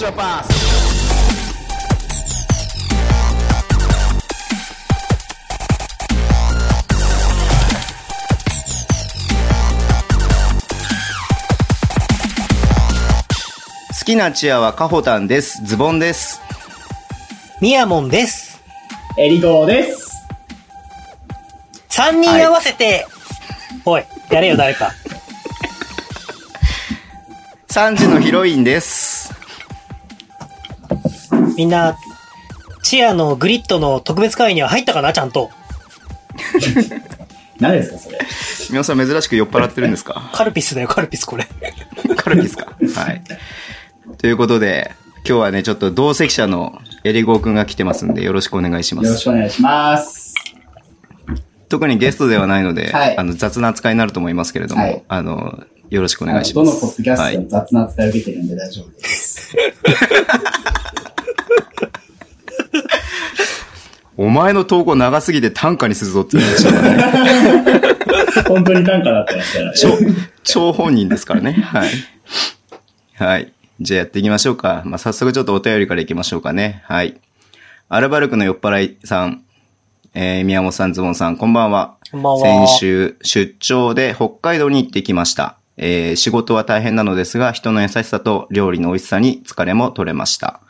your pass. 「好きなチアはカホタンですズボンですミヤモンです。エリゴーです。 3人合わせて、おい、やれよ、誰か。」 3時のヒロインですみんな、チアのグリッドの特別会には入ったかな、ちゃんと。何ですか、それ。皆さん珍しく酔っ払ってるんですか カルピスだよ、カルピス、これ。カルピスか。はい。ということで、今日はね、ちょっと同席者のエリゴーくんが来てますんで、よろしくお願いしまよろしす。くお願いします。特にゲストではないので、はいあの雑な扱いになると思いますけれども、はいあの、よろしくお願いしまあす。のどのポッドキャストはも雑な扱いを受けてるんで大丈夫です。お前の投稿長すぎて短歌にするぞって言われちゃうね本当に短歌だったらした らね。超、超本人ですからね。はい。はい。じゃあやっていきましょうか。まあ、早速ちょっとお便りからいきましょうかね。はい。アルバルクの酔っ払いさん、えー、宮本さん、ズボンさん、こんばんは。こんばんは先週、出張で北海道に行ってきました。えー仕事は大変なのですが、人の優しさと料理の美味しさに疲れも取れました。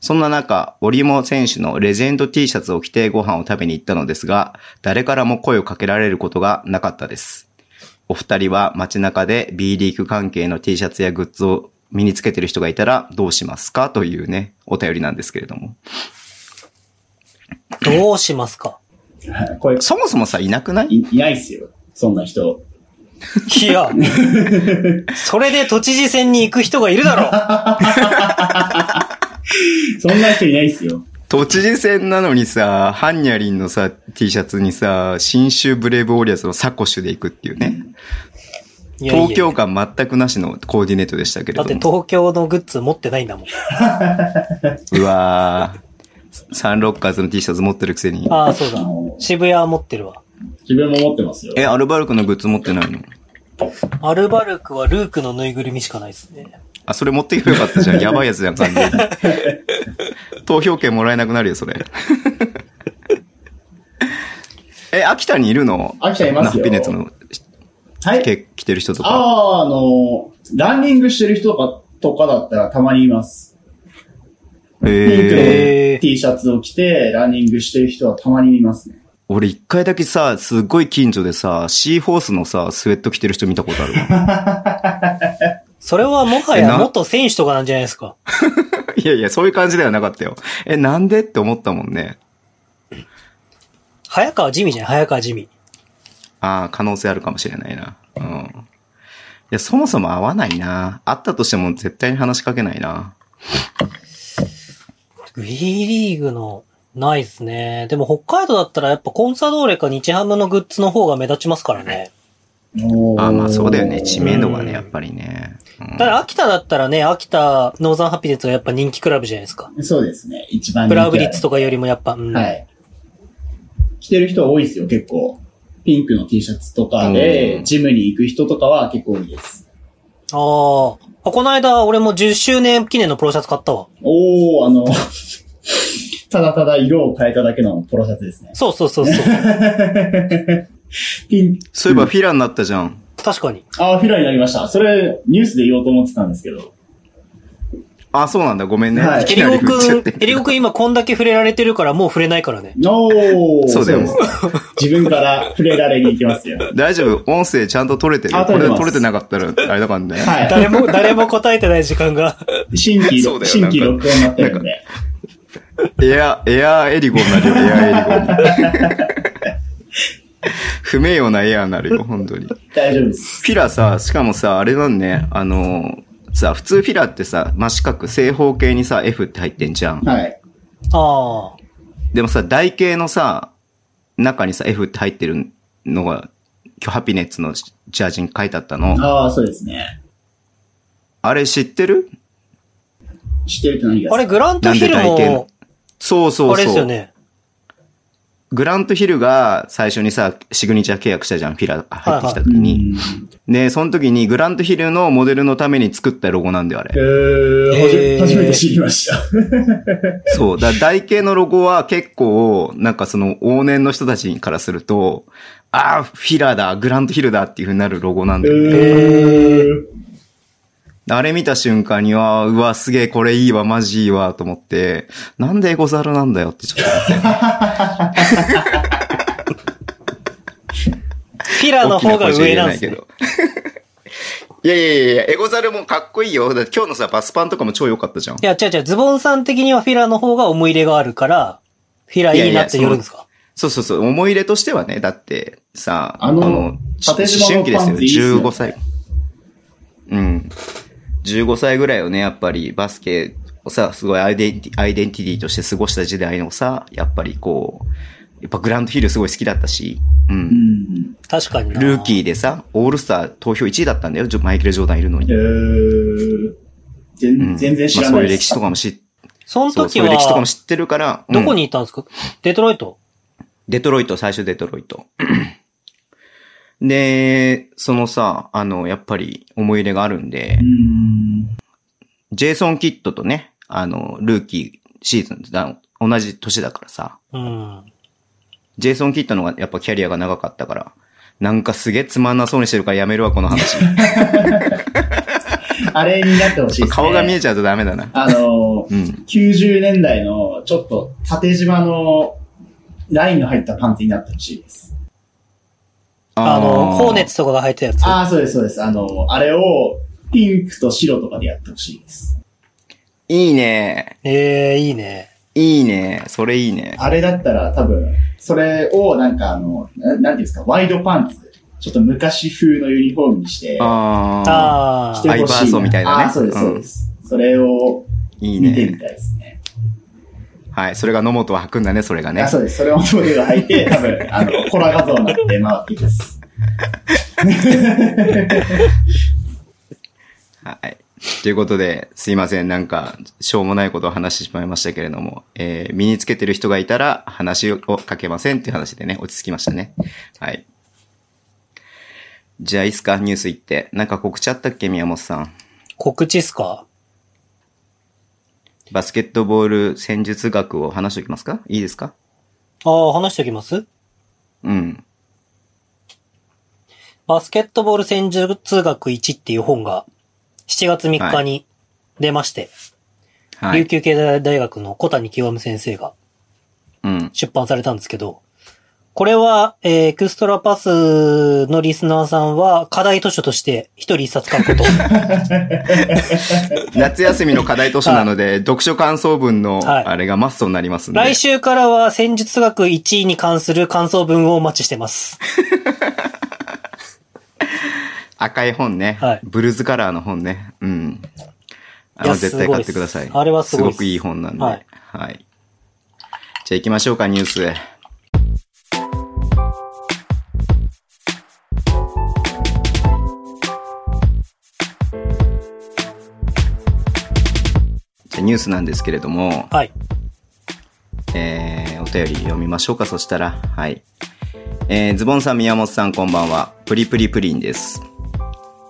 そんな中、折茂選手のレジェンド T シャツを着てご飯を食べに行ったのですが、誰からも声をかけられることがなかったです。お二人は街中で B リーグ関係の T シャツやグッズを身につけてる人がいたらどうしますかというね、お便りなんですけれども。どうしますかはいこれ、そもそもさ、いなくないいいないっすよ。そんな人。いや、それで都知事選に行く人がいるだろう。そんな人いないっすよ。都知事選なのにさ、ハンニャリンのさ、T シャツにさ、新州ブレイブウォリアーズのサコッシュで行くっていうね。いやいや 東京感全くなしのコーディネートでしたけれだどっも。て東京のグッズ持ってないんだもん。うわーサンロッカーズの T シャツ持ってるくせに。ああ、そうだあの。渋谷は持ってるわ。自分も持ってますよ。え、アルバルクのグッズ持ってないのアルバルクはルークのぬいぐるみしかないですね。あ、それ持っていけばよかった じゃん。やばいやつじゃん、完全に。投票権もらえなくなるよ、それ。 え、秋田にいるの秋田いますよナッピネッツのはい。け着てる人とか。ああー、あのー、ランニングしてる人とか、とかだったらたまにいます。ピンえー、へクーの T シャツを着て、ランニングしてる人はたまにいますね。俺一回だけさ、すっごい近所でさ、シーホースのさ、スウェット着てる人見たことあるわ。それはもはえやな元選手とかなんじゃないですか。 いやいや、そういう感じではなかったよ。え、なんでって思ったもんね。早川地味じゃない早川地味。ああ、可能性あるかもしれないな。うん。いや、そもそも合わないな。会ったとしても絶対に話しかけないな。 B リーグの、ないですね。でも北海道だったらやっぱコンサドーレか日ハムのグッズの方が目立ちますからね。おーあーまあそうだよね。知名度がね、やっぱりね。うんだから秋田だったらね、秋田ノーザンハピネッツがやっぱ人気クラブじゃないですか。そうですね。一番人ブ気あラるウブリッツとかよりもやっぱ、うん。はい。着てる人多いですよ、結構。ピンクの T シャツとかうでん、ジムに行く人とかは結構多いです。あーあ。この間俺も10周年記念のプロシャツ買ったわ。おー、あの、ただただ色を変えただけのポロシャツですね。そうそうそうそう。ピン、そういえばフィラになったじゃん。確 かに。あー、フィラになりました。それ、ニュースで言おうと思ってたんですけど。あ、そうなんだ。ごめんね。はいいエきリなゴり振っちゃっくてん、エリゴくん今こんだけ触れられてるからもう触れないか らね。おー、そうだよです自分から触れられに行きますよ。大丈夫音声ちゃんと取れてる。あこ取れれてま取すれてなかったら、あれだから ね。は誰も、誰も答えてない時間が。い。新規、そうだよ新規録音になってるんで。エア、エアエリゴになるよ、エアエリゴに。不名誉なエアになるよ、本当に。大丈夫です。フィラさ、しかもさ、あれなんね、あの、さ、普通フィラってさ、真四角、正方形にさ、F って入ってんじゃん。はい。ああ。でもさ、台形のさ、中にさ、F って入ってるのが、今日ハピネッツのジャージに書いてあったの。あー、そうですね。あれ知ってる知ってるって何があれ、グラントヒルなんで大も抵、そうそうそう。あれですよね。グラントヒルが最初にさ、シグニチャー契約したじゃん、フィラ入ってきた時うんに。で、その時にグラントヒルのモデルのために作ったロゴなんだよ、あえれ。ー、初めえー初めて知りました。そう。だ台形のロゴは結構、なんかその往年の人たちからすると、ああ、フィラだ、グラントヒルだっていう風になるロゴなんえだよね。ー、あれ見た瞬間には、うわ、すげえ、これいいわ、マジいいわ、と思って、なんでエゴザルなんだよってちょっと思って。フ ィラの方が上なんですね。 いやいやいやいや、エゴザルもかっこいいよ。だって今日のさ、バスパンとかも超良かったじゃん。いや、違う違う、ズボンさん的にはフィラの方が思い入れがあるから、フィラいいなって言うんですかそうそうそう、思い入れとしてはね、だってさ、あのし思縦縞の春期ですパよ、ンツいいっすよね15歳。うん。15歳ぐらいをね、やっぱりバスケをさ、すごいアイデンティアイデンティティとして過ごした時代のさ、やっぱりこう、やっぱグランドヒルすごい好きだったし、う。うんん。確かにな。ルーキーでさ、オールスター投票1位だったんだよ、ジョマイケル・ジョーダンいるのえに。ー、うん全全然知らまあなそういいうで歴史すと。かも知っそのそう時そういう歴史とかもは、知ってるから、うんどこにいたんですかデトロイト。デトロイト、最初デトロイト。 で、そのさ、あの、やっぱり思い入れがあるんで、うんジェイソン・キッドとね、あの、ルーキーシーズンだ、同じ年だからさ、うん。ジェイソン・キッドの方がやっぱキャリアが長かったから、なんかすげえつまんなそうにしてるからやめるわ、この 話。あれになってほしいです、ね。顔が見えちゃうとダメだな。あの、うん。 90年代のちょっと縦縞のラインの入ったパンティになってほしいです。あの、ー高熱とかが入ったやつ。ああ、そうです、そうです。あの、あれをピンクと白とかでやってほしいです。いいね。ええいいね。いいね。それいいね。あれだったら多分、それをなんかあの、ななんていうんですか、ワイドパンツ。ちょっと昔風のユニフォームにして、ああ。あしてあ。ほしいアイバーソーみたいなねあーそうです、そうです。それをいい見てみね。たいですね。はい。それが野本は履くんだね、それがねあ。そうです。それをモデルが入って、多分、あの、コラ画像になって回ってきます。はい。ということで、すいません。なんか、しょうもないことを話してしまいましたけれども、えー身につけてる人がいたら話をかけませんっていう話でね、落ち着きましたね。はい。じゃあ、いいっすかニュース行って。なんか告知あったっけ宮本さん。告知っすかバスケットボール戦術学を話しておきますかいいですかああ、話しておきますうん。バスケットボール戦術学1っていう本が7月3日に出まして、は琉い。球経済大学の小谷清先生がうん。出版されたんですけど、これは、えー、エクストラパスのリスナーさんは課題図書として一人一冊書くこと。夏休みの課題図書なので、読書感想文の、はいあれがマストになりますんで。来週からは戦術学1に関する感想文をお待ちしてます。赤い本ね、はいブルーズカラーの本ね。うん。あの、いや絶対買ってください。すごいっすあれはすごいっすすごくいい本なんで。ははいい。じゃあ行きましょうか、ニュースへ。じゃあニュースなんですけれども、はい。えー、お便り読みましょうか、そしたら。はい。えー、ズボンさん、宮本さん、こんばんは。プリプリプリンです。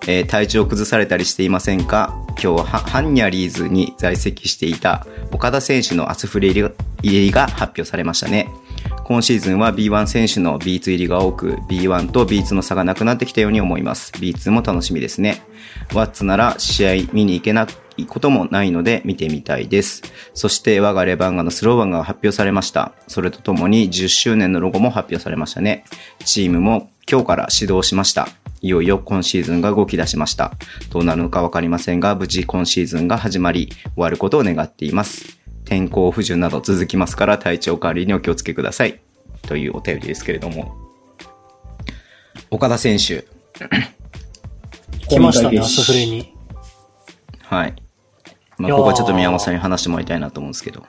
えー体調崩されたりしていませんか今日は、ハンニャリーズに在籍していた岡田選手のアスフレ入りが入りが発表されましたね。今シーズンは B1 選手の B2 入りが多く、B1 と B2 の差がなくなってきたように思います。B2 も楽しみですね。ワッツなら試合見に行けないこともないので見てみたいです。そして我がレバンガのスローガンが発表されました。それとともに10周年のロゴも発表されましたね。チームも今日から始動しました。いよいよ今シーズンが動き出しました。どうなるのかわかりませんが、無事今シーズンが始まり、終わることを願っています。天候不順など続きますから体調管理にお気をつけください。というお便りですけれども。岡田選手。来ましたね、アこのスフレに。はい。まいあ、やーここはちょっと宮本さんに話してもらいたいなと思うんですけど。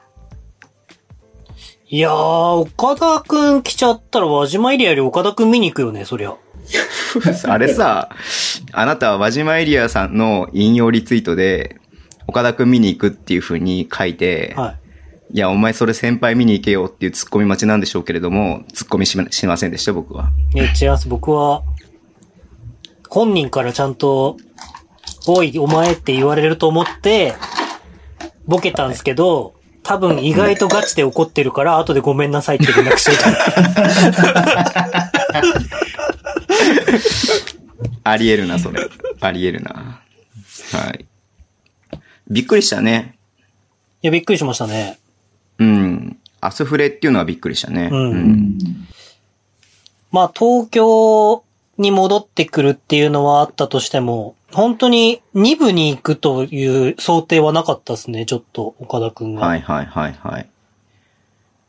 いやー、岡田くん来ちゃったら輪島エリアより岡田くん見に行くよね、そりゃ。 あれさ、あなたは輪島エリアさんの引用リツイートで、岡田くん見に行くっていう風に書いて、はい。いや、お前それ先輩見に行けよっていうツッコミ待ちなんでしょうけれども、ツッコミしましませんでした、僕は。いや、違います。僕は、本人からちゃんと、おい、お前って言われると思って、ボケたんですけど、多分意外とガチで怒ってるから、後でごめんなさいって連絡 してた。ありえるな、そ れ。ありえるな。はい。びっくりしたね。いや、びっくりしましたね。うん。アスフレっていうのはびっくりしたね。うんうんまあ、東京に戻ってくるっていうのはあったとしても、本当に2部に行くという想定はなかったですね、ちょっと、岡田くんが。はいはいはいはい。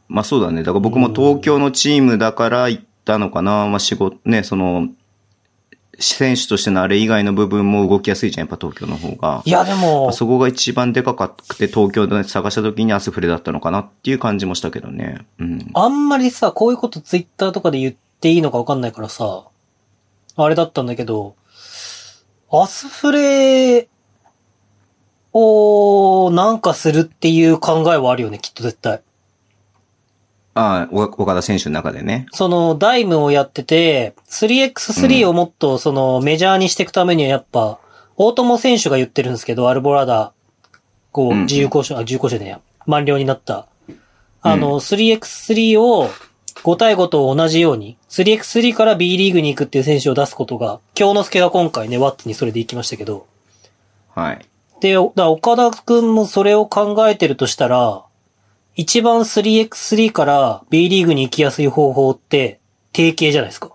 まあそうだね。だから僕も東京のチームだから行ったのかな。まあ仕事、ね、その、選手としてのあれ以外の部分も動きやすいじゃん、やっぱ東京の方が。いや、でも、そこが一番でかくて東京で探した時にアスフレだったのかなっていう感じもしたけどね。うん。あんまりさ、こういうことツイッターとかで言っていいのかわかんないからさ、あれだったんだけど、アスフレをなんかするっていう考えはあるよね、きっと絶対。ああ、お岡田選手の中でね。その、ダイムをやってて、3x3 をもっとその、メジャーにしていくためにはやっぱ、大友選手が言ってるんですけど、アルボラダ、こうう、ん自由交渉、あ、自由交渉じゃねえや、満了になった。あの、3x3 を5対5と同じように、3x3 から B リーグに行くっていう選手を出すことが、京之助が今回ね、ワッツにそれで行きましたけど、はい。で、だから岡田くんもそれを考えてるとしたら、一番 3x3 から B リーグに行きやすい方法って、定型じゃないですか。っ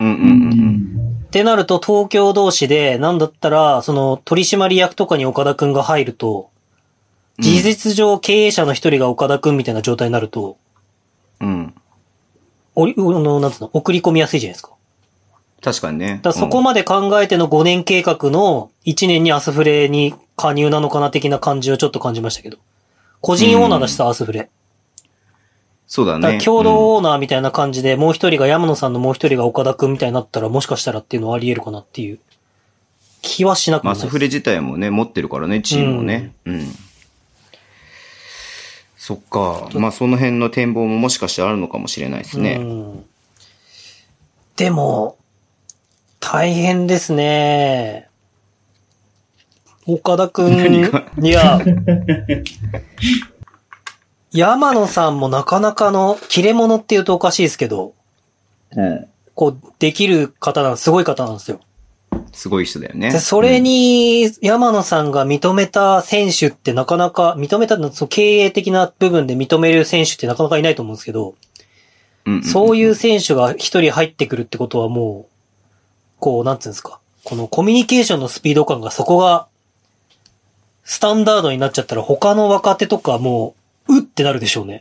うんうんううんんうん。てなると東京同士で、なんだったら、その取締役とかに岡田くんが入ると、事実上経営者の一人が岡田くんみたいな状態になると、うん。おり、あの、なんつうの、送り込みやすいじゃないですか。確かにね。だからそこまで考えての5年計画の1年にアスフレに加入なのかな的な感じをちょっと感じましたけど。個人オーナーだしさ、アスフレ。そうだだかね。ら共同オーナーみたいな感じで、もう一人が山野さんのもう一人が岡田くんみたいになったら、もしかしたらっていうのはあり得るかなっていう気はしなくもマないスですフレ自体もね、持ってるからね、チームをね。うん。そっか。まあ、その辺の展望ももしかしてあるのかもしれないですうね。んでも、大変ですね。岡田くん。何がいや、山野さんもなかなかの切れ者って言うとおかしいですけど、うん。こう、できる方なん、すごい方なんですよ。すごい人だよね。で、それに、山野さんが認めた選手ってなかなか、認めたの、その経営的な部分で認める選手ってなかなかいないと思うんですけど、うん、うんうんそういう選手が一人入ってくるってことはもう、こう、なんつうんですか。このコミュニケーションのスピード感がそこが、スタンダードになっちゃったら他の若手とかもう、うってなるでしょうね。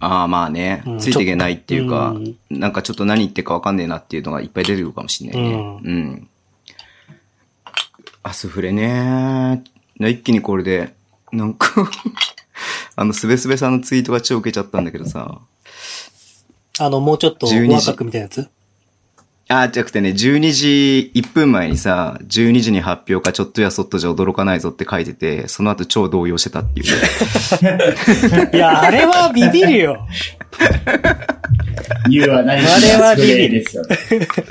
ああ、まあねうん。ついていけないっていうかちょっと、なんかちょっと何言ってるかわかんねえなっていうのがいっぱい出てくるかもしれないね。うんうん。アスフレね。一気にこれで、なんか、 あの、すべすべさんのツイートが超受けちゃったんだけどさ。あの、もうちょっと12時若くみたいなやつああ、じゃなくてね、12時、1分前にさ、12時に発表かちょっとやそっとじゃ驚かないぞって書いてて、その後超動揺してたっていう。いや、あれはビビるよ。言うは何我々はそビビれるですよね。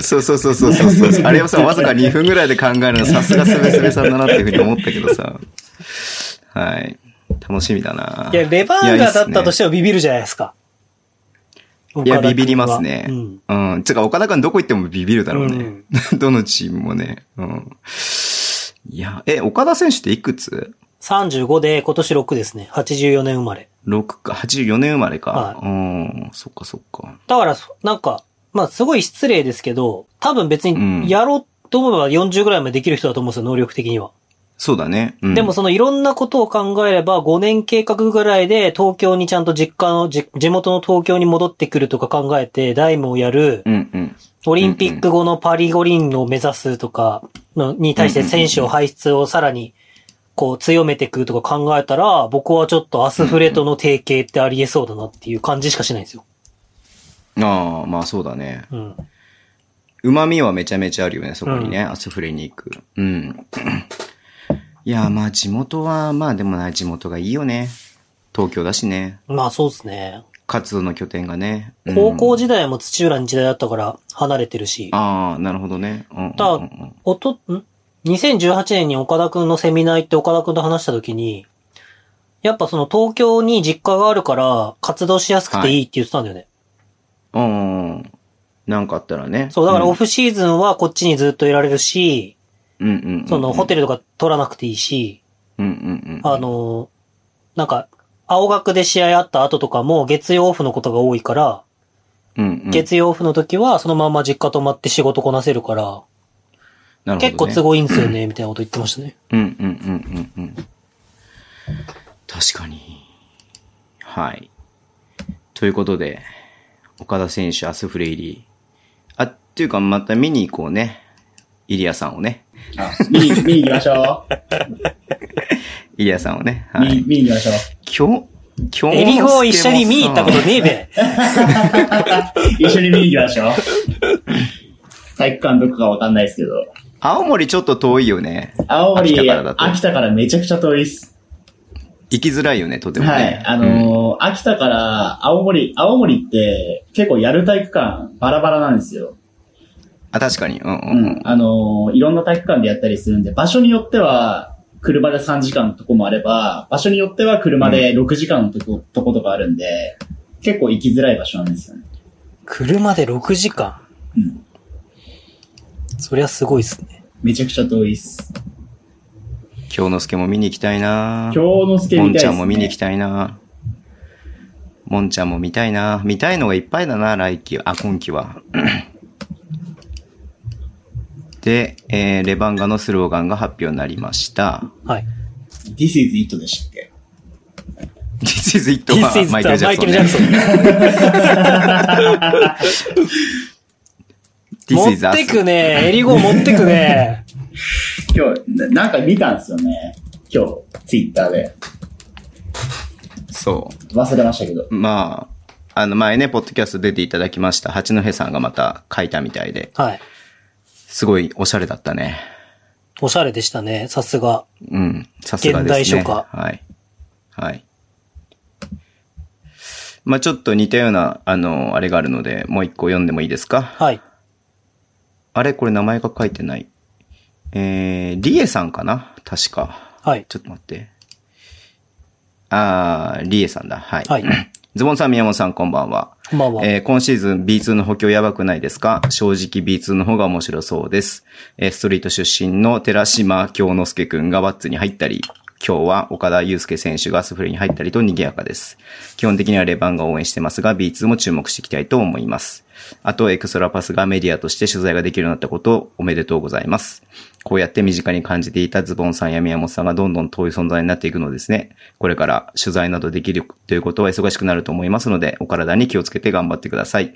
そうそうそうそうそうそう。 あれをさ、わずか2分ぐらいで考えるのさすがすべすべさんだなっていうふうに思ったけどさ。はい。楽しみだないや、レバーガーだったとしててもビビるじゃないですか。いや、岡田君ビはビりますね。ううんん。。つうか、岡田君どこ行ってもビビるだろうね。 どのチームもね。うん。いや、え、岡田選手っていくつ35で今年6ですね。84年生まれ。 ?6 か、84年生まれか。はうん。そっかそっか。だから、そなんか、まあすごい失礼ですけど、多分別うんにやろうと思えば40ぐらいまでできる人だと思うんですよ、能力的には。そうだね。うん、でもそのいろんなことを考えれば5年計画ぐらいで東京にちゃんと実家の、じ地元の東京に戻ってくるとか考えて、ダイムをやる、うんうん。オリンピック後のパリ五輪を目指すとかのに対して選手を輩出をさらにこう強めていくとか考えたら、僕はちょっとアスフレとの提携ってありえそうだなっていう感じしかしないんですよ。ああ、まあそうだね。うん。旨味はめちゃめちゃあるよね、そこにね。アスフレに行く。うん。いや、まあ地元は、まあでもな、地元がいいよね。東京だしね。まあそうですね。活動の拠点がね。うん高校時代も土浦に時代だったから離れてるし。ああ、なるほどね。うんうんうんうんただおと、ん ?2018 年に岡田くんのセミナー行って岡田くんと話した時に、やっぱその東京に実家があるから活動しやすくていいって言ってたんだよね。うんうん。なんかあったらね。そう、だからんオフシーズンはこっちにずっといられるし、うんうんうんうん。そのホテルとか取らなくていいし、うんうんうん。あの、なんか、青学で試合あった後とかも月曜オフのことが多いから、うんうん、月曜オフの時はそのまま実家泊まって仕事こなせるから、なるほどね結構都合いいんですよね、みたいなこと言ってましたね。うんうんうんうんうん。確かに。はい。ということで、岡田選手、アスフレイリー。あ、っていうか、また見に行こうね。イリアさんをね。あ、見に、見に行きましょイリアさんをね。う。は見にい。見に行きましょう。きょ、きょエリゴ一緒に見に行ったことねえべ。一緒に見に行きましょう。体育館どこかわかんないですけど。青森ちょっと遠いよね。青森、秋秋田田からかだらとめちゃくちゃ遠いです。行きづらいよね、とてもね。はい。あのー秋田から青森、青森って結構やる体育館バラバラなんですよ。あ、確かに。うんううんうんん。あのーいろんな体育館でやったりするんで、場所によっては、車で3時間のとこもあれば、場所によっては車で6時間のとこ,、とことかあるんで、結構行きづらい場所なんですよね。車で6時間。うん。そりゃすごいっすね。めちゃくちゃ遠いっす。京之助も見に行きたいな京之助もみんたいです、ね。ちゃんも見に行きたいなもんちゃんも見たいな見たいのがいっぱいだな、来季は。あ、今季は。 で、えーレバンガのスローガンが発表になりました。はい。 This is it でしたっけ This is it は This is マイケ the ル・ジャマクイソンケル・ジャクソね。ン。 This 持 is っ us てくね。エリゴ持ってくね。今日な、なんか見たんですよね。今日、ツイッターで。そ忘れましたけど。う。まあ、あの前ね、ポッドキャスト出ていただきました、八戸さんがまた書いたみたいで、はい。すごいおしゃれだったね。おしゃれでしたね。さすが。うん。さすがですね。現代書家はい。はい。まあちょっと似たような、あの、あれがあるので、もう一個読んでもいいですかはい。あれこれ名前が書いてない。えー、リエさんかな確か。はい。ちょっと待って。あー、リエさんだ。はい。はい。ズボンさん、宮本さん、こんばんは。こんばんは。えー今シーズン B2 の補強やばくないですか正直 B2 の方が面白そうです。えーストリート出身の寺島京之介くんがワッツに入ったり、今日は岡田祐介選手がスフレに入ったりと賑やかです。基本的にはレバンが応援してますが、B2 も注目していきたいと思います。あと、エクストラパスがメディアとして取材ができるようになったことおめでとうございます。こうやって身近に感じていたズボンさんや宮本さんがどんどん遠い存在になっていくのですね。これから取材などできるということは忙しくなると思いますので、お体に気をつけて頑張ってください。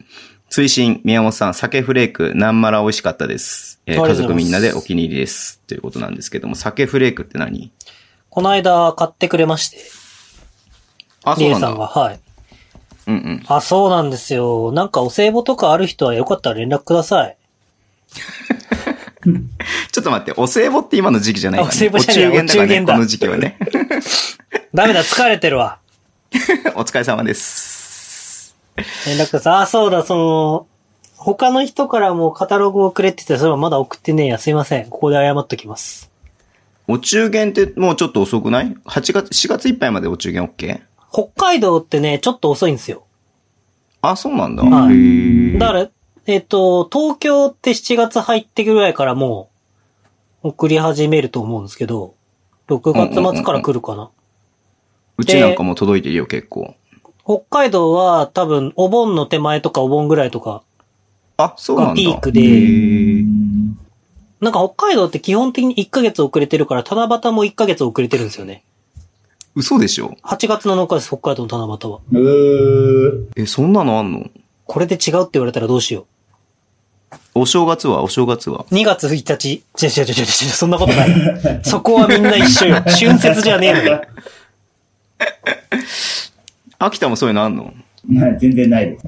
追伸、宮本さん、酒フレーク、なんまら美味しかったです。えーありがと家うございま族すみんなでお気に入りです。ということなんですけども、酒フレークって何この間買ってくれまして。あ、リそうエなんさんが。だ。はい。うんうん。あ、そうなんですよ。なんかお歳暮とかある人はよかったら連絡ください。ちょっと待って、お歳暮って今の時期じゃないから、ね。お歳暮じゃないお中元だからお中ね、元だこの時期はね。 ダメだ、疲れてるわ。 お疲れ様です。連絡ください。あ、そうだ、その、他の人からもカタログをくれって言ってたそれはまだ送ってねえや。すいません。ここで謝っときます。お中元ってもうちょっと遅くない ?8 月、4月いっぱいまでお中元 OK? 北海道ってね、ちょっと遅いんですよ。あ、そうなんだ。はいへえだから、えっ、と、東京って7月入ってぐらいからもう、送り始めると思うんですけど、6月末から来るかな。うちなんかもう届いてるよ、結構。北海道は多分、お盆の手前とかお盆ぐらいとか、あ、そうなんだ。がピークでへうえんなんか北海道って基本的に1ヶ月遅れてるから、七夕も1ヶ月遅れてるんですよね。嘘でしょ8月7日です、北海道の七夕は。うー。え、そんなのあんのこれで違うって言われたらどうしよお正月は、お正月は。う。2月1日、違う違う違う違う、そんなこと ない。そこはみんな一緒よ。春節じゃねえのよ。秋田もそういうのあんのな 全然ないです。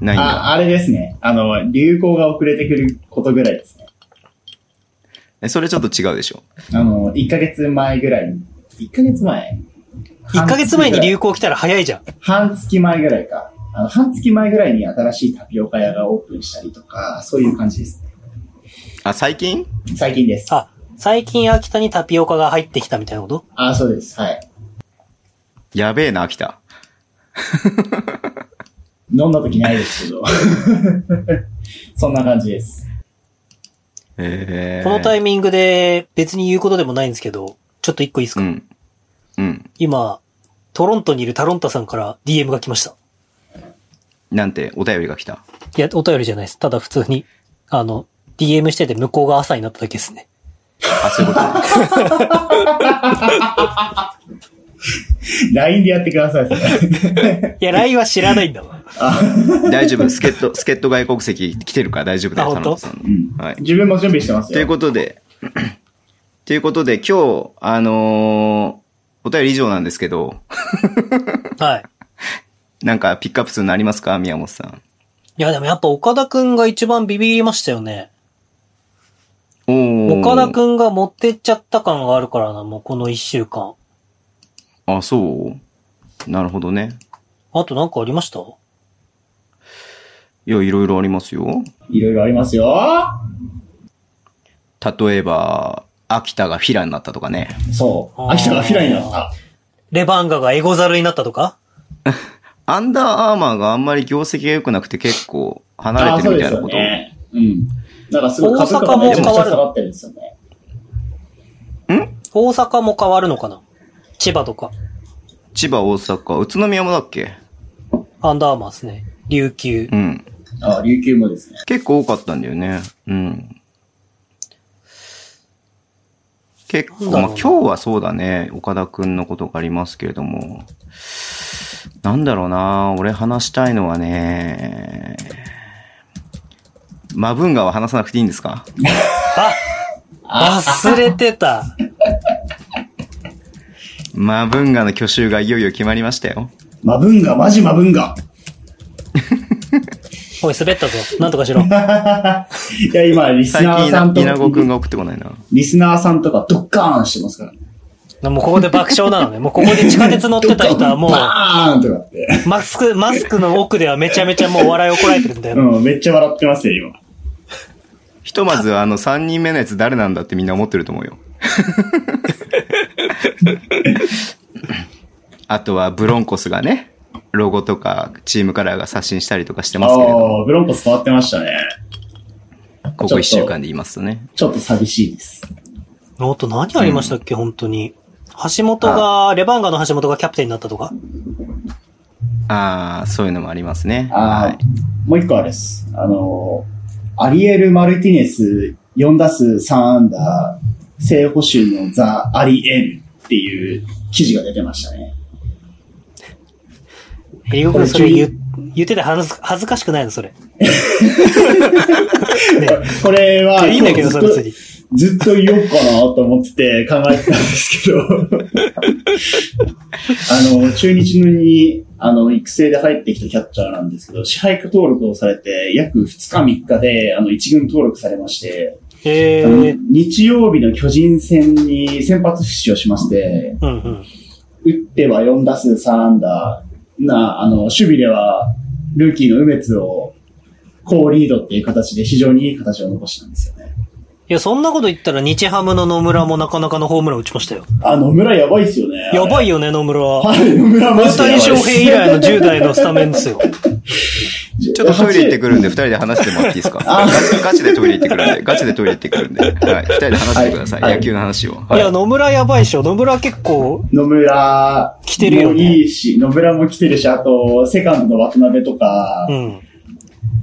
ないんあ、だ。あれですね。あの、流行が遅れてくることぐらいですね。え、それちょっと違うでしょあの、1ヶ月前ぐらいに。1ヶ月前1ヶ月前に流行来たら早いじゃん。半月前ぐらいか。あの、半月前ぐらいに新しいタピオカ屋がオープンしたりとか、そういう感じですね。あ、最近最近です。ああ、最近秋田にタピオカが入ってきたみたいなことあ、そうです。はい。やべえな、秋田。飲んだ時ないですけど。 そんな感じです。えー、このタイミングで別に言うことでもないんですけど、ちょっと一個いいですか、うん。うん。今、トロントにいるタロンタさんから DM が来ました。なんて、お便りが来た。いや、お便りじゃないです。ただ普通に、あの、DM してて向こうが朝になっただけですね。あ、そういうこと LINE でやってください、それいや、LINE は知らないんだわ。大丈夫。助っ 人、助っ人外国籍来てるから大丈夫だよ、あ田本当中さんう。ん。はい。自分も準備してますというよ。ことで、 ということで、今日、あのーお便り以上なんですけど、 はい。なんかピックアップするのありますか宮本さん。いや、でもやっぱ岡田くんが一番ビビりましたよね。おー岡田くんが持ってっちゃった感があるからな、もうこの一週間。あ、そうなるほどね。あとなんかありましたいや、いろいろありますよ。いろいろありますよ。例えば、秋田がフィラになったとかね。そう。あー秋田がフィラになった。レバンガがエゴザルになったとかアンダーアーマーがあんまり業績が良くなくて結構離あれーてそるうみでたいなすよこと。ね。うん。なんかすごい株価がめちゃくちゃ下がってるんですよね。大阪も変わるのかな千葉とか。千葉、大阪、宇都宮もだっけアンダーアーマーですね。琉球う。ん。あー琉球もですね。結構多かったんだよね。うん。結構、まあな今んだろうな日はそうだね、岡田くんのことがありますけれども。なんだろうな、俺話したいのはね、マブンガは話さなくていいんですかあ忘れてた。マブンガの去就がいよいよ決まりましたよ。マブンガ、マジマブンガ。おい、滑ったぞ。なんとかしろ。 いや、今、リス最ナーさん近、と、稲子くんが送ってこないな。リスナーさんとかドッカーンしてますからね。もうここで爆笑なのね。もうここで地下鉄乗ってた人はもドッカーンバーンとかって。う、マスク、マスクの奥ではめちゃめちゃもう笑いをこらえてるんだよ。うん、めっちゃ笑ってますよ、今。ひとまずあの3人目のやつ誰なんだってみんな思ってると思うよ。 あとはブロンコスがね、ロゴとかチームカラーが刷新したりとかしてますけれども、ああ、ブロンコス変わってましたね。ここ1週間で言いますとね。ちょっと寂しいです。あと何ありましたっけ、本当に。橋本が、レバンガの橋本がキャプテンになったとかああ、そういうのもありますね。ああ、はい。もう一個あれです。あのー、アリエル・マルティネス4打数3安打、正捕手のザ・アリエルっていう記事が出てましたね。えりごくんそれ言言ってて恥ず恥ずかしくないのそれ。ねこれは、いいんだけど今さ、日ず別っとに。ずっと言おうかなと思ってて考えてたんですけど、 あの、中日のに、あの、育成で入ってきたキャッチャーなんですけど、支配下登録をされて、約2日3日で、あの、一軍登録されまして、えあのー、日曜日の巨人戦に先発出場しまして、うんうん。打っては4打数3安打、な、あの、守備では、ルーキーの梅津を、高リードっていう形で非常にいい形を残したんですよね。いや、そんなこと言ったら、日ハムの野村もなかなかのホームラン打ちましたよ。あ、野村やばいっすよね。やばいよね、野村。大はい、野村マジでやば谷いっす。翔平以来の10代のスタメンですよ。ちょっとトイレ行ってくるんで、二人で話してもらっていいですかガチガチでトイレ行ってくるんで、ガチでトイレ行ってくるんで、はい。二人で話してください。はい野球の話を。いはいや、野村やばいっしょ。野村結構、野村、来てるよねいいし、野村も来てるし、あと、セカンドの渡辺とか、うん。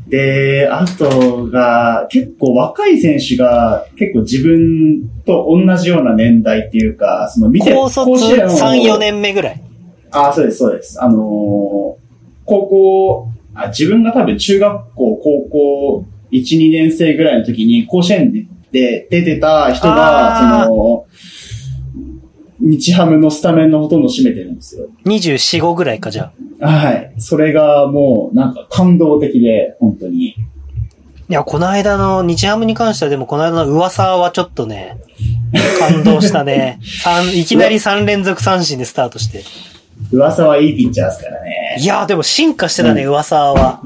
で、あとが、結構若い選手が、結構自分と同じような年代っていうか、その見て、高卒3、4。年目ぐらい。あ、そうです、そうです。あのー高校あ、自分が多分中学校、高校、1、2年生ぐらいの時に、甲子園で出てた人が、あーその、日ハムのスタメンのほとんど占めてるんですよ。 24、5ぐらいか、じゃあ。はい。それがもう、なんか感動的で、本当に。いや、この間の日ハムに関しては、でもこの間の噂はちょっとね、感動したね。三いきなり3連続三振でスタートして。噂はいいピッチャーですからね。いやーでも進化してたね、噂 は。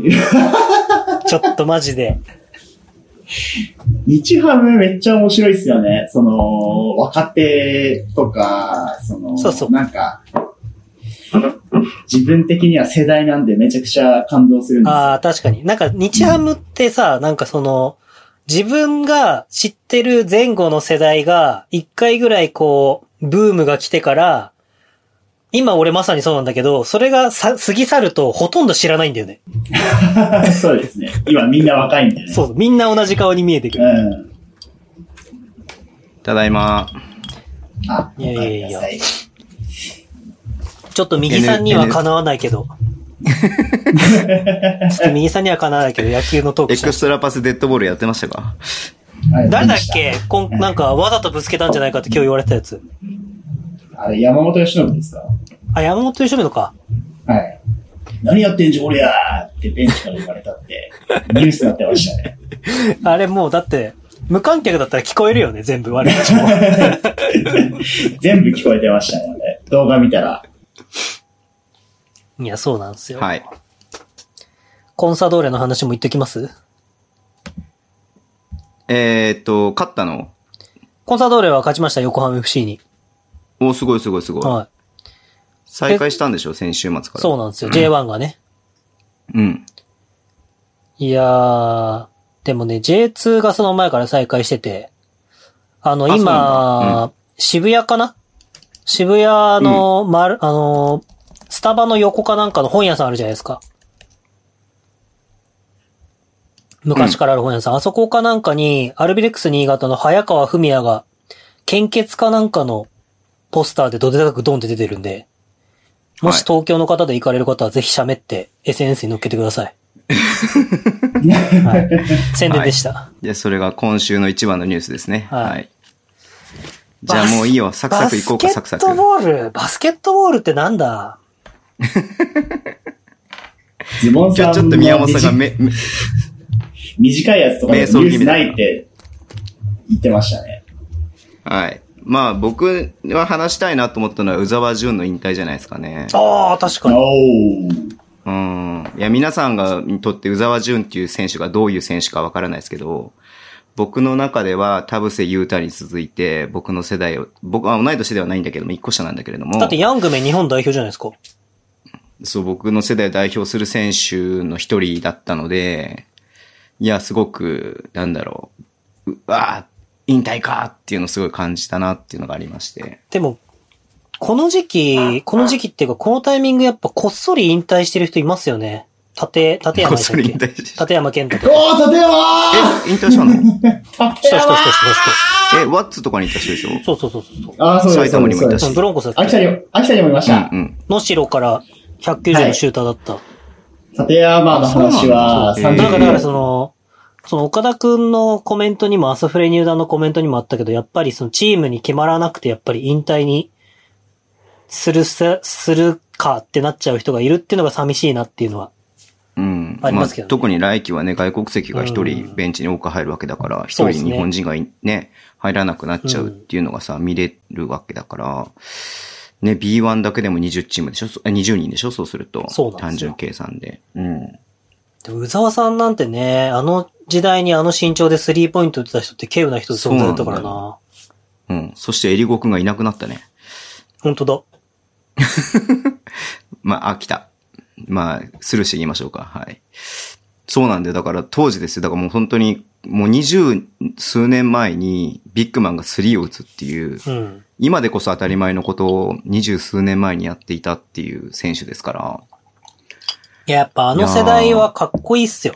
ちょっとマジで。日ハムめっちゃ面白いっすよね。その、若手とか、その、そうそうなんか、自分的には世代なんでめちゃくちゃ感動するんですよ。ああ、確かに。なんか、日ハムってさ、なんかその、自分が知ってる前後の世代が、一回ぐらいこう、ブームが来てから、今俺まさにそうなんだけど、それがさ過ぎ去るとほとんど知らないんだよね。 そうですね。今みんな若いんでね。。そうう、みんな同じ顔に見えてくる。ん。ただいま。あ、いやいやいやごめんなさいちょっと右さんにはかなわないけど。ちょっと右さんにはかなわないけど、野球のトーエクしなクいストラパスデッドボールやってましたかはい誰だっけこんなんかわざとぶつけたんじゃないかって今日言われてたやつ。あれ、山本由伸ですかあ、山本由伸のか。はい。何やってんじゃ俺やーってベンチから言われたって、ニュースになってましたね。あれもうだって、無観客だったら聞こえるよね、全部我 々も。全部聞こえてましたね。あれ動画見たら。いや、そうなんですよ。はい。コンサドーレの話も言っときますえーっと、勝ったのコンサドーレは勝ちました、横浜 FC に。お、すごいすごいすごい。は再開したんでしょ先週末かい。ら。そうなんですよ、J1 がね。うん。いやー、でもね、J2 がその前から再開してて、あの、あそうなん今、だ渋谷かな渋谷の、まる、あの、スタバの横かなんかの本屋さんあるじゃないですか。昔からある本屋さん。あそこかなんかに、アルビレックス新潟の早川文也が、献血かなんかのポスターでどでかくドンって出てるんで、もはいし東京の方で行かれる方はぜひ喋って、SNS に載っけてください。はい、宣伝でした。で、それが今週の一番のニュースですね。はいはい。じゃあもういいよ。サクサクいこうか、サクサクバ。スケットボール、バスケットボールってなんだズボ今ンさ日んちょっと宮本さんがめ、め短いやつとかで瞑ニ想ュー気ス味だないって言ってましたね。はい。まあ僕は話したいなと思ったのは、宇沢淳の引退じゃないですかね。ああ、確かに。おー。うん。いや、皆さんがにとって宇沢淳っていう選手がどういう選手かわからないですけど、僕の中では田臥勇太に続いて、僕の世代を、僕は同い年ではないんだけども、一個下なんだけれども、だってヤングメン日本代表じゃないですか。そう、僕の世代を代表する選手の一人だったので、いや、すごく、なんだろう、うわあ引退かっていうのをすごい感じたなっていうのがありまして。でも、この時期、この時期っていうか、このタイミングやっぱこっそり引退してる人いますよね。立立こ山っ そりじゃ引んけ退し、立山健太とか。おー、立山え、引退したのーし立たした山したしたしえ、ワッツとかに行った人でしょた。そうそうそうそう。あー、そうです。埼玉にもいたしそそのうですブロンコスだっ秋田けにも、秋田にもいました。うんうん。野城から190のシューターだった。立山の話はあそうなん30だなんかだからその、の、その岡田くんのコメントにも、アソフレ入団のコメントにもあったけど、やっぱりそのチームに決まらなくて、やっぱり引退にするせ、するかってなっちゃう人がいるっていうのが寂しいなっていうのは。うん。ありますけどねあ特に来季はね、外国籍が一う人んベンチに多く入るわけだから、一、そうです人ね日本人がいね、入らなくなっちゃうっていうのがさ、見れるわけだから、ね、B1 だけでも20チームでしょそあ ?20 人でしょそうすると。そうなん単ですよ純計算で。うん。でも、宇沢さんなんてね、あの時代にあの身長でスリーポイント打ってた人って稀有な人で存在だったからそうなんな。うん。そして、エリゴくんがいなくなったね。本当だ。まあ、あ、来た。まあ、スルーしていきましょうか。はい。そうなんで、だから当時ですよ。だからもう本当に、もう二十数年前にビッグマンが3を打つっていう、うん。今でこそ当たり前のことを二十数年前にやっていたっていう選手ですから。いや、やっぱあの世代はかっこいいっすよ。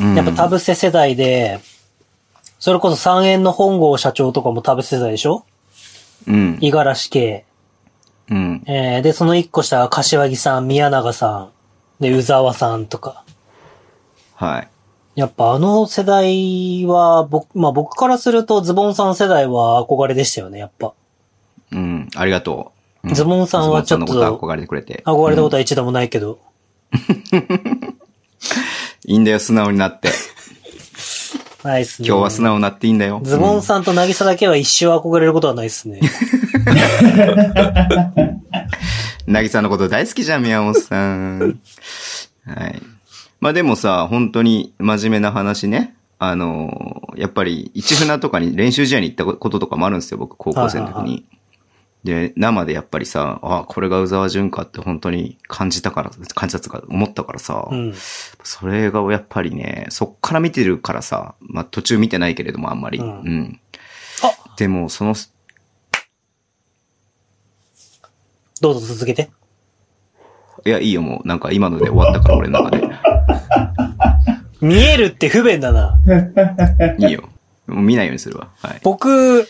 うんやっぱ田臥世代で、それこそ三円の本郷社長とかも田臥世代でしょうん。五十嵐系。うん。えー、で、その一個下は柏木さん、宮永さん、で、宇沢さんとか。はい。やっぱあの世代は、僕、まあ僕からするとズボンさん世代は憧れでしたよね、やっぱ。うん。ありがとう。うんズボンさんはちょっとズボンさんのこと憧れてくれて。憧れたことは一度もないけど。いいんだよ、素直になって。ないっすね。今日は素直になっていいんだよ。ズボンさんと渚だけは一生憧れることはないっすね。うんなぎさんのこと大好きじゃん、宮本さん。 はい。まあでもさ、本当に真面目な話ね。あのーやっぱり、一船とかに練習試合に行ったこととかもあるんですよ、僕、高校生の時はいはいはに。で、生でやっぱりさ、あこれが宇沢潤かって本当に感じたから、感じたとか思ったからさ、うん。それがやっぱりね、そっから見てるからさ、まあ途中見てないけれどもあんまり。う。うんんあでも、その、どうぞ続けて。いや、いいよ、もう、なんか今ので終わったから、俺の中で。見えるって不便だな。いいよ。もう見ないようにするわ。はい。僕、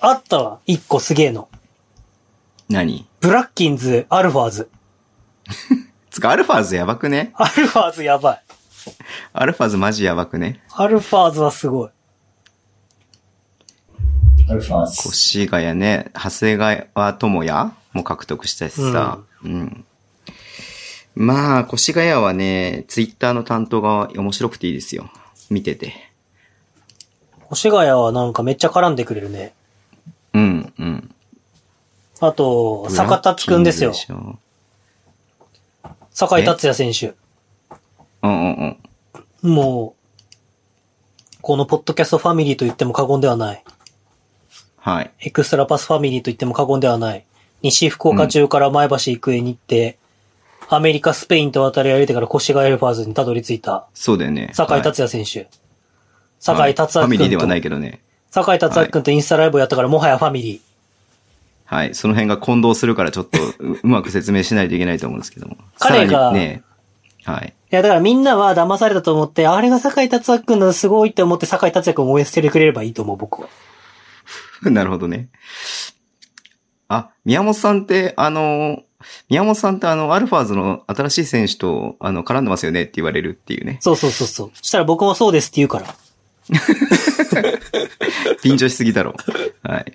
あったわ。一個すげえの。何ブラッキンズ、アルファーズ。つか、アルファーズやばくねアルファーズやばい。アルファーズマジやばくねアルファーズはすごい。アルファーズ。越谷ね、長谷川智也も獲得したしさ。うん。まあ、越谷はね、ツイッターの担当が面白くていいですよ。見てて。越谷はなんかめっちゃ絡んでくれるね。うん、うん。あと、坂達くんですよブラッ。キングでしょ坂井達也選手。うんうんうん。もう、このポッドキャストファミリーと言っても過言ではない。はい。エクストラパスファミリーと言っても過言ではない。西福岡中から前橋育英に行って、アメリカ、スペインと渡り歩いてから越谷エルファーズにたどり着いた、そうだよね。坂井達也選手。坂井達はいファミ也リーでは君ないと、けどね。坂井達也君とインスタライブをやったからもはやファミリー。はい。その辺が混同するからちょっとう うまく説明しないといけないと思うんですけども。彼がさらにね、はい。 いや、だからみんなは騙されたと思って、あれが坂井達也君のすごいって思って坂井達也君を応援してくれればいいと思う、僕は。なるほどね。あ、宮本さんって、あの、宮本さんってあの、アルファーズの新しい選手と、あの、絡んでますよねって言われるっていう ね。そうそうそうそう。そしたら僕もそうですって言うから。緊張しすぎだろ。 はい。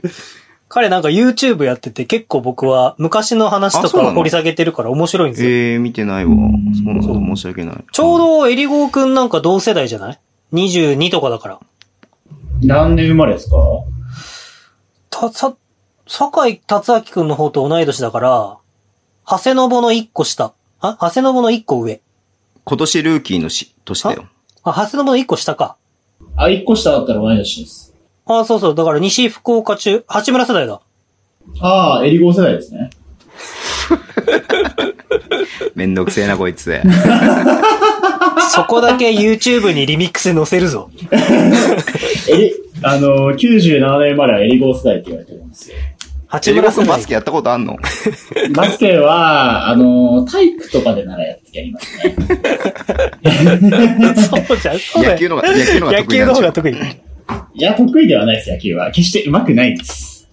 彼なんか YouTube やってて結構僕は昔の話あとそうなかの掘り下げてるから面白いんですよ。えー、見てないわ。そうなそのう申し訳ない。ちょうどエリゴーくんなんか同世代じゃない ?22 とかだから。何年生まれですかた、さ、坂井達明くんの方と同い年だから、長谷信の1個下。あ長谷信の1個上。今年ルーキーのし年だ よ。あ、長谷信の1個下か。あ、一個下だったら同い年です。あ、そうそう。だから西福岡中、八村世代だ。ああ、エリゴー世代ですね。めんどくせえな、こ いつ。そこだけ YouTube にリミックス載せるぞ。エリ、あのー、97年生まれはエリゴー世代って言われてるんですよ。八ジェリ村コさ世んバスケ代。やったことあんのバスケ は、あのー、体育とかでならやってやりますね。 そうじゃん。そうだ よ野球のが、野球のが野得意球なんでの方しがょ得意。いや、得意ではないです、野球は。決して上手くないです。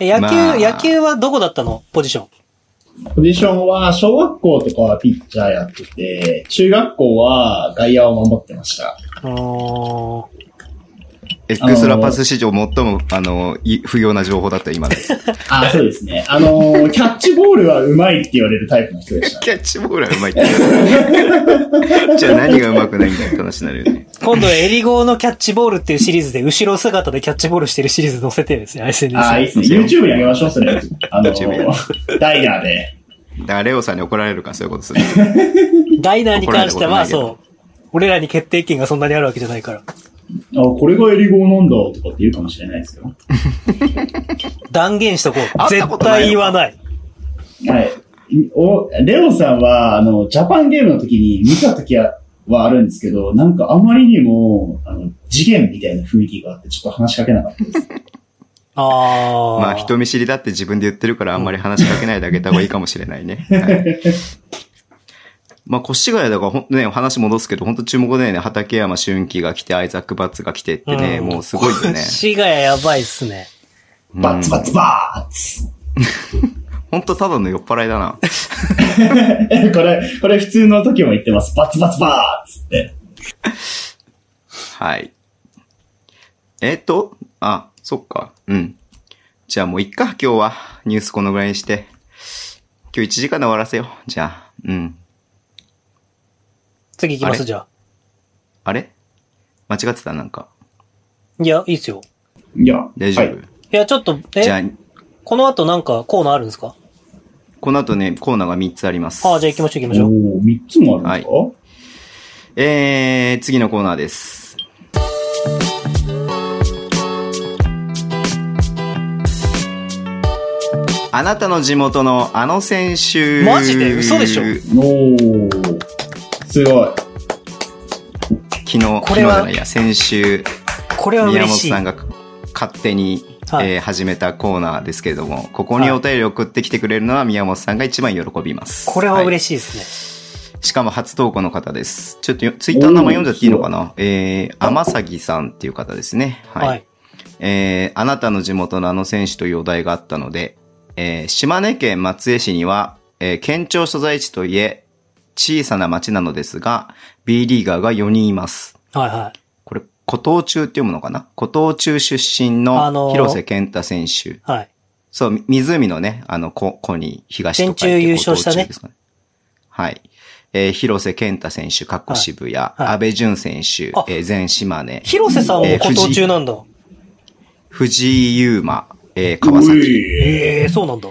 え野球、まあ野球はどこだったのポジション。ポジションは、小学校とかはピッチャーやってて、中学校は外野を守ってました。エクストラパス史上最も、あの、い不要な情報だった、 今の。あ、そうですね。あの ー、キャッチボールは上手いって言われるタイプの人でした。キャッチボールはうまいって。じゃあ何がうま くないんだって話になるよね。今度はエリゴーのキャッチボールっていうシリーズで、後ろ姿でキャッチボールしてるシリーズ載せてるんですね、あー、いい SNS っすね。YouTube に上げましょう、そ れ。あの YouTube やー、ダイヤーで。だからレオさんに怒られるからそういうことする。に。ダイナーに関し怒られたては、ことないそう。俺らに決定権がそんなにあるわけじゃないから。あ、これがエリゴーなんだ、とかって言うかもしれないですよ。断言しとこ会う。った絶ことないの対言わない。はい。お、レオさんは、あの、ジャパンゲームの時に見た時は、はあるんですけど、なんかあまりにも、あの、次元みたいな雰囲気があって、ちょっと話しかけなかったです。あー。まあ人見知りだって自分で言ってるからあんまり話しかけないであげた方がいいかもしれない ね。はい、まあ越谷だからほんね、話戻すけど、本当注目だよね。畠山俊樹が来て、アイザック・バッツが来てってね、うんもうすごい よね。滋賀やばいっすね。バッツバッツバーツ本当ただの酔っ払いだな。え これ、これ普通の時も言ってます。バッツバッツバーツって。はい。えっと、あ、そっか。うん。じゃあもういっか、今日は。ニュースこのぐらいにして。今日1時間で終わらせよう。じゃあ、うん。次行きまあれす、じゃあ。あれ間違ってたなんか。いや、いいっすよ。いや、大丈夫、はいいや、ちょっと、じゃあえ、、この後なんかコーナーあるんですかこの後ね、コーナーが3つあります。ああ、じゃあ行きましょう行きましょう。おー、三つもあるんですか、えー、次のコーナーです。あなたの地元のあの選手。マジで嘘でしょおー、すごい。昨日、昨こ日れじはゃないや、先週、これは宮嬉本しいさん。が勝手に、はいえー始めたコーナーですけれども、ここにお便りを送ってきてくれるのは宮本さんが一番喜びます。これはしい嬉しいですしかも初投稿の方です。ちょっとよツイッターの名前読んじゃっていいのかなえー、天崎さんっていう方ですね。ね。は。はいい。えー、あなたの地元のあの選手というお題があったので、えー、島根県松江市には、えー、県庁所在地といえ、小さな町なのですが、B リーガーが4人います。はいはい。これ、古東中って読むのかな古東中出身あののー広瀬健太選手。はい。そう、み湖のね、あの、こ、こに東と書いて全中優勝したねご当地ですかはい。えー広瀬健太選手、かっこ渋谷、いはい安倍淳選手あ、えー全島根、広瀬さんもえー孤島中なんだ。藤井優馬、えー川う崎、いええー、そうなんだ。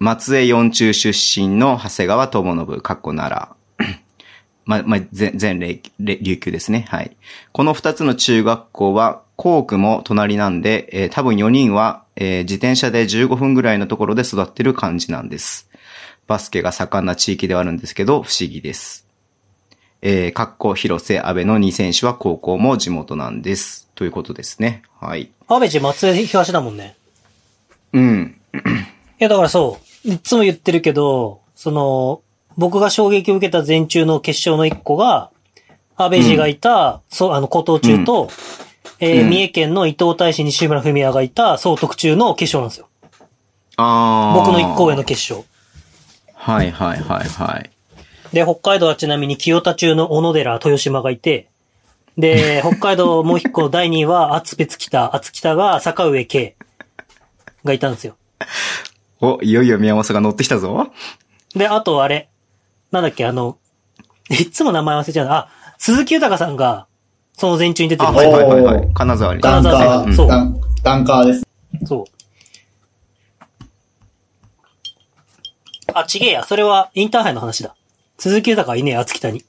松江四中出身の長谷川智信、かっこ奈良。 ま、ま、全、全れれ琉球ですね。はい。この二つの中学校は、校区も隣なんで、えー多分4人は、えー自転車で15分ぐらいのところで育ってる感じなんです。バスケが盛んな地域ではあるんですけど、不思議です。えー、かっこ広瀬、安倍の2選手は高校も地元なんです。ということですね。はい。安倍地松江東だもんね。うん。いや、だからそう。いつも言ってるけど、その、僕が衝撃を受けた前中の決勝の一個が、安倍氏がいた、そう、あの、高等中と、えーうん三重県の伊藤大使西村文也がいた、総督中の決勝なんですよ。あー僕の一校への決勝。はいはいはいはい。で、北海道はちなみに清田中の小野寺豊島がいて、 で、北海道もう一個第2位は厚別北、厚北が坂上慶がいたんですよ。お、いよいよ宮本さんが乗ってきたぞ。で、あとあれ、なんだっけ、あの、いっつも名前忘れちゃうな。あ、鈴木豊さんが、その前中に出てあ、るんはでいすよ。はいはいはい。金沢に。ダンカうんー、そうダンダンカーです。そう。あ、ちげえや。それはインターハイの話だ。鈴木豊はいねえ、厚北に。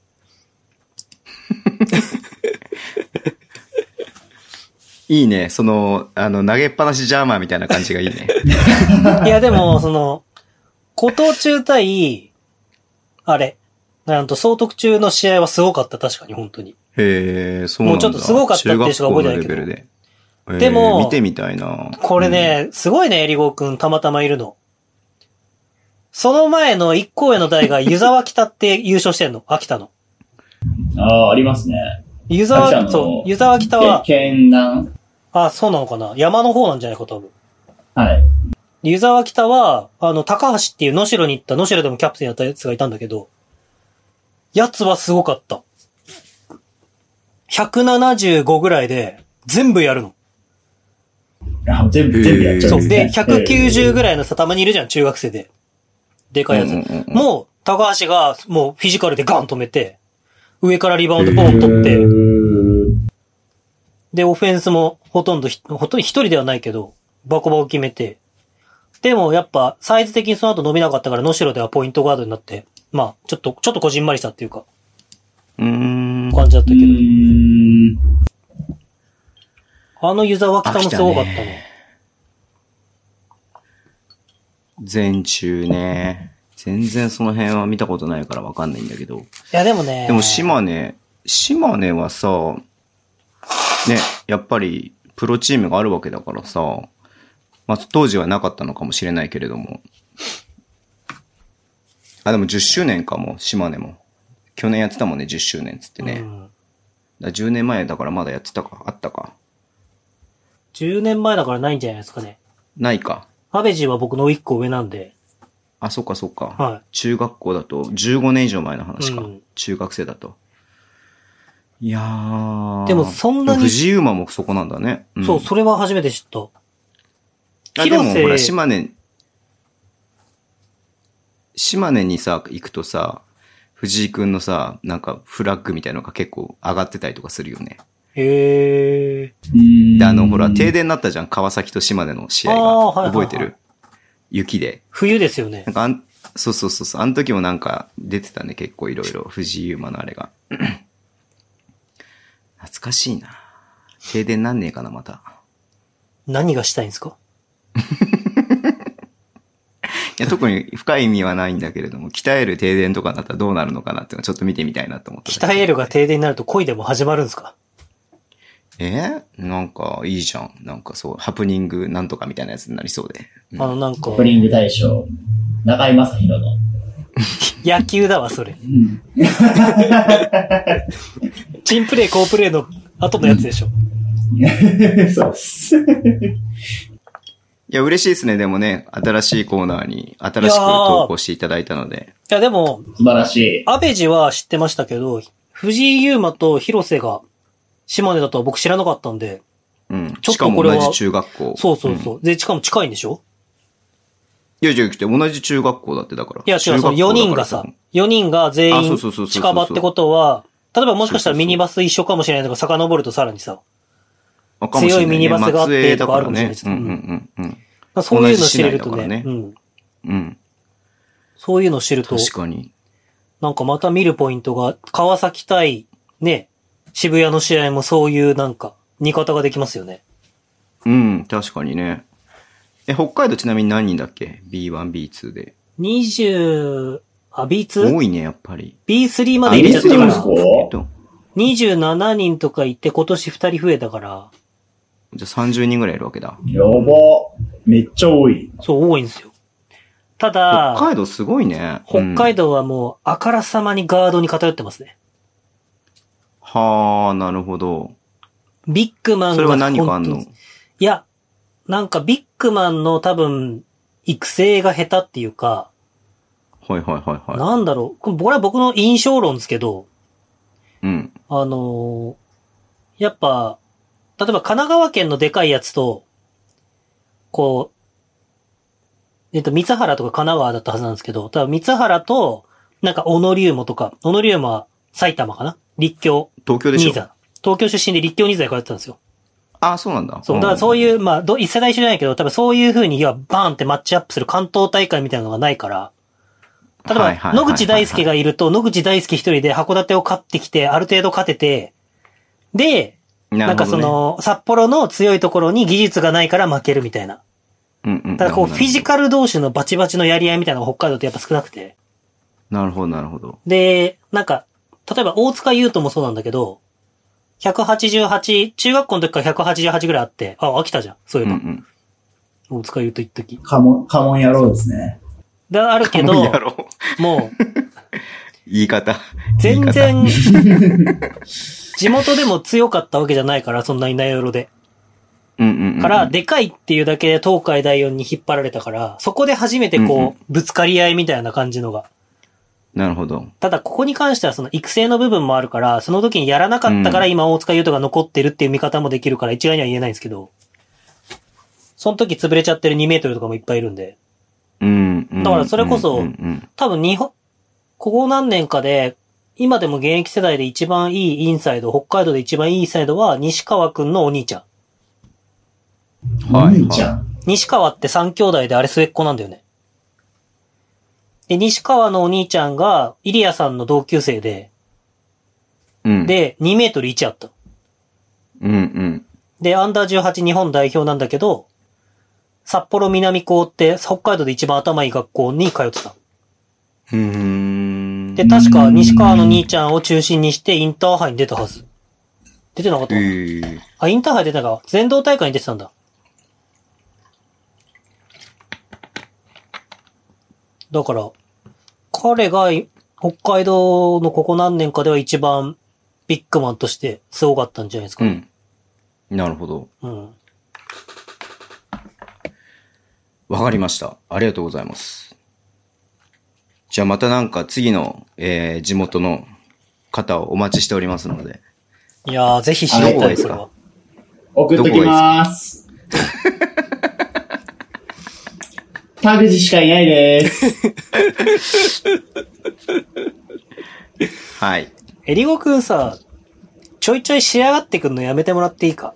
いいね。その、あの、投げっぱなしジャーマーみたいな感じがいいね。 いや、でも、その、古東中対、あれ、なんと、総督中の試合はすごかった、確かに、本当に。へえ、そうなんだ。もうちょっとすごかったっていう人が覚えてないけど中学校のレベルで。へーでも見てみたいな。これね、すごいね、エリゴーくん、たまたまいるの。その前の一校への 代が湯沢北って優勝してんの、秋田の。ああ、ありますね。湯秋田の沢、そう、湯沢北は、け県南。あ、そうなのかな山の方なんじゃないか、多分。はい。湯沢北は、あの、高橋っていう野城に行った、野城でもキャプテンやったやつがいたんだけど、やつはすごかった。175ぐらいで、全部やるの。あ全部、全部やっちゃそんう。で、すね190ぐらいのさ、たまにいるじゃん、中学生で。でかいやつ。うんうんうんもう、高橋が、もうフィジカルでガン止めて、上からリバウンドボーン取っへて、ーで、オフェンスもほとんどひ、ほとんど一人ではないけど、バコバコ決めて。でも、やっぱ、サイズ的にその後伸びなかったから、野城ではポイントガードになって、まあ、ちょっと、ちょっとこじんまりしたっていうか、うーん。感じだったうけど、ーん。あの湯沢北もすごかった飽きたね。全中ね。全然その辺は見たことないからわかんないんだけど。いや、でもね。でも島根、島根はさ、ね、やっぱりプロチームがあるわけだからさ、まあ当時はなかったのかもしれないけれども。あ、でも10周年かも、島根も。去年やってたもんね、10周年っつってね。うんだ10年前だからまだやってたか、あったか。 10年前だからないんじゃないですかね。ないか。アベジは僕の一個上なんで、あ、そっかそっか。はい。中学校だと15年以上前の話か。うん中学生だと。いやー。でもそんなに藤井馬もそこなんだね。んそう、それは初めて知った。あでも広瀬ほら、島根、島根にさ、行くとさ、藤井くんのさ、なんかフラッグみたいのが結構上がってたりとかするよね。へえ。うーんで、あの、ほら、停電になったじゃん。川崎と島根の試合あーはいはいはが。覚いえてる雪で。冬ですよねな。んかあん、そうそうそうそう、あの時もなんか出てたね、結構いろいろ、藤井優馬のあれが。 懐かしいな。停電なんねえかな、また。何がしたいんですかいや、特に深い意味はないんだけれども、鍛える停電とかだったらどうなるのかなっていうのをちょっと見てみたいなと思って。鍛えるが停電になると恋でも始まるんですかえなんかいいじゃん。なんかそう、ハプニングなんとかみたいなやつになりそうで。あのなんかハ、プニング大賞、中井正宏の。 野球だわ、それ。うん。チンプレイ、コープレイの後のやつでしょ。そうっす。いや、嬉しいですね。でもね、新しいコーナーに新しく投稿していただいたので。いや、でも、素晴らしい。アベジは知ってましたけど、藤井優馬と広瀬が島根だとは僕知らなかったんで、うん。ちょっしかともこれは同じ中学校。そうそうそう。ん。で、しかも近いんでしょいやいや、来て、同じ中学校だってだから。いや、違う、そ中学校のだから4人がさ、4人が全あそ員うそうそうそうそう近場ってことは、例えばもしかしたらミニバス一緒かもしれないとか、遡るとさらにさ、あかもしれないね強いミニバスがあってとかあるかも松しれ江ないだですからね。うんうんうんそういうの知れ同じ市内るとだからねね、うん。うん。うん。そういうの知ると、確かに。なんかまた見るポイントが、川崎対、ね、渋谷の試合もそういうなんか、見方ができますよね。うん、確かにね。え、北海道ちなみに何人だっけ ?B1、B2 で。 20、あ、B2? 多いね、やっぱり。 B3 まで入れちゃってあるか B3 らですか。えっと27人とかいて、今年2人増えたから、じゃあ30人ぐらいいるわけだ。やば。めっちゃ多い。そう、多いんですよ。ただ、北海道すごいね。北海道。道はもう、あからさまにガードに偏ってますね。はあ、なるほど。ビッグマンが。それは何かあんの本当にいや、なんかビッグマンの多分、育成が下手っていうか、はいはいはいはなんだろう、これこれは僕の印象論ですけど、い。うん。あのーやっぱ、例えば神奈川県のでかいやつと、こう、えっと、三原とか神奈川だったはずなんですけど、多分三原と、なんか小野龍馬とか、小野龍馬は埼玉かな立教東京でし新ょ座。東京出身で立教新座に通ってたんですよ。あ、そうなんだ。そう。だからそうういう、まあ、ど一世代一緒じゃないけど、多分そういう風に、要はバーンってマッチアップする関東大会みたいなのがないから、例はえいはいば、はいは野い口大輔がいると、野口大輔一人で函館を勝ってきて、ある程度勝てて、で、ん、なんかそるほの、札幌の強いところに技術がないから負けるみたいな。どね、うんうん。ただこう、なるほどフィジカル同士のバチバチのやり合いみたいなのが北海道ってやっぱ少なくて。なるほど、なるほど。で、なんか、例えば大塚優斗もそうなんだけど、188、中学校の時から188ぐらいあって、あ、飽きたじゃん。そういうえんうば。ん。大塚優斗一時。カモン、カモン野郎ですね。で、あ るけど、もうやろう。もう、 言い方。全言い方。然、 地元でも強かったわけじゃないから、そんなにないろで。うんうんうんうん。から、でかいっていうだけで東海第四に引っ張られたから、そこで初めてうんうこんう、ぶつかり合いみたいな感じのが。なるほど。ただ、ここに関してはその育成の部分もあるから、その時にやらなかったからう今大塚優斗が残ってるっていう見方もできるから、一概には言えないんですけど、その時潰れちゃってる2メートルとかもいっぱいいるんで、うん、うん。だからそれこそうんうん多分日本、ここ何年かで、今でも現役世代で一番いいインサイド、北海道で一番いいインサイドは西川くんのお兄ちゃん。うん。はい、兄ちゃはい。ん。西川って三兄弟であれ末っ子なんだよね。で、西川のお兄ちゃんが、イリアさんの同級生で、うん、で、2メートル1あった。うんうん。で、アンダー18日本代表なんだけど、札幌南高って北海道で一番頭いい学校に通ってた。うーん。で、確か西川の兄ちゃんを中心にしてインターハイに出たはず。出てなかったえかなーあ、インターハイ出たか。全道大会に出てたんだ。だから、彼がい北海道のここ何年かでは一番ビッグマンとしてすごかったんじゃないですかうね。ん。なるほど。うん。わかりました。ありがとうございます。じゃあまたなんか次の、えー地元の方をお待ちしておりますので。いやー、ぜひ知りこどたがいい、いですそれかは。送っときまーす。田口しかいないです。はい。えりごくんさ、ちょいちょい仕上がってくんのやめてもらっていいか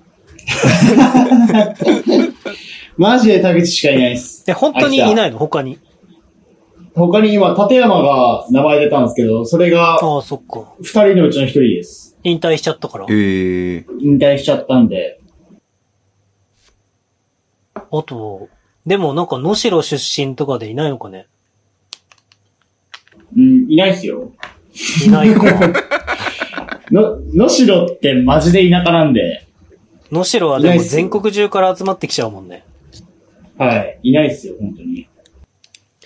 マジで田口しかいないです。え、本当にいないの他に。他に今、立山が名前出たんですけど、それがああ、そっか。二人のうちの一人です。引退しちゃったから。ええ引退しちゃったんで。あと、でもなんか能代出身とかでいないのかね。うん、いないっすよ。いないか。の、のしろってマジで田舎なんで、能代はでも全国中から集まってきちゃうもんね。はい、いないっすよ、本当に。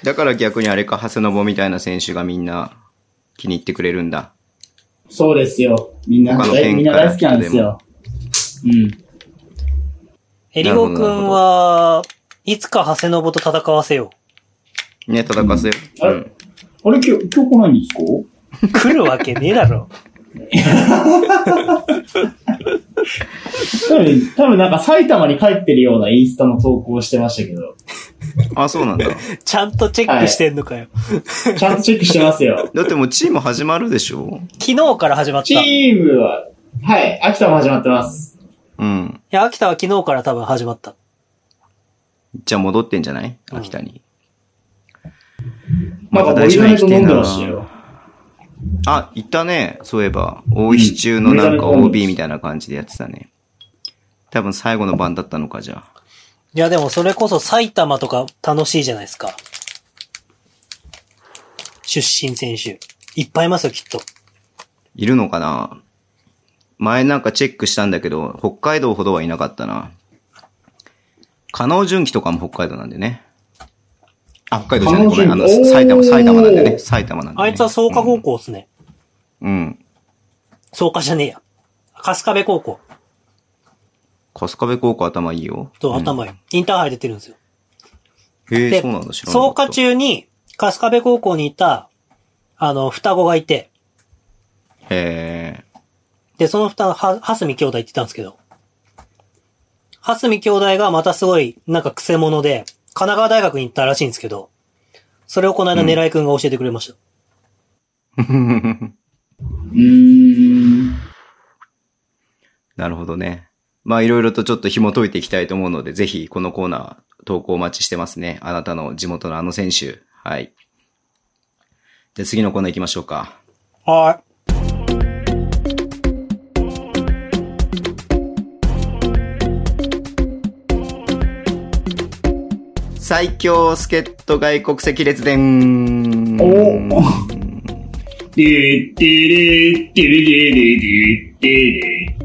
だから逆にあれか、長谷信みたいな選手がみんな気に入ってくれるんだ。そうですよ。みんな、他の県みんな大好きなんですよ。うん。えりごくんは、いつか長谷信と戦わせよね、戦わせよう。うんうん。あれ、今日、今日来ないんですかう。来るわけねえだろ。多分、多分なんか埼玉に帰ってるようなインスタの投稿をしてましたけど、あ、そうなんだ。ちゃんとチェックしてんのかよ。ちゃんとチェックしてますよ。だってもうチーム始まるでしょ昨日から始まった。チいームは、はい、秋田も始まってます。うん。や、秋田は昨日から多分始まった。じゃあ戻ってんじゃないうん秋田に。ままたたボ大リ事なの来てガネと飲んんでだまなしたよ。あ、行ったね。そういえば、大石中のなんかうん OB みたいな感じでやってたね。多分最後の番だったのか、じゃあ。いや、でもそれこそ埼玉とか楽しいじゃないですか。出身選手。いっぱいいますよ、きっと。いるのかな前なんかチェックしたんだけど、北海道ほどはいなかったな。加納純喜とかも北海道なんでね。あ、北海道じゃない、ごめん。あ加納の、純喜おー埼玉、埼玉なんでね。埼玉なんで、ね。あいつは草加高校っすね。うん。うん。草加じゃねえや。春日部高校春日部高校頭いいよ。と頭よ。インターハイ出てるんですよ。うんへえ、でそうなんだ、知らなかっ草た加中に、春日部高校にいた、あの、双子がいて、へえ。で、その双子、は、はすみ兄弟って言ったんですけど、はすみ兄弟がまたすごい、なんか癖者で、神奈川大学に行ったらしいんですけど、それをこの間狙いくんが教えてくれました。うーん。なるほどね。まあいろいろとちょっと紐解いていきたいと思うので、ぜひこのコーナー投稿お待ちしてますね。あなたの地元のあの選手。はい。じゃあ次のコーナー行きましょうか。は最強助っ人外国籍列伝。おでーでーでーでーでーでーでー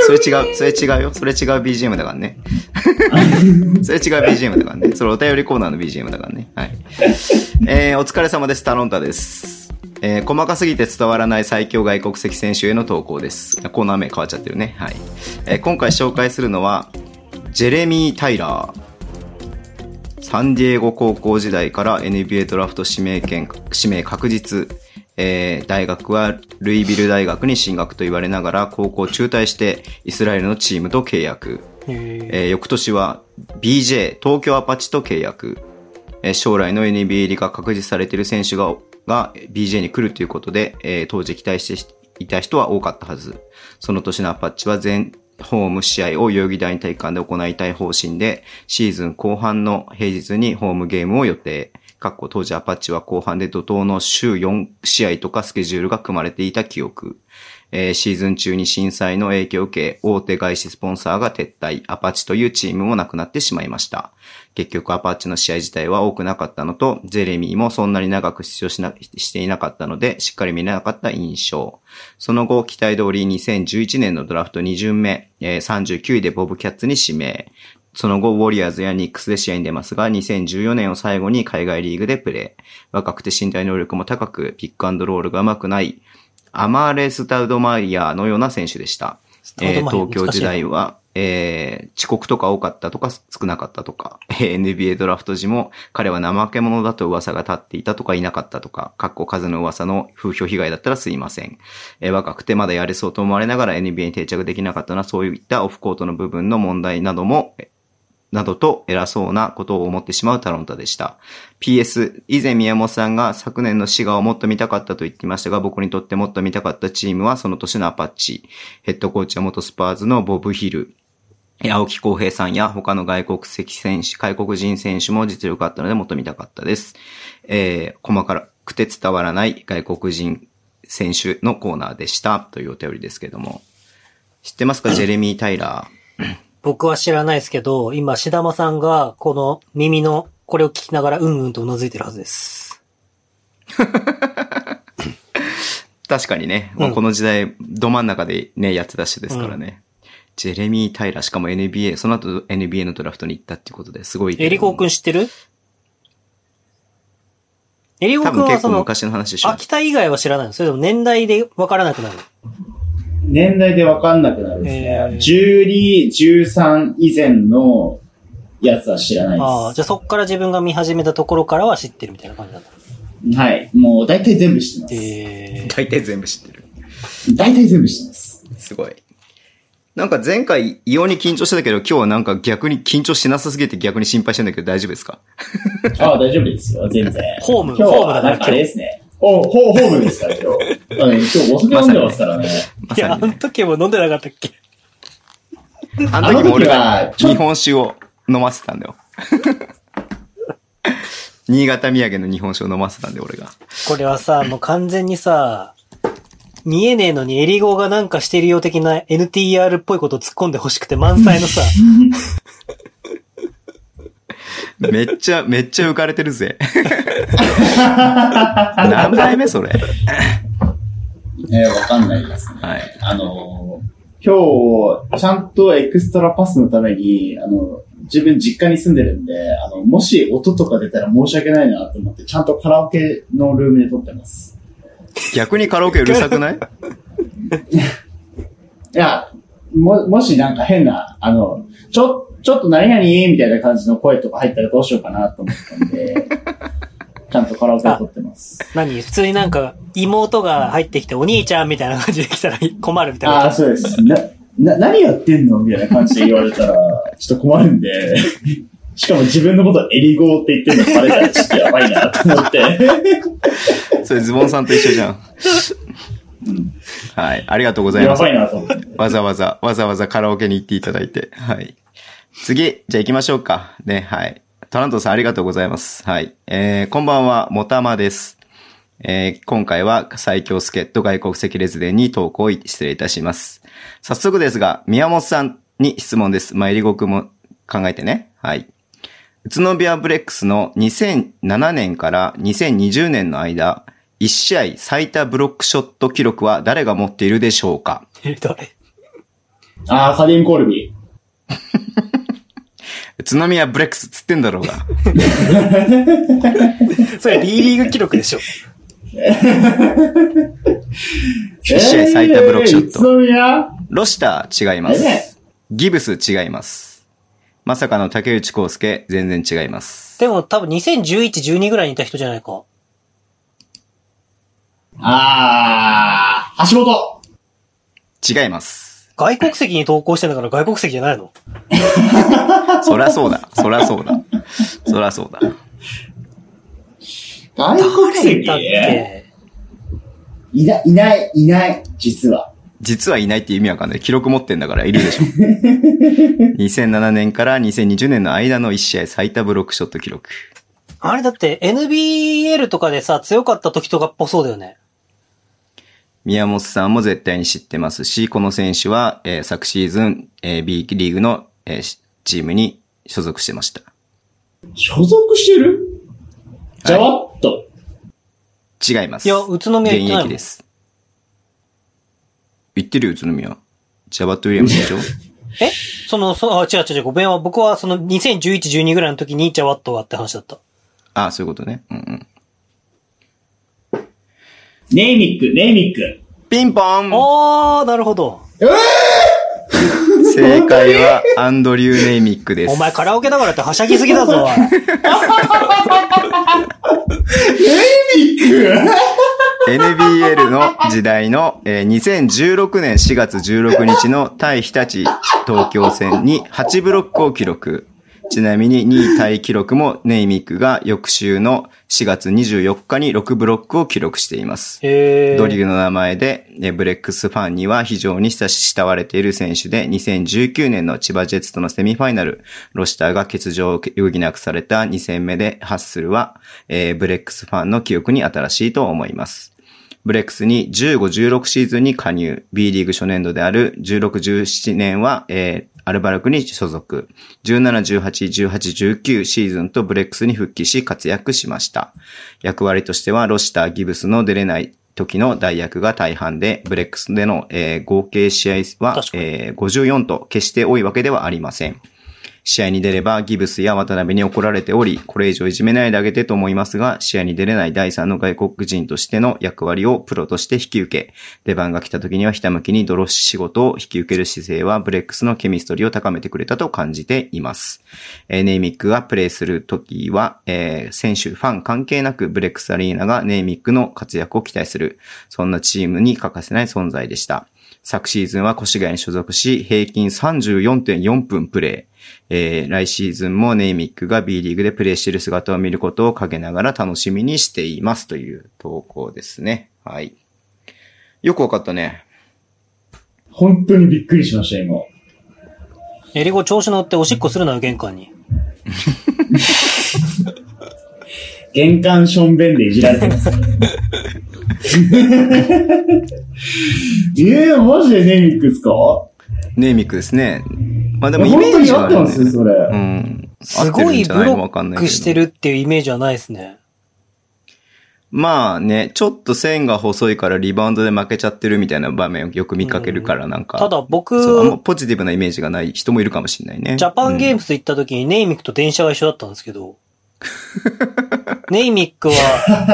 それ違う、それ違うよ。それ違う BGM だからね。それ違う BGM だからね。それお便りコーナーの BGM だからね。はい。えー、お疲れ様です。タロンタです。えー、細かすぎて伝わらない最強外国籍選手への投稿です。コーナー名変わっちゃってるね。はい。えー、今回紹介するのは、ジェレミー・タイラー。サンディエゴ高校時代から NBA ドラフト指名権、指名確実。えー大学はルイビル大学に進学と言われながら高校を中退してイスラエルのチームと契約。い。へえ。えー翌年は BJ 東京アパッチと契約、えー将来の NBA 入りが確実されている選手がが BJ に来るということで、えー当時期待していた人は多かったはずその年のアパッチは全ホーム試合を代々木第二体育館で行いたい方針でシーズン後半の平日にホームゲームを予定かっこ当時アパッチは後半で怒涛の週4試合とかスケジュールが組まれていた記憶えーシーズン中に震災の影響を受け、大手外資スポンサーが撤退、アパッチというチームもなくなってしまいました。結局アパッチの試合自体は多くなかったのと、ゼレミーもそんなに長く出場しなしていなかったので、しっかり見れなかった印象。その後、期待通り2011年のドラフト2巡目、えー39位でボブキャッツに指名。その後、ウォリアーズやニックスで試合に出ますが、2014年を最後に海外リーグでプレー。若くて身体能力も高く、ピックアンドロールが上手くない、アマーレ・スタウドマイヤーのような選手でした。えー東京時代は、えー遅刻とか多かったとか 少なかったとか、えー NBA ドラフト時も彼は怠け者だと噂が立っていたとかいなかったとか、かっこ数の噂の風評被害だったらすいません。えー若くてまだやれそうと思われながら NBA に定着できなかったのはそういったオフコートの部分の問題なども、えなどと偉そうなことを思ってしまうタロンタでした。PS、以前宮本さんが昨年の滋賀をもっと見たかったと言っていましたが、僕にとってもっと見たかったチームはその年のアパッチ。ヘッドコーチは元スパーズのボブ・ヒル。えー青木浩平さんや他の外国籍選手、外国人選手も実力あったのでもっと見たかったです。えー細かくて伝わらない外国人選手のコーナーでしたというお便りですけども。知ってますかジェレミー・タイラー。僕は知らないですけど、今、しだまさんが、この耳の、これを聞きながら、うんうんとうなずいてるはずです。確かにね、まあうんこの時代、ど真ん中でね、やってた人ですからね。ジェレミー・タイラー、しかも NBA、その後 NBA のドラフトに行ったっていうことですごいけども。えりこくん知ってるえりこ多くん分は結そ構の、昔の話でしょ。秋田以外は知らないのそれでも年代でわからなくなる。年代でわかんなくなるんですね。えー12、13以前のやつは知らないです。ああ、じゃあそっから自分が見始めたところからは知ってるみたいな感じなんだ。はい。もう大体全部知ってまえー、大体全部知ってる。す。大体全部知ってます。すごい。なんか前回異様に緊張してたけど、今日はなんか逆に緊張しなさすぎて逆に心配してんだけど大丈夫ですかああ、大丈夫ですよ。全然。ホーム、今日ホームだはなからんか今あれ日。ですね。お、ホホームですから今日。あのね今日お酒飲んでますからね。まいさや、あに、のね。時も飲んでなかったっけあの時も俺があの時はちょ日本酒を飲ませてたんだよ。 新潟土産の日本酒を飲ませてたんで、俺が。これはさ、もう完全にさ、見えねえのにエリゴがなんかしてるよう的な NTR っぽいこと突っ込んで欲しくて満載の さ、めっちゃ、めっちゃ浮かれてるぜ。何杯目それ。えーわかんないですね。はい。あのー今日、ちゃんとエクストラパスのために、あの、自分実家に住んでるんで、あの、もし音とか出たら申し訳ないなと思って、ちゃんとカラオケのルームで撮ってます。逆にカラオケうるさくないいや、も、もしなんか変な、あの、ちょ、ちょっと何々みたいな感じの声とか入ったらどうしようかなと思ったんで、ちゃんとカラオケを撮ってます。何普通になんか妹が入ってきてお兄ちゃんみたいな感じで来たら困るみたいああー、な。そうです。な、な、何やってんのみたいな感じで言われたら、ちょっと困るんで、しかも自分のことエリゴーって言ってるのバレたらちょっとやばいなと思って。それズボンさんと一緒じゃ ん。うんはい。ありがとうございやますば。いなと思って。わざわざ、わざわざカラオケに行っていただいて。はい。次、じゃあ行きましょうか。ね、はい。トラントさんありがとうございます。はい。えー、こんばんは、もたまです。えー、今回は最強助っ人外国籍列伝に投稿い失礼いたします。早速ですが、宮本さんに質問です。まあ、えりごくんも考えてね。はい。宇都宮ブレックスの2007年から2020年の間、1試合最多ブロックショット記録は誰が持っているでしょうかえっとえああ、カディン・コールビー。宇都宮ブレックスっつってんだろう が。それ B リーグ記録でしょ。一試合最多ブロックショットえー宇都宮ロシター違いまあれねす。ギブス違います。まさかの竹内康介全然違います。 でも多分2011、12ぐらいにいた人じゃないか。ああ、橋本違い ます。外国籍に投稿してんだから外国籍じゃないのそりゃそうだ。そりゃそうだ。そりゃそうだ。外国籍だって。いな、いない、いない、実は。実はいないって意味わかんない。記録持ってんだからいるで しょ。2007年から2020年の間の1試合最多ブロックショット記録。あれだって NBL とかでさ、強かった時とかっぽそうだよね。宮本さんも絶対に知ってますし、この選手は、えー昨シーズン、えー B リーグの、えーしチームに所属してました。所属してるじゃわっと。違います。いや宇都宮行ってないも現ん役です。行ってるよ、宇都宮。ジャバトゥイリアムズで しょえその、そあ、違う違う違う、ごめんは、僕はその2011、12ぐらいの時にジャワットがって話だった。ああ、そういうことね。うんうん。ネイミック、ネイミック。ピンポンあー、なるほど。正解は、アンドリュー・ネイミックです。お前カラオケだからってはしゃぎすぎだぞ、おい NBL の時代の、えー2016年4月16日の対日立東京戦に8ブロックを記録。ちなみに2位タイ記録もネイミックが翌週の4月24日に6ブロックを記録しています。へえ。ドリルの名前で、えブレックスファンには非常に親し慕われている選手で、2019年の千葉ジェッツとのセミファイナル、ロシターが欠場を余儀なくされた2戦目でハッスルは、えーブレックスファンの記憶に新しいと思います。ブレックスに15、16シーズンに加入、B リーグ初年度である16、17年は、えーアルバルクに所属、17、18、18、19シーズンとブレックスに復帰し活躍しました。役割としてはロシター・ギブスの出れない時の代役が大半で、ブレックスでの、えー合計試合は確、かにえー54と決して多いわけではありません。試合に出ればギブスや渡辺に怒られており、これ以上いじめないであげてと思いますが、試合に出れない第三の外国人としての役割をプロとして引き受け、出番が来た時にはひたむきに泥仕事を引き受ける姿勢はブレックスのケミストリーを高めてくれたと感じています。えーネイミックがプレイする時は、えー選手、ファン関係なくブレックスアリーナがネイミックの活躍を期待する、そんなチームに欠かせない存在でした。昨シーズンは越谷に所属し、平均34.4分プレイ。えー来シーズンもネイミックが B リーグでプレーしている姿を見ることを陰ながら楽しみにしていますという投稿ですね。はい。よくわかったね。本当にびっくりしました、今。エリゴ調子乗っておしっこするなよ、玄関に。玄関ションベンでいじられて ます。ええー、マジでネイミックですかネイミックですね。まあででもイメージはあるよ本当に合ってますね。それ。うん。すごいブロックしてる。るっていうイメージはないですね。まあね、ちょっと線が細いからリバウンドで負けちゃってるみたいな場面をよく見かけるからなんか。ただ僕、そう、あんまジポジティブなイメージがない人もいるかもしれないね。ャパンゲーム、ムス行った時にネイミックと電車が一緒だったんですけど、ネイミッ クは、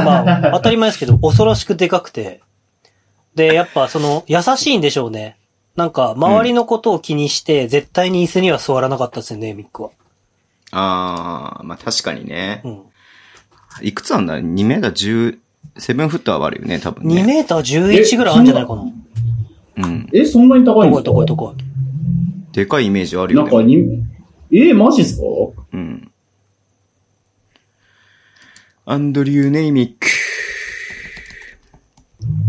まあ、当たり前ですけど、恐ろしくでかくて、で、やっぱその、優しいんでしょうね。なんか、周りのことを気にして、絶対に椅子には座らなかったですね、ネイミックは。ああ、まあ確かにねう。ん。いくつあんだ ?2 メーター10、セブンフットはあるよね、多分ね。 2メーター11ぐらいあるんじゃないかな。うん。え、そんなに高いんどこいですかどこいどこい。でかいイメージあるなよんね。かに、えー、マジですかうん。アンドリュー・ネイミック。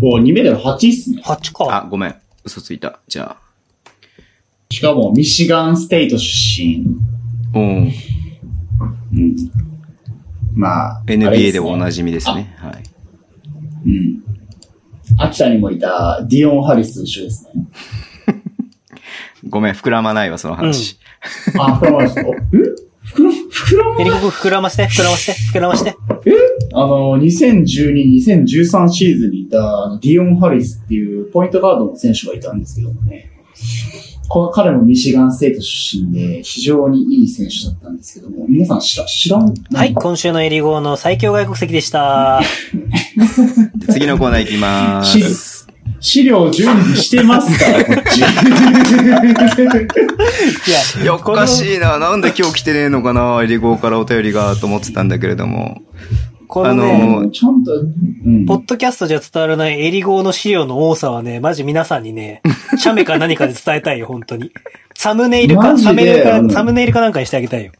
お、2メートル8っすね。 8か。あ、ごめん。嘘ついた。じゃあ。しかも、ミシガンステイト出身。うん。うん。まあ、あれ NBA ですねはおなじみですね。はい。うん。秋田にもいたディオン・ハリスと一緒ですね。ごめん、膨らまないわ、その話。あ、膨らまないですかえ膨ら、膨らまエリコ君膨らまして、膨らまして、膨らまして。あの、2012、2013シーズンにいたあのディオン・ハリスっていうポイントガードの選手がいたんですけどもね。この彼もミシガンステート出身で、非常にいい選手だったんですけども、皆さん知ら、知らん、はい、今週のエリゴの最強外国籍でした。で次のコーナー行きまシ ーす。資料準備してますから、こっち。 いや、いや、おかしいな。なんで今日来てねえのかな、エリゴーからお便りが、と思ってたんだけれども。このあのね、ちゃんと、うん。ポッドキャストじゃ伝わらないエリゴの資料の多さはね、マジ皆さんに ね、写メか何かで伝えたいよ、本当に。サムネイルか、マジでサムネイルうか、んサムネイルかなんかにしてあげたいよ。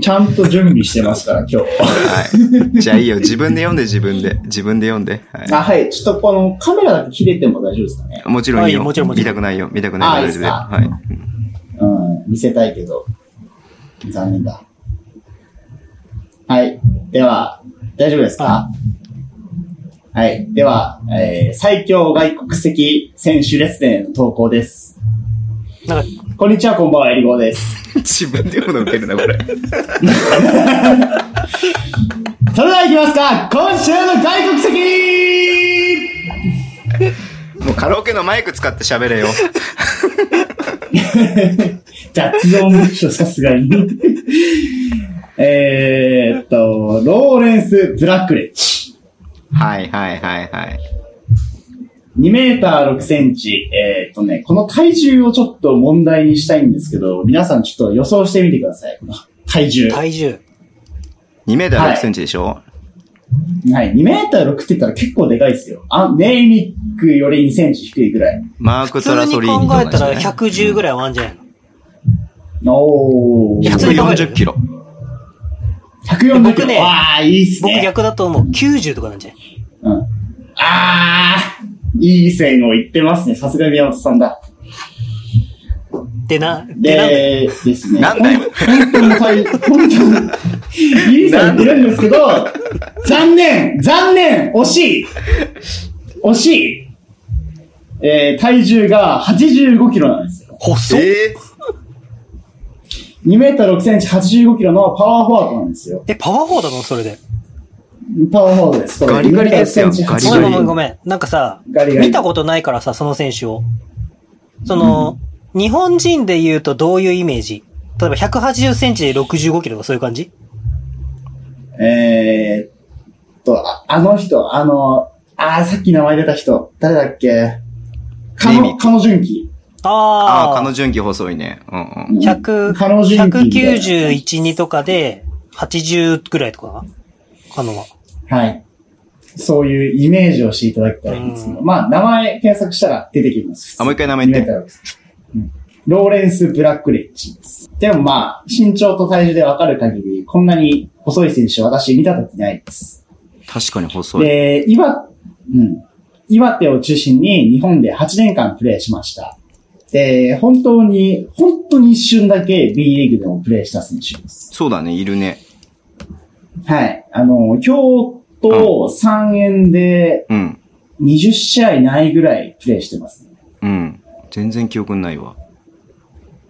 ちゃんと準備してますから、今日。はい。じゃあいいよ。自分で読んで、自分で。自分で読んで。はあ、はい。ちょっとこのカメラだけ切れても大丈夫ですかねい。。もちろんいいあいいよ。もちろんもちろん見たくないよ。見たくないあよ。い大丈いっす夫だよ。かはい。うん。見せたいけど。残念だ。はい。では、大丈夫ですかはい。では、えー最強外国籍選手列伝への投稿です。なんか、こんにちは、こんばんは、エリゴーです。自分で読むの受けるな、これ。それでは行きますか今週の外国籍もうカラオケのマイク使って喋れよ。雑音でしょ、さすがに。えーっと、ローレンス・ブラックレッジ。はいはいはいはい。 2メーター6センチ。えーっとね、この体重をちょっと問題にしたいんですけど、皆さんちょっと予想してみてください。この体重。は体い。重。 2メーター6センチでしょ、 2メーター6って言ったら結構でかいですよ。あ、ネイミックより2センチ低いぐらい。マーク・普トラ通ソにリーニ考と同えじただらね110ぐらいはあんじゃないのおー。普通に食べる140キロ。 140キ僕ロ。ねわあ、いいっすね。僕逆だと思う。90とかなんじゃないうん。ああ、いい線を言ってますね。さすが宮本さんだ。でな、でなんでで、ですね。なんだよ本当に大、本当に、いい線言ってるんですけど、残念残念惜しい惜しいえー、体重が85キロなんですよ。細っえ2メートル6センチ85キロのパワーフォワードなんですよ。え、パワーフォーだのそれで。パワーフォワードです。これガリガリですよ2 6センチガリごガめんリごめんごん。めん。なんかさ、ガリガリ見たことないからさ、その選手を。その、日本人で言うとどういうイメージ例えば180センチで65キロとかそういう感じえーっと、ああの人、あの、あーさっき名前出た人、誰だっけカレミノ、カノジュンキ。ああ、あ彼あ、女気細いね。うんうん。 100カノジュンキみたいな。 191、2とかで、80ぐらいとかなあのは。はい。そういうイメージをしていただきたいんですけど、まあ、名前検索したら出てきます。あ、もう一回名前言っイメて。ージですうんローレンス・ブラックレッジです。でもまあ、身長と体重でわかる限り、こんなに細い選手私見たことないです。確かに細い。で、岩、うん。岩手を中心に日本で8年間プレーしました。で、本当に、本当に一瞬だけ B リーグでもプレーした選手です。そうだね、いるね。はい。あの、京都3円でうん。 20試合ないぐらいプレーしてますね。うん。全然記憶にないわ。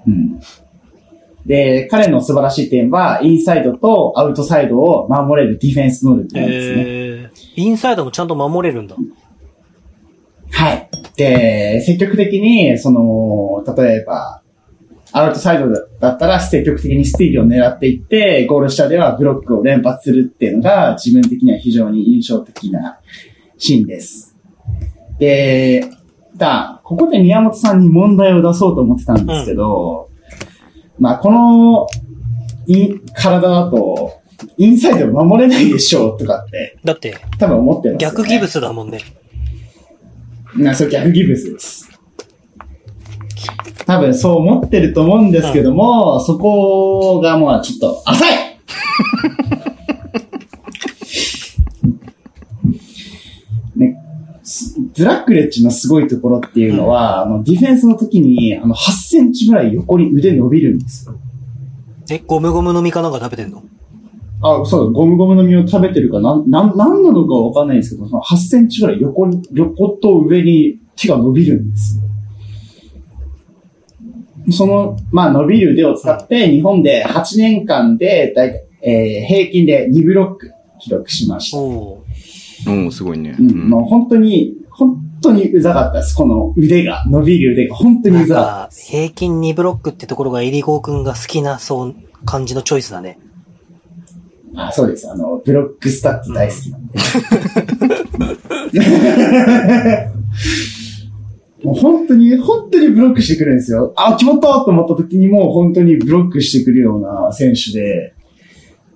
うん。で、彼の素晴らしい点は、インサイドとアウトサイドを守れるディフェンス能力なんですね。えー、インサイドもちゃんと守れるんだ。はい。で、積極的に、その、例えば、アウトサイドだったら積極的にスティールを狙っていって、ゴール下ではブロックを連発するっていうのが自分的には非常に印象的なシーンです。で、だ、ここで宮本さんに問題を出そうと思ってたんですけど、まあ、この、い、体だと、インサイド守れないでしょうとかって、だって、多分思ってます、ね。逆ギブスだもんね。な、そう、逆ギブスです。多分そう思ってると思うんですけども、そこがまあちょっと浅 いね、すブラックレッジのすごいところっていうのは、あのディフェンスの時にあの8センチぐらい横に腕伸びるんですよ。え、ゴムゴムの実かなんか食べてんのあ、そうだ、ゴムゴムの実を食べてるかなん、なん、なんなのかわかんないんですけど、その8センチぐらい横に、横と上に手が伸びるんですよ。その、まあ伸びる腕を使って、日本で8年間で、だいたい、えー平均で2ブロック記録しました。おーおおすごいね。う、うんん。もう本当に、本当にうざかったです。この腕が、伸びる腕が本当になうんざかっか、た。平均2ブロックってところがエリゴーくんが好きな、そう、感じのチョイスだね。あ、そうです。あの、ブロックスタッツ大好きなんで。もう本当に、本当にブロックしてくるんですよ。あ、決まったと思った時にもう本当にブロックしてくるような選手で、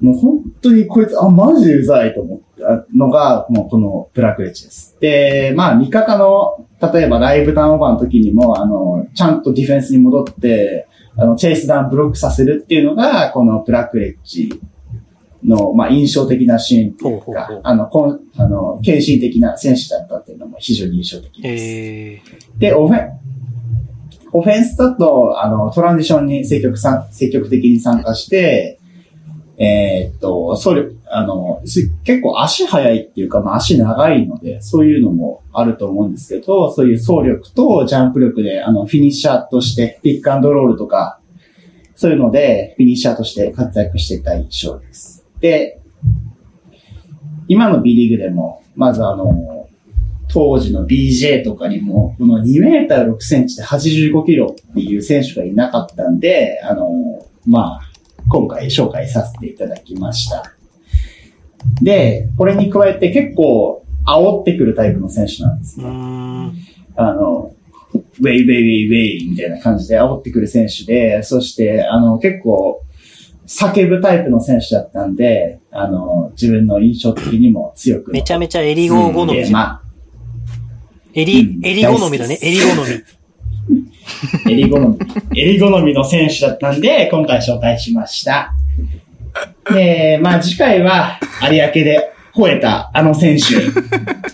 もう本当にこいつ、あ、マジでうざいと思ったのが、もうこのブラックレッジです。で、まあ味方の、例えばライブターンオーバーの時にも、あの、ちゃんとディフェンスに戻って、あの、チェイスダウンブロックさせるっていうのが、このブラックレッジの、まあ、印象的なシーンというほうか、ほうほうあの、こん、あの、献身的な選手だったっていうのも非常に印象的です。えー、で、オフェン、オフェンスだと、あの、トランジションに積極さん、積極的に参加して、えーっと、それ、あの、す結構足速いっていうか、まあ足長いので、そういうのもあると思うんですけど、そういう走力とジャンプ力で、あの、フィニッシャーとして、ピックアンドロールとか、そういうので、フィニッシャーとして活躍していた印象です。で、今の B リーグでも、まずあの、当時の BJ とかにも、この2メーター6センチで85キロっていう選手がいなかったんで、あの、まあ、今回紹介させていただきました。で、これに加えて結構煽ってくるタイプの選手なんですうね。ーん。あの、ウェイウェイウェイウェイみたいな感じで煽ってくる選手で、そして、あの、結構、叫ぶタイプの選手だったんで、あの、自分の印象的にも強くめちゃゃめちゃエリゴー好みじゃん。まあ、エうリ、んエリ好みだね。エリ好み。エリ好み、エリ好みの選手だったんで、今回紹介しました。で、まあ次回は、有明で吠えたあの選手、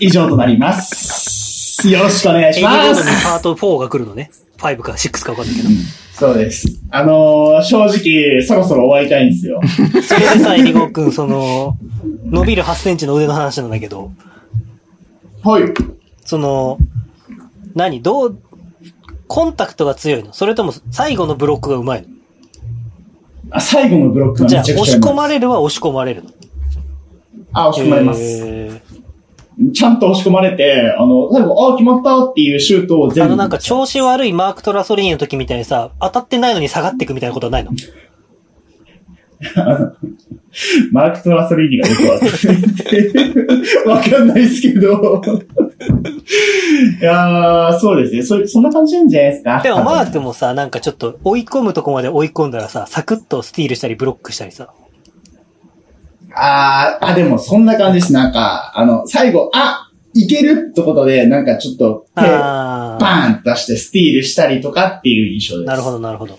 以上となります。よろしくお願いエしリゴまードすに。パート4が来るのね。5か6か分かんないけど。そうです。あのー正直、そろそろ終わりたいんですよ。それでさ、エリゴーくん、その、伸びる8センチの腕の話なんだけど、はい。その、何どう、コンタクトが強いのそれとも最後のブロックがうまいあ、最後のブロックのがじゃあ、めちゃ押くちゃしうま込いまれるは押し込まれるのあ、押し込まれます。へちゃんと押し込まれて、あの、最後、あ、決まったっていうシュートをー全あ部。のなんか調子悪いマーク・トラソリーニの時みたいにさ、当たってないのに下がっていくみたいなことはないのマーク・トラソリーニがよくわかって わかんないですけど。 いやー、そうですね。そそんな感じなんじゃないですか。でもマあークもさ、なんかちょっと追い込むとこまで追い込んだらさ、サクッとスティールしたりブロックしたりさ。あー、あ、でもそんな感じです。なんか、あの、最後、あ、いけるってことで、なんかちょっと手、バああ。ーンって出してスティールしたりとかっていう印象です。なるほど、なるほど。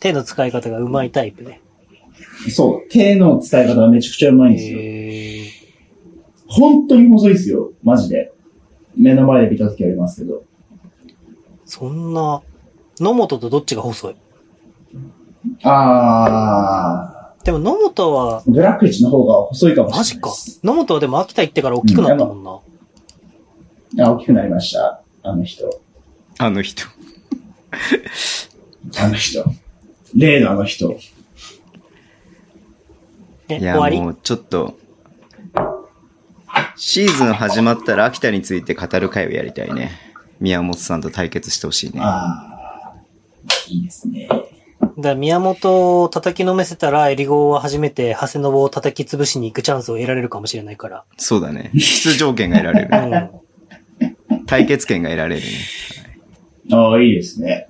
手の使い方がうまいタイプね。そう。手の使い方がめちゃくちゃうまいんですよ。へー本当に細いですよ。マジで。目の前で見た時ありますけど。そんな、野本とどっちが細いあでも野本は、ー、ブラックリッチの方が細いかもマしジれなかいです。。野本はでも秋田行ってから大きくなったもんな。あ、大きくなりました。あの人。あの人。あの人。例のあの人。ね、い終や、わりもうちょっと、シーズン始まったら秋田について語る会をやりたいね。宮本さんと対決してほしいね。あー、いいですね。だから宮本を叩きのめせたら、エリゴーは初めて、長谷信を叩き潰しに行くチャンスを得られるかもしれないから。そうだね。出場権が得られるう ね。ん。対決権が得られるね。あー、いいですね。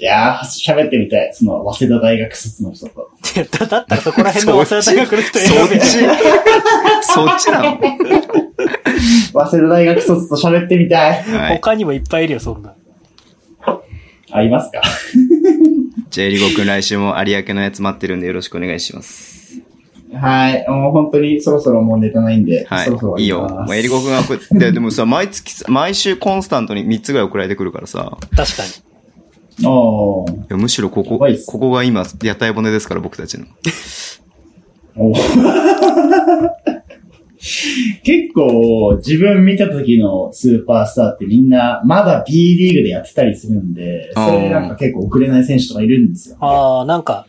いやー、喋ってみたい。その、早稲田大学卒の人と。いやだだったらそこら辺の早稲田大学の人そ選っべ。ちそっちなの早稲田大学卒と喋ってみたい。 はい。他にもいっぱいいるよ、そんな。ありますかじゃあ、エリゴくん来週も有明のやつ待ってるんでよろしくお願いします。はい。もう本当にそろそろもうネタないんで、はそろそろい。いい終よ。わりまもすうエリゴくんが送って、でもさ、毎月さ、毎週コンスタントに3つぐらい送られてくるからさ。確かに。おー。いやむしろここ、やばいっすここが今、屋台骨ですから、僕たちの。お 結構、自分見た時のスーパースターってみんな、まだ B リーグでやってたりするんで、それでなんか結構遅れない選手とかいるんですよ。ああ、なんか、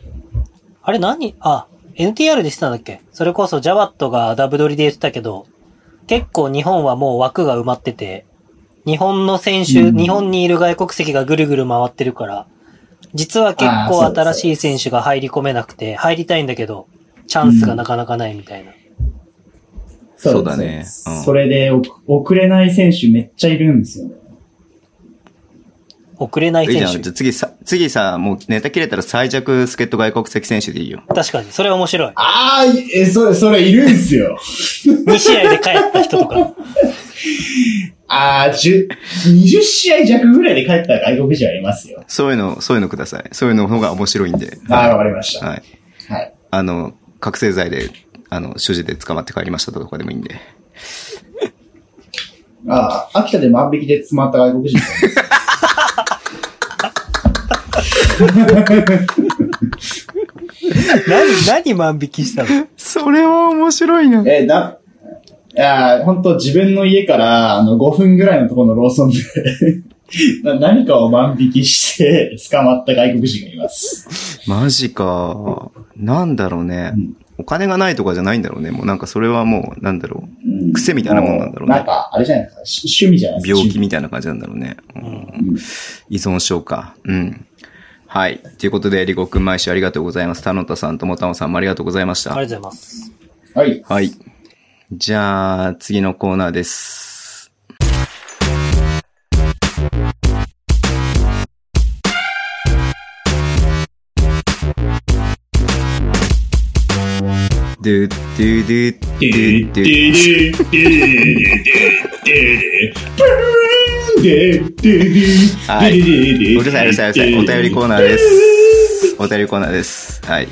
あれ何あ、NTR でしてたんだっけそれこそジャワットがダブドリで言ってたけど、結構日本はもう枠が埋まってて、日本の選手、うん日本にいる外国籍がぐるぐる回ってるから、実は結構あーそうです新しい選手が入り込めなくて、入りたいんだけど、チャンスがなかなかないみたいな。そうだねですそううんですそれでお遅れない選手めっちゃいるんですよね。遅れないいいじゃん。選じゃあ手。次さ、次さ、もうネタ切れたら最弱助っ人外国籍選手でいいよ。確かに、それは面白い。ああ、え、それ、それいるんですよ。 2試合で帰った人とか。 ああ、十、20試合弱ぐらいで帰った外国人はいますよ。そういうの、そういうのください。そういうのの方が面白いんで。ああ、わかりました。はい。はい。あの、覚醒剤で、あの、所持で捕まって帰りましたとかでもいいんで。ああ、秋田で万引きで詰まった外国人とかいます。何、何万引きしたのそれは面白いな。えー、だ、いやー、本当自分の家から、あの、5分ぐらいのところのローソンでな、何かを万引きして、捕まった外国人がいます。マジか。なんだろうねうん。お金がないとかじゃないんだろうね。もうなんかそれはもう、なんだろうん癖みたいなもんなんだろうね。なんか、あれじゃないですか、し趣味じゃないうですか。病気みたいな感じなんだろうね。うん依存症か。うん。はい。ということで、リコ君毎週ありがとうございます。田野田さんともたおさんもありがとうございましあたりがとう。ございます。趣味。はい。はい。じゃあ、次のコーナーです。ドゥドゥドゥドゥドゥドゥドゥドゥドゥドゥドゥドゥで、で、で、はいで、で、で、で、うるさい、うるさい、うるさい。お便りコーナーです。お便りコーナーです。はい。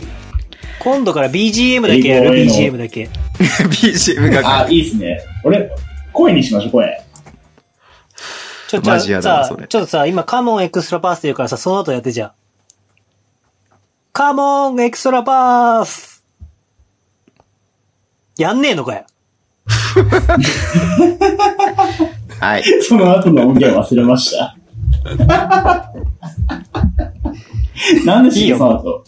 今度から BGM だけやる、英語 BGM だけ。 BGM が、あ、いいですね。俺、声にしましょう、声。ちょ、ちマジょ、やだなさそれちょっとさ、今、カモンエクストラパースって言うからさ、その後やってじゃあ。カモンエクストラパースやんねえのかよ。はい。 その後の音源忘れました。 なんでしょ、その後。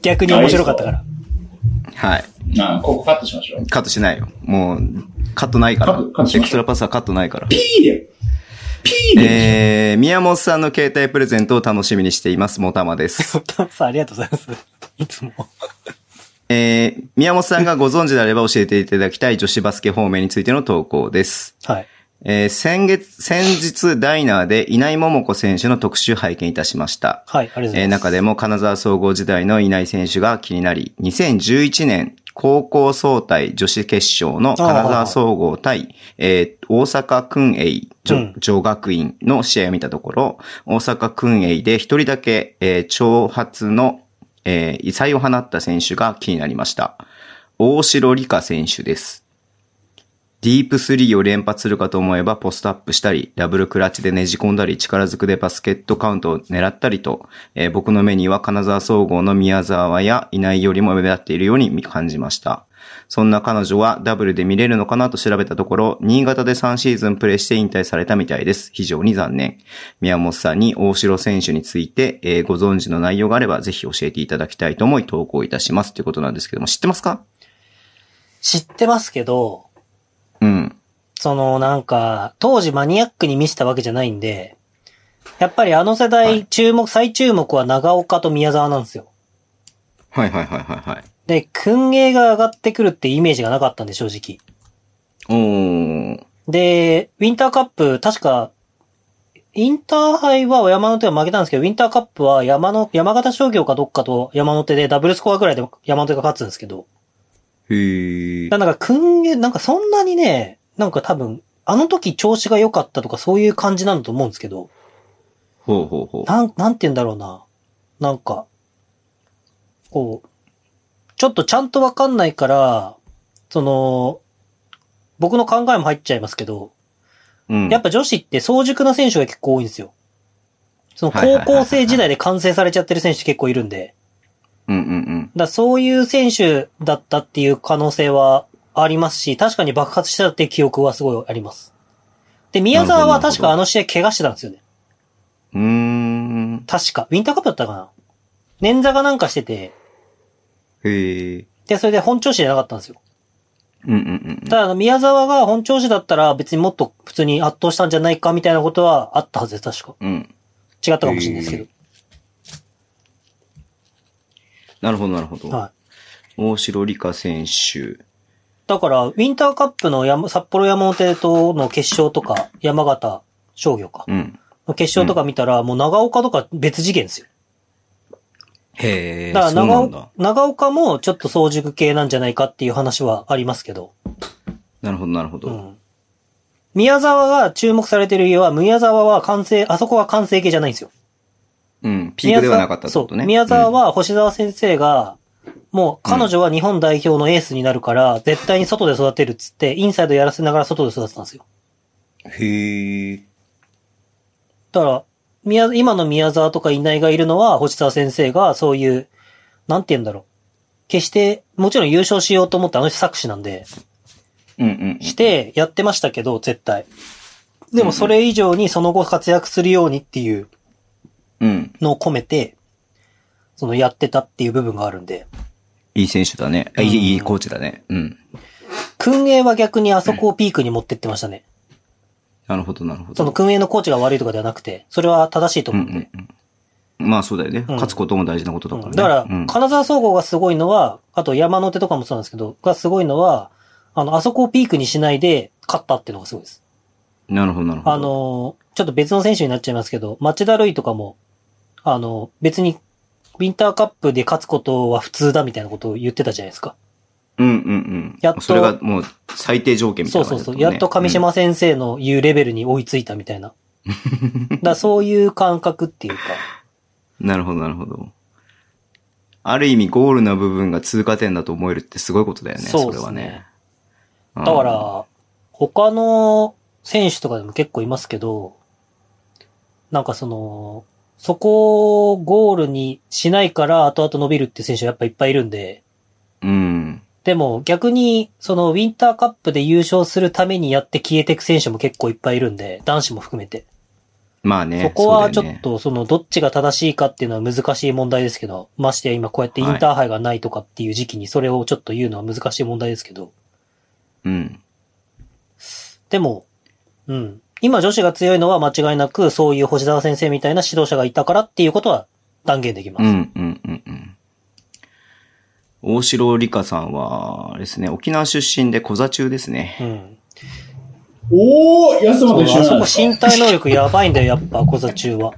逆に面白かったから。はい。あ、ここカットしましょう。カットしないよ。もう、カットないかカットカらット。しエましょうクストラパスはカットないから。ピーで、ピーで、えー、宮本さんの携帯プレゼントを楽しみにしています。もたまです。 お父さん、ありがとうございます。いつも。えー、宮本さんがご存知であれば教えていただきたい女子バスケ方面についての投稿です。はい。えー、先月、先日ダイナーで稲井桃子選手の特集拝見いたしました。はい、ありがとうござえーいます。中でも金沢総合時代の稲井選手が気になり、2011年高校総体女子決勝の金沢総合対、えー大阪薫英う女ん女学院の試合を見たところ、大阪薫英で一人だけ、えー長髪の、えー異彩を放った選手が気になりました。大城理香選手です。ディープスリーを連発するかと思えばポストアップしたり、ダブルクラッチでねじ込んだり、力ずくでバスケットカウントを狙ったりと、えー僕の目には金沢総合の宮沢やいないよりも目立っているように感じました。そんな彼女はダブルで見れるのかなと調べたところ、新潟で3シーズンプレーして引退されたみたいです。非常に残念。宮本さんに大城選手について、えーご存知の内容があればぜひ教えていただきたいと思い投稿いたします。ということなんですけども、知ってますか知ってますけど、うん。そのなんか、当時マニアックに見せたわけじゃないんで、やっぱりあの世代、はい注目、最注目は長岡と宮沢なんですよ。はいはいはいはいはい。で、訓営が上がってくるってイメージがなかったんで、正直。おー。で、ウィンターカップ、確か、インターハイは山手は負けたんですけど、ウィンターカップは山の、山形商業かどっかと山手でダブルスコアぐらいで山手が勝つんですけど、へえ。なんか訓営、なんかそんなにね、なんか多分、あの時調子が良かったとかそういう感じなんだと思うんですけど、ほうほうほう。なん、なんて言うんだろうな。なんか、こう、ちょっとちゃんとわかんないから、その、僕の考えも入っちゃいますけど、うん。やっぱ女子って早熟な選手が結構多いんですよ。そのはいはい高はいはい校生時代で完成されちゃってる選手結構いるんで、うんうんうん。だからそういう選手だったっていう可能性はありますし、確かに爆発したっていう記憶はすごいあります。で、宮沢は確かあの試合怪我してたんですよね。うーん。確か。ウィンターカップだったかな捻挫がなんかしてて、へえ。で、それで本調子じゃなかったんですよ。うんうんうんうん。ただ、あの宮沢が本調子だったら別にもっと普通に圧倒したんじゃないかみたいなことはあったはずです、確か。うん。違ったかもしれないですけど。なるほどなるほど。はい。大城理香選手。だから、ウィンターカップの山札幌山手との決勝とか、山形商業か、うん。の決勝とか見たら、もう長岡とか別次元ですよ。へえ。だからそう長な岡んだ。長岡もちょっと早熟系なんじゃないかっていう話はありますけど、なるほどなるほうど。ん。宮沢が注目されてる家は、宮沢は完成、あそこは完成系じゃないんですよ。うん。ピークではなかったってことね。宮沢そう。宮沢は星沢先生が、もう彼女は日本代表のエースになるから、絶対に外で育てるっつって、インサイドやらせながら外で育てたんですよ。うん。へえ。だから、宮、今の宮沢とか稲井がいるのは、星沢先生がそういう、なんて言うんだろう。決して、もちろん優勝しようと思ってあの人作詞なんで、うんうん。してやってましたけど、絶対。でもそれ以上にその後活躍するようにっていううん。のを込めて、そのやってたっていう部分があるんで。いい選手だね。あいうんい、いいコーチだね。うん。訓営は逆にあそこをピークに持ってってましたね。なるほどなるほど。その訓営のコーチが悪いとかではなくて、それは正しいとうん思ううんで。んうん。まあそうだよね。うん勝つことも大事なことだからうんね。だからうん、金沢総合がすごいのは、あと山の手とかもそうなんですけど、がすごいのは、あの、あそこをピークにしないで勝ったっていうのがすごいです。なるほどなるほど。あ、のー、ちょっと別の選手になっちゃいますけど、町田瑠唯とかも、あの、別に、ウィンターカップで勝つことは普通だみたいなことを言ってたじゃないですか。うんうんうん。やっとそれがもう最低条件みたそいうなそ感じだたもうそんう。ね。やっと上うん島先生の言うレベルに追いついたみたいな。だからそういう感覚っていうか。なるほど、なるほど。ある意味ゴールな部分が通過点だと思えるってすごい ことだよね、そうそれですねはね。だかうん、ら、他の選手とかでも結構いますけど、なんかその、そこをゴールにしないから後々伸びるって選手はやっぱいっぱいいるんで、うん。でも逆に、そのウィンターカップで優勝するためにやって消えていく選手も結構いっぱいいるんで、男子も含めて。まあね。そこはちそょうだよっねと、その、どっちが正しいかっていうのは難しい問題ですけど、ましてや今こうやってインターハイがないとかっていう時期にそれをちょっと言うのは難しい問題ですけど、うん。でも、うん。今女子が強いのは間違いなく、そういう星沢先生みたいな指導者がいたからっていうことは断言できまうん、す。うん、うん、うん。大城理香さんは、あれですね、沖縄出身で小座中ですね。うん。おー、安そ本うと一緒あじゃそこない身体能力やばいんだよ、やっぱ、小座中は。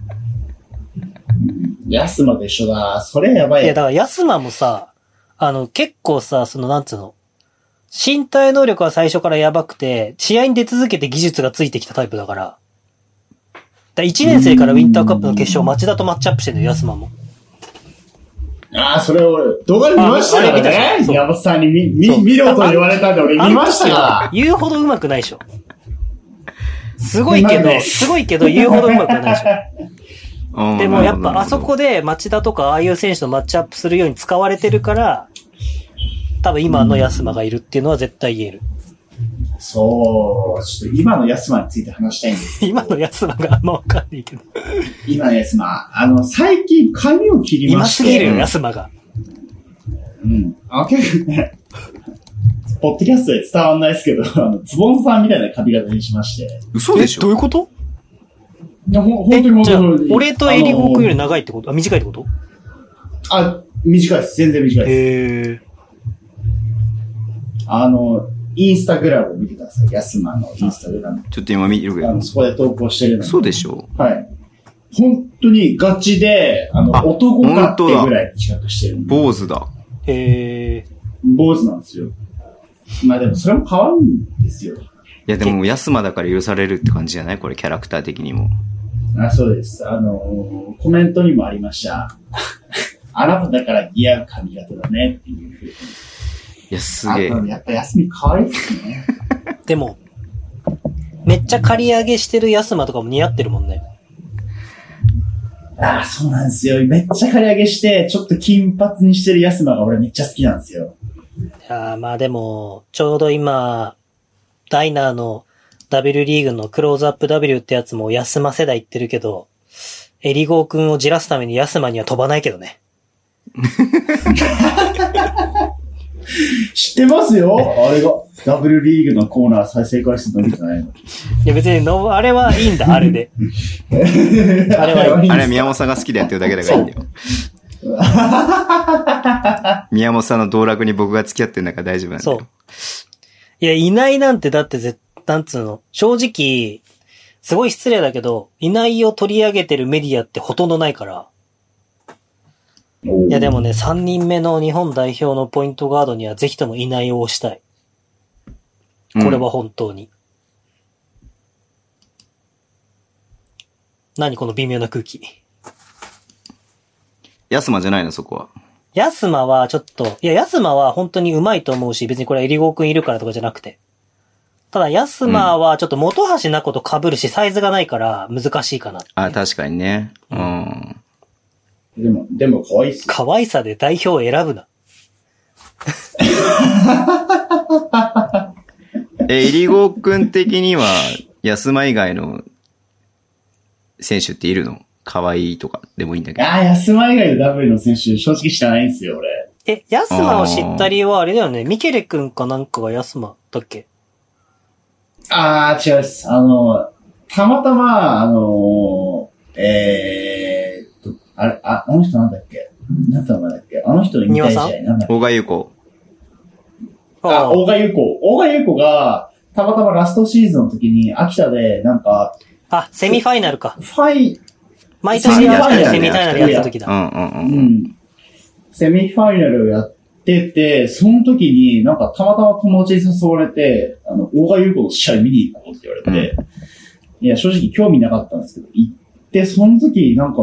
安本と一緒だ。それやばいいや、。だから、安間もさ、あの、結構さ、その、なんつうの、身体能力は最初からやばくて、試合に出続けて技術がついてきたタイプだから、だから1年生からウィンターカップの決勝、町田とマッチアップしてるのよ、安間も。ああ、それ俺、動画で見ましたああれよ見たじゃんね。そう山本さんに見、そう見、見ろと言われたんで俺見ましたあのか時は言うほど上手くないでしょ。すごいけうまいど、ですすごいけど言うほど上手くないでし ょ。うんでもなやっるほどぱあそこで町田とかああいう選手とマッチアップするように使われてるから、多分今の安間がいるっていうのは絶対言える。 ら。そう、ちょっと今の安間について話したいんですけど。今の安間があんまわかんないけど。今の安間。あの、最近髪を切り今ましすて。ぎるよ、安間が。うん。あ、結構ね、ポッドキャストで伝わんないですけど、 あのズボンさんみたいな髪型にしまして。嘘でしょうこといやほんえ、本当にじゃあ本当に。、俺とエリゴー君よりな。長いってことあ、短いってことあ、短いです。全然短いです。へえ。あの、インスタグラムを見てください。安間のインスタグラム。ちょっと今見てるけあどの、。そこで投稿してるの。そうでしょはい。本当にガチで、あの、あ男かって本当だぐらい自覚してるんで。坊主だ。へえ。坊主なんですよ。まあでもそれも可愛いんですよ。いやでも、安間だから許されるって感じじゃないこれ、キャラクター的にも。あ、そうです。あのーコメントにもありました。あなただから似合う髪型だねっていうふうに。いや、すげえあ。でもやっぱ休み可愛いですね。でも、めっちゃ刈り上げしてる安間とかも似合ってるもんね。ああ、そうなんですよ。めっちゃ刈り上げして、ちょっと金髪にしてる安間が俺めっちゃ好きなんですよ。いやーまあでも、ちょうど今、ダイナーの W リーグのクローズアップ W ってやつも安間世代言ってるけど、エリゴー君をじらすために安間には飛ばないけどね。知ってますよあれが。W リーグのコーナー再生回数伸びてないいの。や別にの、あれはいいんだ、あれ で。あれはいい。あれは宮本さんが好きでやってるだけだからいいんだよ。宮本さんの道楽に僕が付き合ってるんだから大丈夫なんだそうよ。。いや、いないなんてだって絶なんつうの。正直、すごい失礼だけど、いないを取り上げてるメディアってほとんどないから。いいやでもね、3人目の日本代表のポイントガードにはぜひともいないを推したい。うんこれは本当に。何この微妙な空気。安間じゃないの、そこは。ヤスマはちょっと、いや、ヤスマは本当にうまいと思うし、別にこれはエリゴーくんいるからとかじゃなくて。ただ、ヤスマはちょっと元橋なこと被るし、サイズがないから難しいかな。あ、確かにね。うん。でも、でも可愛いっす。可愛さで代表を選ぶな。え、イリゴー君的には、安間以外の選手っているの可愛いとかでもいいんだけど。ああ、安間以外の W の選手、正直知らないんですよ、俺。え、ヤスマを知った理由はあれだよね。ミケレくんかなんかがヤスマだっけああ、違うっす。あの、たまたま、あのー、えーっと、あれ、あ、あの人なんだっけなんて名前だっけあの人の引退試合丹羽さ、なんだっけ大賀優子。あ、ー大賀優子。大賀優子が、たまたまラストシーズンの時に、秋田で、なんか、あ、セミファイナルかフ。ァイ、毎年秋田でセミファイナルやった時うだ。んうんううん。ん、セミファイナルをやっってて、その時になんかたまたま友達に誘われて、あの、大賀優子の試合見に行こうって言われて、いや、正直興味なかったんですけど、行って、その時になんか、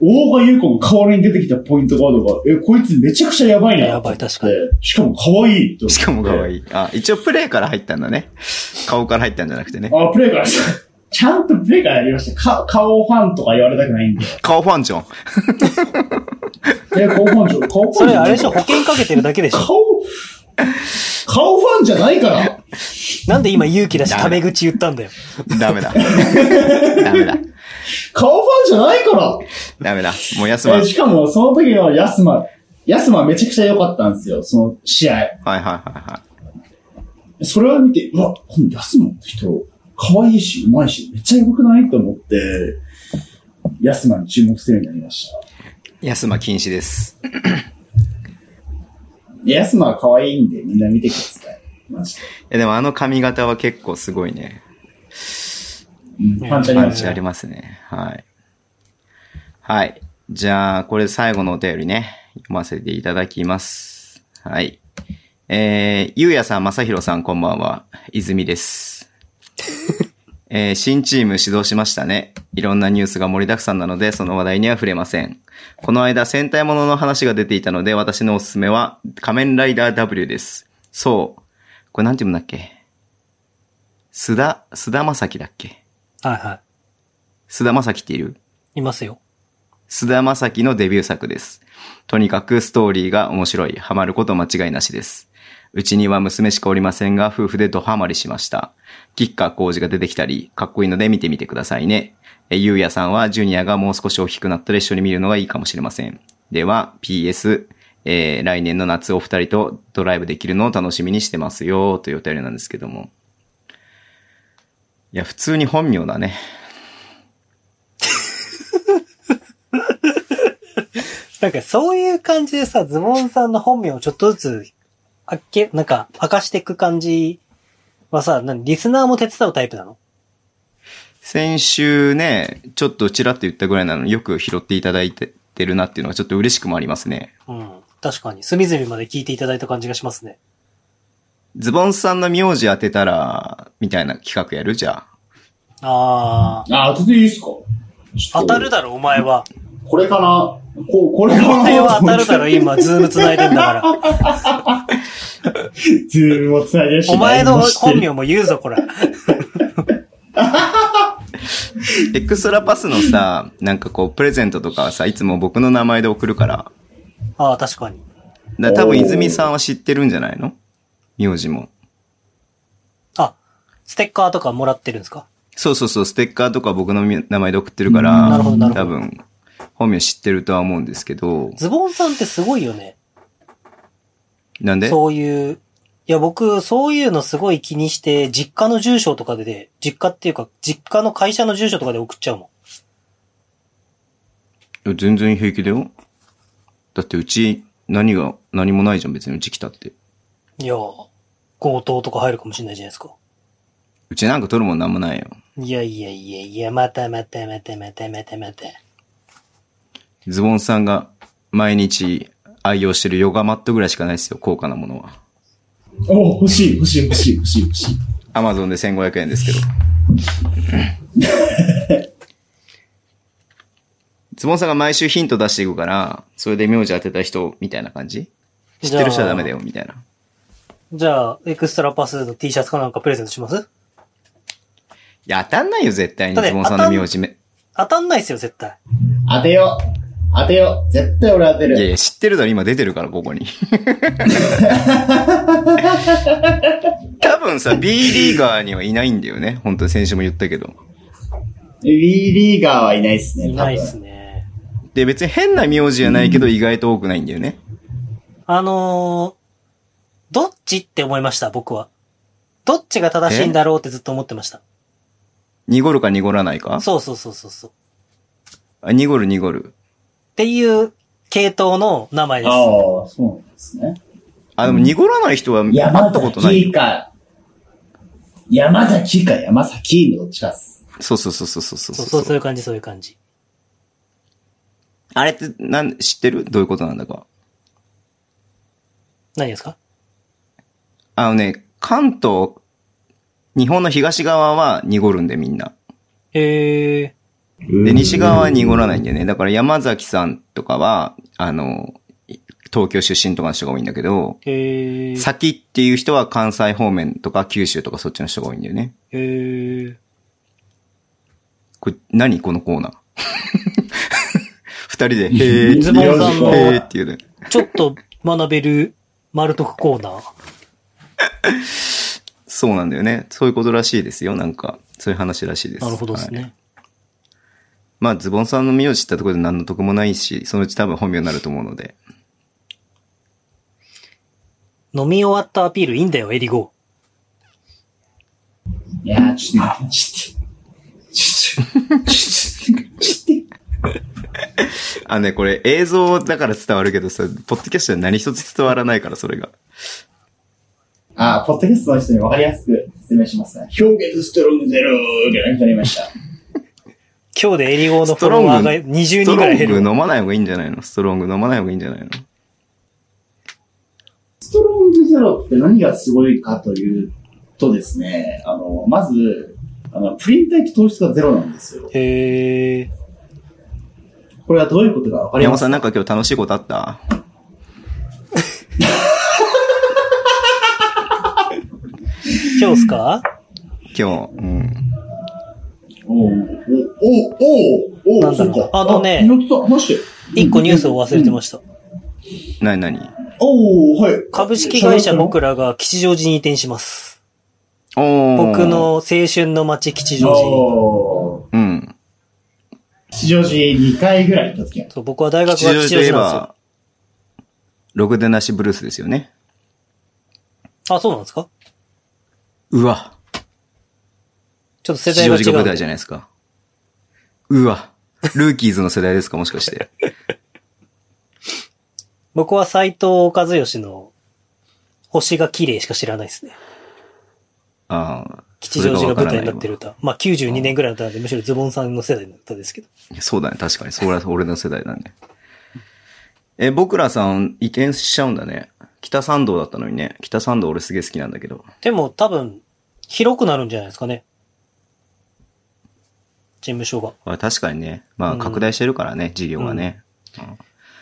大賀優子の代わりに出てきたポイントガードが、え、こいつめちゃくちゃやばいな。やばい確かに。しかも可愛いと思って。しかも可い。愛い。あ、一応プレイから入ったんだね。顔から入ったんじゃなくてね。あ、プレイから、 ちゃんとプレイからやりました。か顔ファンとか言われたくないんで。顔ファンじゃん。え、顔ファンじゃ、顔ファそンじゃれあれでしょない保険かけてるだけでしょ顔、顔ファンじゃないから。なんで今勇気だし、タメ口言ったんだよ。ダ メだ。ダメだ。顔ファンじゃないから。ダメだ。もう休まえん。はいしかも、その時は、ヤスマ、ヤスマめちゃくちゃ良かったんですよ、その試合。はいはいはい。それを見て、うわ、このヤスマって人、可愛いし、うまいし、めっちゃ良くないと思って、ヤスマに注目するようになりました。休ま禁止です。でヤスマは可愛いんで、みんな見てください。マジで。え、でもあの髪型は結構すごいね。うん、パンチありパンましチたありますね。はい。はい。じゃあ、これ最後のお便りね、読ませていただきます。はい。えー、ゆうやさん、まさひろさん、こんばんは。泉です。えー新チーム始動しましたね。いろんなニュースが盛りだくさんなので、その話題には触れません。この間、戦隊ものの話が出ていたので、私のおすすめは、仮面ライダー W です。そう。これなんて読むんだっけ須田、須田正樹だっけはいはい。菅田将暉っているいますよ。菅田将暉のデビュー作です。とにかくストーリーが面白い。ハマること間違いなしです。うちには娘しかおりませんが、夫婦でドハマりしました。吉川浩司が出てきたり、かっこいいので見てみてくださいね。えゆうやさんはジュニアがもう少し大きくなったら一緒に見るのがいいかもしれません。では、PS、えー来年の夏お二人とドライブできるのを楽しみにしてますよ、というお便りなんですけども。いや、普通に本名だね。なんかそういう感じでさ、ズボンさんの本名をちょっとずつ、あっけ、なんか明かしていく感じはさ、何リスナーも手伝うタイプなの先週ね、ちょっとちらっと言ったぐらいなのによく拾っていただいてるなっていうのがちょっと嬉しくもありますね。うん。確かに。隅々まで聞いていただいた感じがしますね。ズボンさんの名字当てたら、みたいな企画やるじゃあ。あー。あ、当てていいですか当たるだろ、お前は。これかなこう、これかおな前は当たる だろ、今、ズーム繋いでんだから。ズームもつないでるしお前の本 LINE 名も言うぞ、これ。エクストラパスのさ、なんかこう、プレゼントとかはさ、いつも僕の名前で送るから。あー、確かに。だから多分泉さんは知ってるんじゃないの名字も。あ、ステッカーとかもらってるんですかそうそうそう、ステッカーとか僕の名前で送ってるかうんならるほどなる、ほど多分、本名知ってるとは思うんですけど、ズボンさんってすごいよね。なんでそういう。いや、僕、そういうのすごい気にして、実家の住所とかでね、実家っていうか、実家の会社の住所とかで送っちゃうもん。いや全然平気だよ。だってうち、何が、何もないじゃん、別にうち来たって。いやー強盗とか入るかもしれないじゃないですか。うちなんか取るもんなんもないよ。いやいやいやいや、またまたまたまたまたまた。ズボンさんが毎日愛用してるヨガマットぐらいしかないですよ、高価なものは。お、欲しい、欲しい、欲しい、欲しい、欲しい。アマゾンで1500円ですけど。 ズボンさんが毎週ヒント出していくから、それで名字当てた人みたいな感じ知ってる人はダメだよ、みたいな。じゃあ、エクストラパスの T シャツかなんかプレゼントしますいや、当たんないよ、絶対だっに。ズてボンさんの名字め。当たんないっすよ、絶対。当てよう。当てよう。絶対俺当ていやいる。や、知ってるだろ、今出てるから、ここに。多分さ、B リーガーにはいないんだよね。本当に先週も言ったけど。 B リーガーはいないっすね。いないっ多すね。で、別に変な名字じゃないけど、意外と多くないんだよね。あのー、どっちって思いました、僕は。どっちが正しいんだろうってずっと思ってました。濁るか濁らないかそうそうそうそうそう。あ濁る濁る。っていう系統の名前で分す。ああ、そうなんですね。あ、でも濁らない人は会山ったことない崎よ。か、山崎か山崎のどっちかっす。そうそうそうそうそうそそうそうう、そうそ。いうう感じ、そういう感じ。あれって、なん、知ってるどういうことなんだか。何ですかあのね、関東、日本の東側は濁るんでみんな。ええで、西側は濁らないんだよね。だから山崎さんとかは、あの、東京出身とかの人が多いんだけど、ー、ええー、先っていう人は関西方面とか九州とかそっちの人が多いんだよね。えー、これ、何このコー ナー。二人で、へーズボンさんのへーっていうね。ちょっと学べる丸徳コーナー。そうなんだよね。そういうことらしいですよ。なんか、そういう話らしいです。なるほどですね。はいまあ、ズボンさんの名字ったところで何の得もないし、そのうち多分本名になると思うので。飲み終わったアピールいいんだよ、エリゴ。いやー、ちょっと待って、ちょっと、ちょっと、ちょっと、ちょっと、あ、ね、これ映像だから伝わるけどさ、ポッドキャストで何一つ伝わらないから、それが。あー、ポッドキャストの人に分かりやすく説明しますね。表現ストロングゼローがなくなりました。今日でエリゴのスフォトロンログワーが20ス人トぐロらいン減グる。飲まない方がいいんじゃないのストロング飲まない方がいいんじゃないのストロングゼロって何がすごいかというとですね、あの、まず、あの、プリン体と糖質がゼロなんですよ。ええこれはどういうことか分かり山ま本すさかんなんか今日楽しいことあった今日っすか今日。うん。おうおうおうおうおなうだんそろううか。あのね猪木さん、話して。一個ニュースを忘れてました。何何おおはい。株式会社僕僕らが吉祥寺に移転します。おー僕。の青春の街吉祥寺。おうん。ー吉祥寺2回ぐらい行った時やそう僕は大学吉が祥寺吉とい祥え寺なんでば、ろくでなしブルースですよね。すよ。あ、そうなんですかうわ。ちょっと世吉代祥が寺が違舞うん台で。じゃないですか。うわ。ルーキーズの世代ですかもしか して。僕は斎藤和義の星が綺麗しか知らないですね。ああ。吉祥寺が舞台になってるる歌。まあ92年ぐらいだったんで、むしろズボンさんの世代の歌ですけど。そうだね、確かに。それは俺の世代だね。え、僕らさん移転しちゃうんだね。北参道だったのにね。北参道俺すげえ好きなんだけど。でも多分、広くなるんじゃないですかね。事務所が。まあ確かにね。まうあん拡大してるからね、事業がね。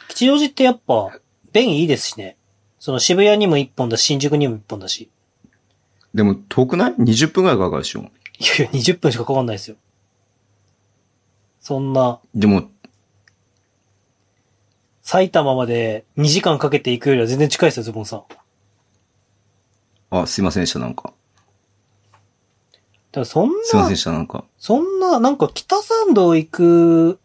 吉祥寺ってやっぱ、便いいですしね。その渋谷にも一本だし、新宿にも一本だし。でも遠くない ?20 分ぐらいかかるでしょ。いやいや、20分しかかかんないですよ。そんな、でも、埼玉まで2時間かけて行くよりは全然近いですよ、ズボンさん。だかあ、すいませんでした、なんか。らそんすいまなせんで、した、なんか。そんな、なんか北参道行く、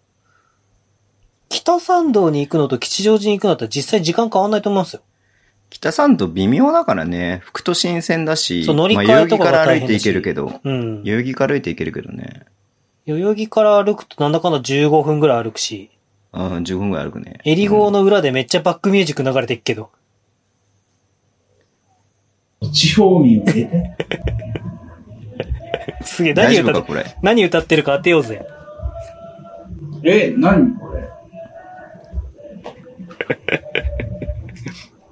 北参道に行くのと吉祥寺に行くのだったら実際時間変わんないと思いますよ。北参道微妙だからね。副都心線だし、そう乗り換えまあ代々と木かかがら歩大い変てだいしけるけど。うん。代々木から歩いていけるけどね。代々木から歩くとなんだかんだ15分ぐらい歩くし、うん、15分ぐらい歩くね。エリう号んの裏でめっちゃバックミュージック流れてっけど。地方民を入れて。すげえ、大何丈夫歌か、っこれ。何歌ってるか当てようぜ。 え、何これ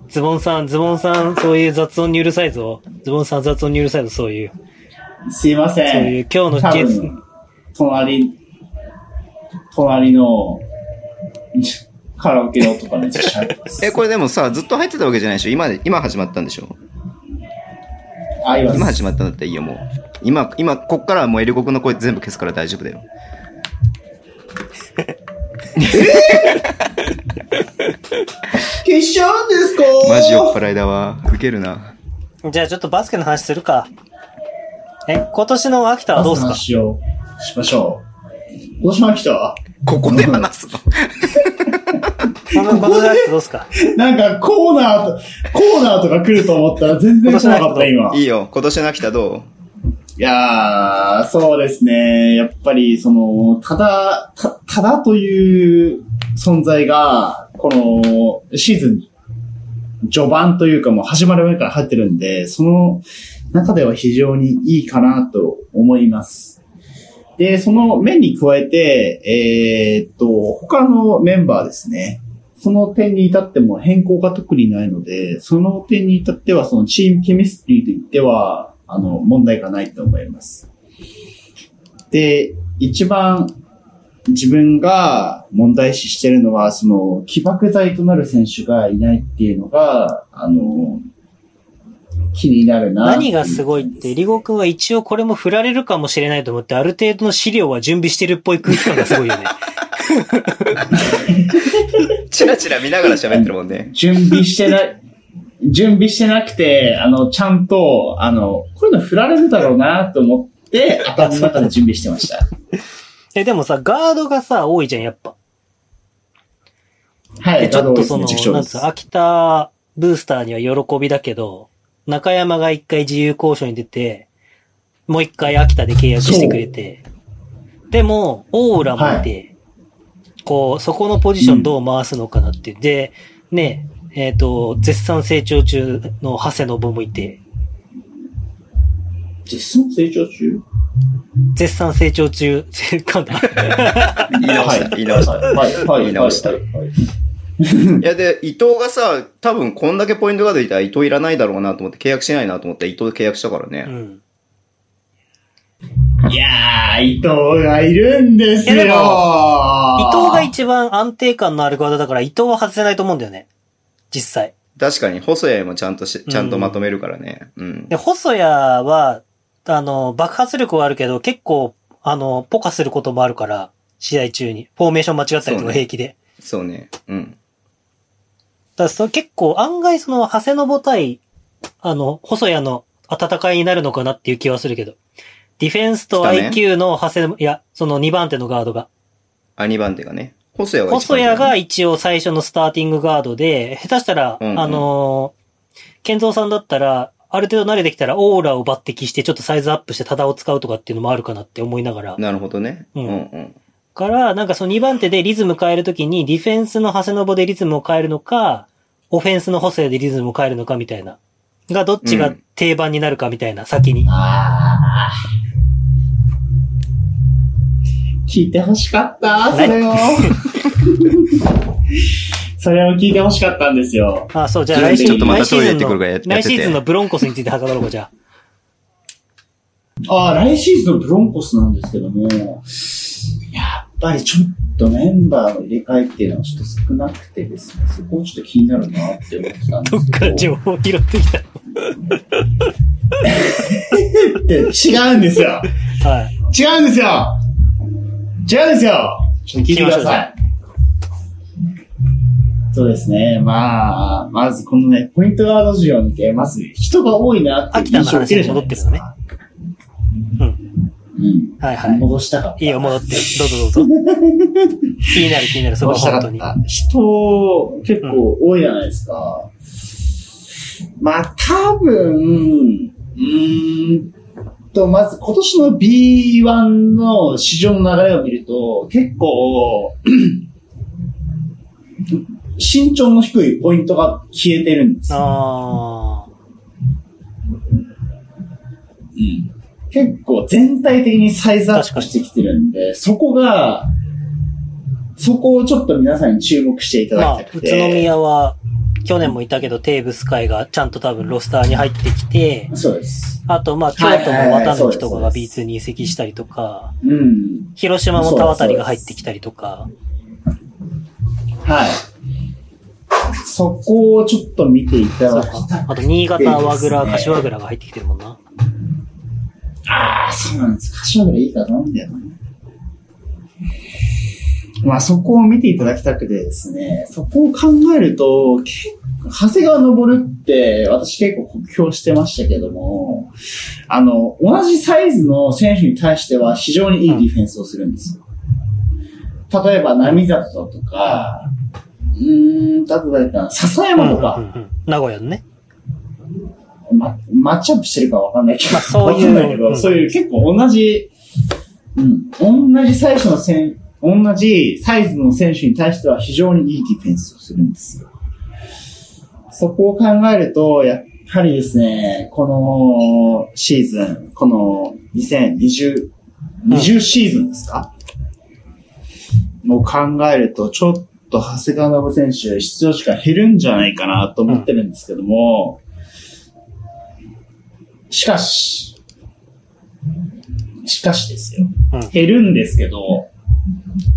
ズボンさん、ズボンさん、そういう雑音にうるさいぞ。ズボンさん雑音にうるさいぞ、そういう。すいません。そういう今日の多ゲス分隣、隣の、カラオケの音がめっちゃしゃべってます。え、これでもさ、ずっと入ってたわけじゃないでしょ今、今始まったんでしょあ、今今始まったんだったらいいよ、もう。今、今、こっからはもうエリコ君の声全部消すから大丈夫だよ。消しちゃうんですかマジ酔っ払いだわ。ウケるな。じゃあちょっとバスケの話するか。え、今年の秋田はどうすか話をしましょう。どうしましたここで話すの今年の秋田どうすかなんかコーナーと、コーナーとか来ると思ったら全然来なかった今。いいよ、今年の秋田どいやー、そうですね。やっぱり、その、ただ、た、ただという存在が、この、シーズン、序盤というかもう始まる前から入ってるんで、その中では非常にいいかなと思います。で、その面に加えて、えーっと、他のメンバーですね。その点に至っても変更が特にないので、その点に至っては、そのチームケミストリーといっては、あの、問題がないと思います。で、一番自分が問題視してるのは、その、起爆剤となる選手がいないっていうのが、あの、気になるな何がすごいって、リゴくんは一応これも振られるかもしれないと思って、ある程度の資料は準備してるっぽい空気感がすごい よね。チラチラ見ながら喋ってるもんね。準備してない、 準備してなくて、あの、ちゃんと、あの、こういうの振られるだろうなと思って、頭の中で準備して ました。え、でもさ、ガードがさ、多いじゃん、やっぱ。はで、い、ちょっとその、ガードなウんェイつズうの、秋田ブースターには喜びだけど、中山が一回自由交渉に出て、もう一回秋田で契約してくれて、でも、大浦もいて、こう、そこのポジションどう回すのかなって、で、ね、えっ、と、絶賛成長中の長谷信もいて、実践成長中絶賛成長中、噛んだ言い直した、言い直した。はい、はい、はい言い直したはいはいいや、で、伊藤がさ、多分こんだけポイントが出たら伊藤いらないだろうなと思って、契約しないなと思って伊藤契約したからうね。ん。いやー、伊藤がいるんですよいやでも伊藤が伊一番安定感のあるガードだから、伊藤は外せないと思うんだよね。実際。確かに、細谷もちゃんとし、ちゃんとまとめるからね。うんで、。細谷は、あの、爆発力はあるけど、結構、あの、ポカすることもあるから、試合中に。フォーメーション間違ったりそとうかね平気で。そうね。うん。だからその結構、案外その、長谷信対、あの、細谷の戦いになるのかなっていう気はするけど。ディフェンスと来たね IQ の長谷、いや、その2番手のガードが。あ、2番手がね。細谷が一番細手谷だねが一応最初のスターティングガードで、下手したら、うんうんあのー、健三さんだったら、ある程度慣れてきたらオーラを抜擢してちょっとサイズアップしてタダを使うとかっていうのもあるかなって思いながら。なるほどね。ううんんうん。から、なんかその2番手でリズム変えるときにディフェンスの長谷信でリズムを変えるのか、オフェンスの補正でリズムを変えるのかみたいな。がどっちが定番になるかみたいな、先に。あー。聞いて欲しかった、それを。 それを聞いて欲しかったんですよ。あそう、じゃあちょ来シーズンっとの。またトイレ行ってくるからやってて来シーズンのブロンコスについて語ろうか、じゃあ。ああ、来シーズンのブロンコスなんですけども、やっぱりちょっとメンバーの入れ替えっていうのはちょっと少なくてですね、そこをちょっと気になるなって思ってたんでどっすかけらど。情報を拾ってきた。って違うんですよ はい。違うんですよ違うんですよちょっと聞いてください。そうですね。まあ、まずこのね、ポイントガード需要を見て、まず人が多いなっていう印象を受けるじゃないです秋田のか。うん。うん。はいはい。戻したかった。いいよ、戻って。どうぞどうぞ。気になる気になる、そこ戻はし本た当かっに。た。人、結構多いじゃないですか。まあ、多分、うーんと、まず今年の B1 の市場の流れを見ると、結構、 身長の低いポイントが消えてるんですよあ結構全体的にサイズアップしてきてるんで、そこが、そこをちょっと皆さんに注目していー。たまあだき、た宇くて。都宮は、去年もいたけど、テーブス海がちゃんと多分ロスターに入ってきて、そうです。あと、まあ、京はい都も綿貫とかはがいはい B2 に移籍したりとか、うん。広島も田渡りが入ってきたりとか、はい。そこをちょっと見ていたそうだかきた。あと、新潟、和倉、ですね柏倉が入ってきてるもんな。ああ、そうなんです。柏原いいかなんだよな。まあそこを見ていただきたくてですね、そこを考えると、結構長谷川登って私結構酷評してましたけども、あの、同じサイズの選手に対しては非常にいいディフェンスをするんですよ。例えば、波里とか、うーん、あと誰かな、笹山とか、うんうんうん名古屋のね。ま、マッチアップしてるかわかんないけど、まあそういうわかんないけど、うんそういう結構同じ、うん、同じ最初のせん、同じサイズの選手に対しては非常にいいディフェンスをするんですよ。そこを考えると、やっぱりですね、このシーズン、この2020、20シーズンですか、を考えると、ちょっと長谷川信選手、出場時間減るんじゃないかなと思ってるんですけども、しかし、しかしですようん。減るんですけど、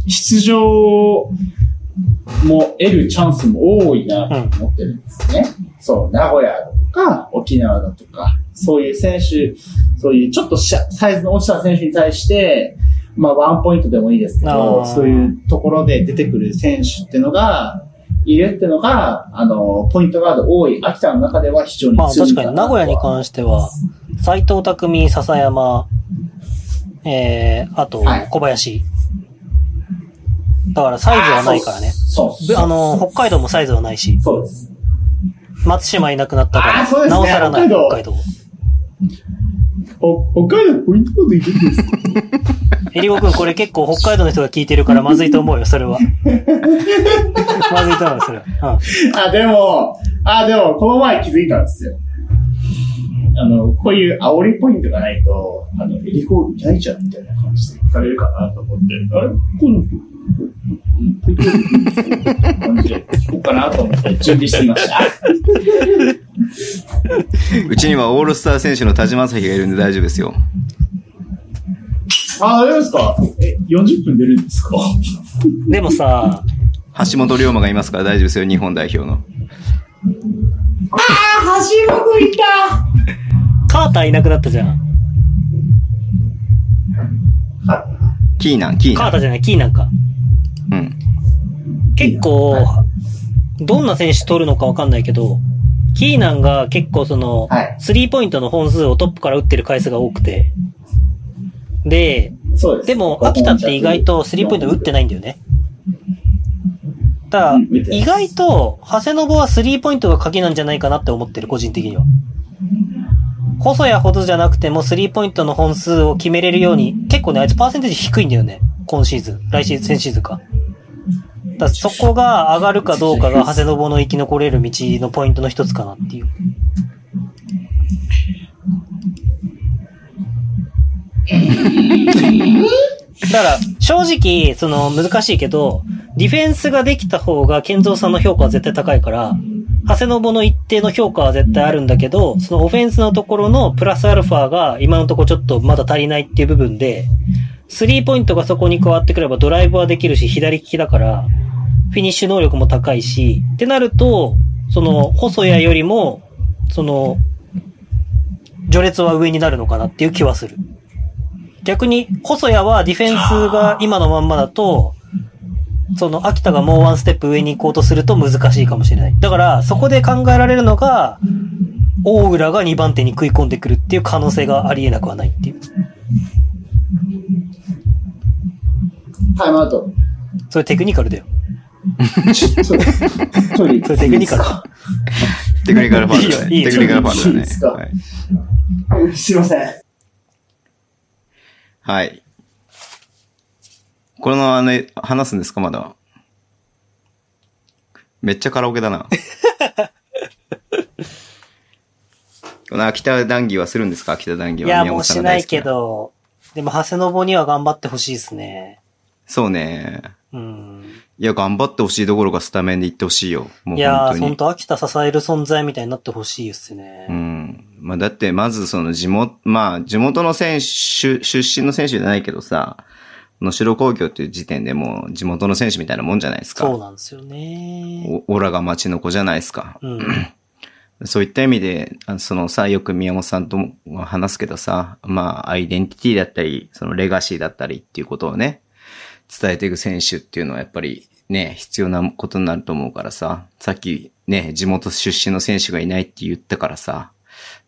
出場も得るチャンスも多いなと思ってるんですね。そう、名古屋だとか、沖縄だとか、そういう選手、そういうちょっとしゃサイズの落ちた選手に対して、まあワンポイントでもいいですけあど、ーそういうところで出てくる選手っていうのが、いるっていうのが、あの、ポイントガード多い、秋田の中では非常にまあ強い確んだかにな名と古は屋に関しては、斎藤匠、笹山、えー、あとはい小林。だからサイズはないからね。そうぶあの、北海道もサイズはないし、そうです。松島いなくなったかあーそら、うですねなおさらない、北海道北海道。お北海道ポイントガードいるんですかえりごくん、これ結構北海道の人が聞いてるからまずいと思うよ、それ は。まずいと思うよ、それは。 あ、でも、あ、でも、この前気づいたんですよ。あの、こういう煽りポイントがないと、あの、エリコいないじゃんみたいな感じで聞かれるかなと思って、あれこの人、うんポイントガードいるんですかって感じで聞こうかなと思って準備してみま した。うちにはオールスター選手の田島朝日がいるんで大丈夫ですよ。あ、大丈夫ですかえ、40分出るんですかうん。でもさ、橋本龍馬がいますから大丈夫ですよ、日本代表の。あー、橋本いたカーターいなくなったじゃん。キーナン、キーカナーン。ターじゃない、キーなんか。うん。結構はい、どんな選手取るのかわかんないけど、キーナンが結構そのはい、スリーポイントの本数をトップから打ってる回数が多くて。で、そうです。でも、秋田って意外とスリーポイント打ってないんだよね。ただうん打ってない意外と、長谷信はスリーポイントが鍵なんじゃないかなって思ってる、個人的には。細やほどじゃなくても、スリーポイントの本数を決めれるように、結構ね、あいつパーセンテージ低いんだよね。今シーズン。来シーズン、先シーズンか。だからそこが上がるかどうかが、長谷信の生き残れる道のポイントの一つかなっていう。だから、正直、その、難しいけど、ディフェンスができた方が、健三さんの評価は絶対高いから、長谷信の一定の評価は絶対あるんだけど、そのオフェンスのところのプラスアルファが、今のところちょっとまだ足りないっていう部分で、スリーポイントがそこに加わってくればドライブはできるし、左利きだから、フィニッシュ能力も高いし、ってなると、その、細谷よりも、その、序列は上になるのかなっていう気はする。逆に、細谷はディフェンスが今のまんまだと、その、秋田がもうワンステップ上に行こうとすると難しいかもしれない。だから、そこで考えられるのが、大浦が2番手に食い込んでくるっていう可能性がありえなくはないっていう。タイムアウト。それテクニカルだよ。ちょっと、トイレ行そっれテていクいニですカルだ。かテクニカルファウルだね。いいよいいよテクニカルファウルだいいでねすか。はいすいません。はい。このままね、話すんですか、まだ。めっちゃカラオケだ な。この秋田談義はするんですか秋田談義いは。や、宮もう本さんしがな大い好きけ。ど、でも、長谷信には頑張ってほしいですね。そうね。うん。いや、頑張ってほしいどころかスタメンで行ってほしいよ。もう本当に。いやー、ほんと、秋田支える存在みたいになってほしいですうね。ん。まあ、だって、まずその地元、まあ、地元の選手、出身の選手じゃないけどさ、能代工業っていう時点でもう地元の選手みたいなもんじゃないですか。そうなんですよね。おオラが町の子じゃないですか。うん。そういった意味で、あのそのさ、よく宮本さんとも話すけどさ、まあ、アイデンティティだったり、そのレガシーだったりっていうことをね、伝えていく選手っていうのはやっぱりね、必要なことになると思うからさ、さっきね、地元出身の選手がいないって言ったからさ、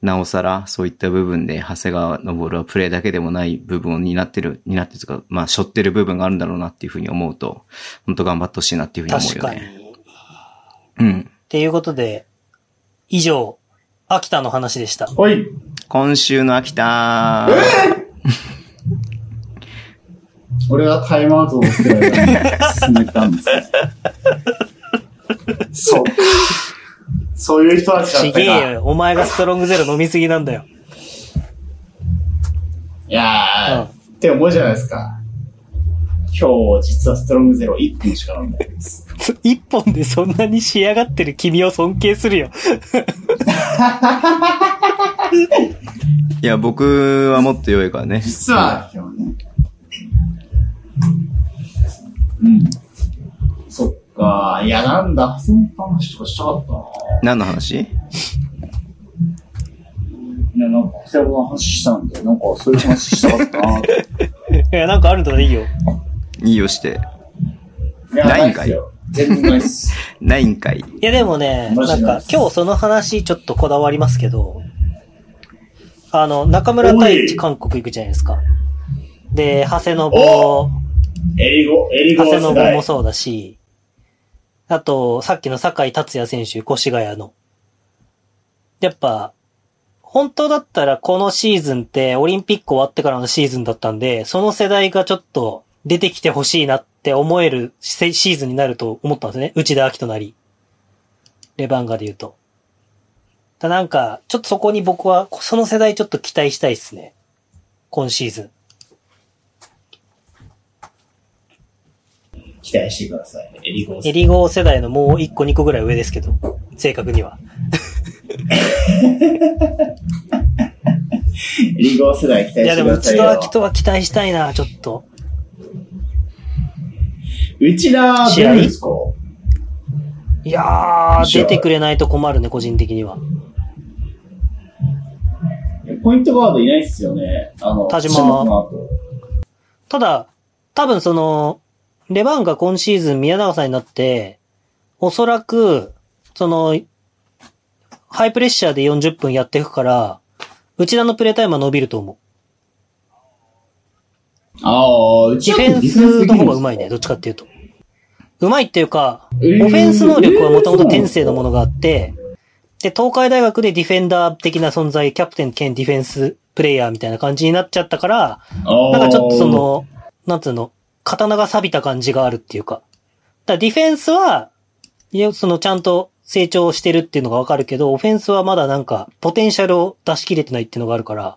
なおさらそういった部分で、長谷川のボールはプレーだけでもない部分を担ってる、担ってるというか、まあ、背負ってる部分があるんだろうなっていうふうに思うと、本当頑張ってほしいなっていうふうに思う確よかね。うに。ん。っていうことで、以上、秋田の話でした。おい。今週の秋田、俺はタイムアウトを取って進めたんですね。そう。そういう人たちだちったか。げえいよ。お前がストロングゼロ飲みすぎなんだよ。 やー、うんって思うじゃないですか。今日、実はストロングゼロ1分しか飲んでないです。一本でそんなに仕上がってる君を尊敬するよ。 いや、僕はもっと良いからね。実は、今日ね。うん。そっか。いや、なんだ、先輩の話とかしたかったな。何の話いや、なんか、セロの話したんで、なんか、そういう話したかったな。いいや、なんかあるんだったらいいよ。いいよして。やないんかいっすよ全然ないっす。ないんかい。いや、でもね、マなジんなんかです今日その話ちょっとこだわりますけど、あの、中村太一おい韓国行くじゃないですか。で、長谷信、エリゴ、エリゴ長谷世信代も。そうだし、あと、さっきの酒井達也選手、越谷の。やっぱ、本当だったらこのシーズンってオリンピック終わってからのシーズンだったんで、その世代がちょっと出てきてほしいなって思えるシシーズンになると思ったんですね。内田明となり。レバンガで言うと。ただなんか、ちょっとそこに僕は、その世代ちょっと期待したいですね。今シーズン。期待してください。エリゴ世エ代。リゴ世代のもう1個2個ぐらい上ですけど、正確には。エリゴ世代期い待しやでてくも、ださ内い田よ。明とは期待したいな、ちょっと。うちら、試合出るんすかいやー、試合出てくれないと困るね、個人的には。ポイントガードいないっすよね。あの、田島注目の後ただ、多分その、レバンが今シーズン宮永さんになって、おそらく、その、ハイプレッシャーで40分やっていくから、内田のプレータイムは伸びると思う。ああ、うデちィらフェンスの方が上手いね、どっちかっていうと。上手いっていうか、オフェンス能力はもともと天性のものがあって、で、東海大学でディフェンダー的な存在、キャプテン兼ディフェンスプレイヤーみたいな感じになっちゃったから、ななんかちょっとそ、の、なんつうの、刀が錆びた感じがあるっていうか。だからディフェンスは、いやそのちゃんと成長してるっていうのがわかるけど、オフェンスはまだなんか、ポテンシャルを出し切れてないっていうのがあるから、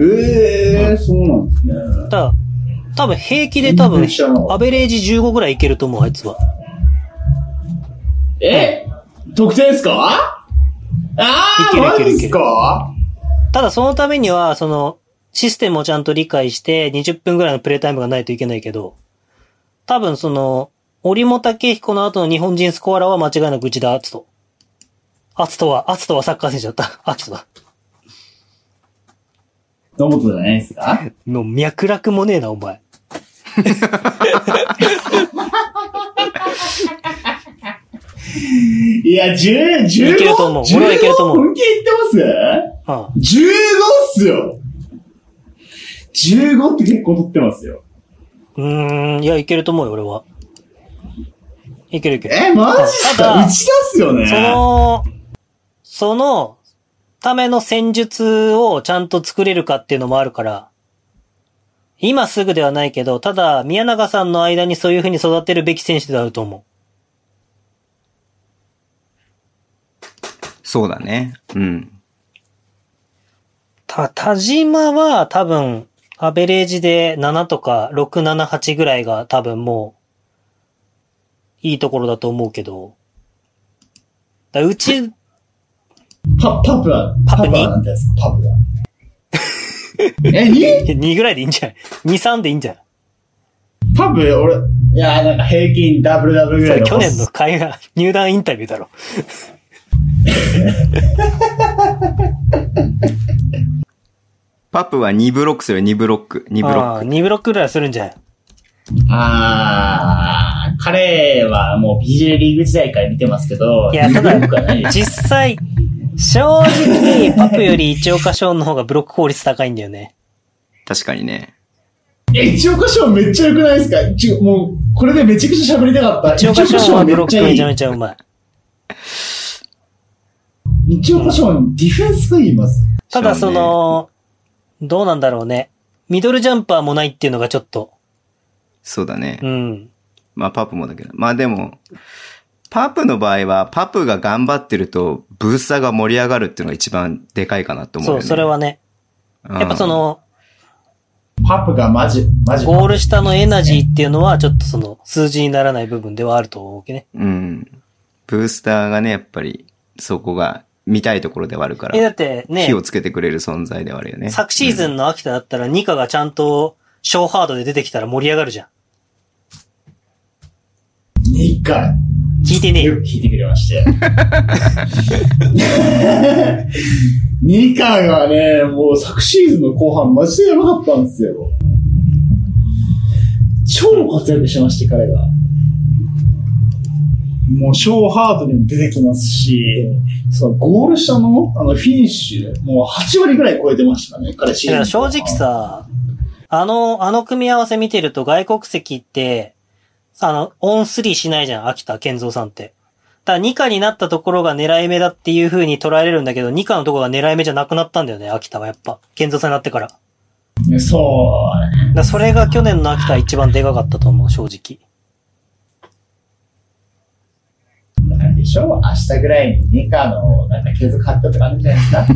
ええー、そうなんですね。ただ、多分平気で多分全然知らなかっ、たアベレージ15ぐらいいけると思う、あいつは。え得点ですかああ、いマけジるいけるっすかただそのためには、その、システムをちゃんと理解して、20分ぐらいのプレイタイムがないといけないけど、多分その、折茂武彦の後の日本人スコアラーは間違いなく内田篤人。篤人は、篤人はサッカー選手だった。 篤人だ。野本じゃないですかもう脈絡もねえな、お前。いや、10、15? いけると思う俺はいけると思う15本気いってまうん。す ?15 っすよ !15 って結構取ってますよ。うーん、いや、いけると思うよ、俺は。いけるいける。え、マジっすただか打ち出すよねその、その、ための戦術をちゃんと作れるかっていうのもあるから、今すぐではないけど、ただ、宮永さんの間にそういう風に育てるべき選手であると思そうだね。うん。う。た、田島は多分、アベレージで7とか6、7、8ぐらいが多分もう、いいところだと思うけど、だうち、パ、パプア。パプパプアになんてやつパプア。え、に2ぐらいでいいんじゃない ?2、3でいいんじゃないパプ、俺、いや、なんか平均ダブルダブルぐそらいれの去年の海外、入団インタビューだろ。パプは2ブロックするよ、2ブロック。2ブロッああ、2ブロックぐらいはするんじゃないあー、彼はもう BJ リーグ時代から見てますけど、いやただブロックはないです実際、正直、パプより一岡ショーンの方がブロック効率高いんだよね。ク。確かにね。え、一岡賞めっちゃ良くないですかちょもう、これでめちゃくちゃ喋りたかった。一岡ショーンはブロックめめっちちゃゃいめい。ちゃうまい。一岡賞のディフェンスが言います。ただその、どうなんだろうね。ミドルジャンパーもないっていうのがちょっと、そうだねう。ん。まあ、パプもだけど。まあでも、パプの場合は、パプが頑張ってると、ブースターが盛り上がるっていうのが一番でかいかなと思うそよ、う、ね。それはね。うん、やっぱその、パプがマジ、マジ。ゴール下のエナジーっていうのは、ちょっとその、数字にならない部分ではあると思うけどね。うん。ブースターがね、やっぱり、そこが見たいところではあるかえ、だっら、てね火、をつけてくれる存在ではあるよね。昨シーズンの秋田だったら、ニカがちゃんと、ショーハードで出てきたら盛り上がるじゃん。 2回。聞いてねえよよ。く聞いてくれ まして。ニカがね、もう昨シーズンの後半マジでやばかったんですよ。超活躍してまして、彼が。もう、ショーハードにも出てきますし、そのゴール下のあのフィニッシュ、もう8割ぐらい超えてましたね、彼シいーズンやの後正半。直さ、あの、あの組み合わせ見てると外国籍って、あの、オン3しないじゃん、秋田健三さんって。だから2課になったところが狙い目だっていう風に捉えれるんだけど、2課のところが狙い目じゃなくなったんだよね、秋田はやっぱ。健三さんになってから。だかねそう、らそれが去年の秋田一番でかかったと思う、正直。なんでしょう明日ぐらいにニカの、なんか継続発表って感じじゃないで すか。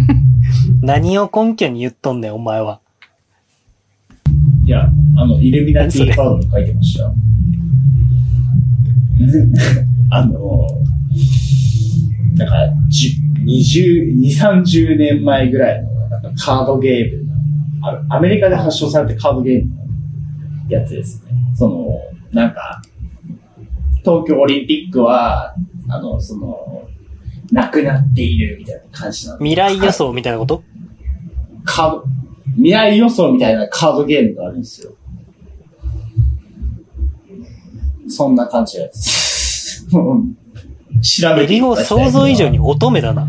何を根拠に言っとんねん、お前は。いや、あの、イルミナティカードに書いてましたよ。 あの、なんか、じゅ20、2、30年前ぐらいの、なんかカードゲームあの、アメリカで発祥されたカードゲームのやつですね。その、なんか、東京オリンピックは、あの、その、なくなっているみたいな感じなの。未来予想みたいなことカード、未来予想みたいなカードゲームがあるんですよ。そんな感じのやつ。 もう調べエてリいたゴだきたい想像以上に乙女だな。あ、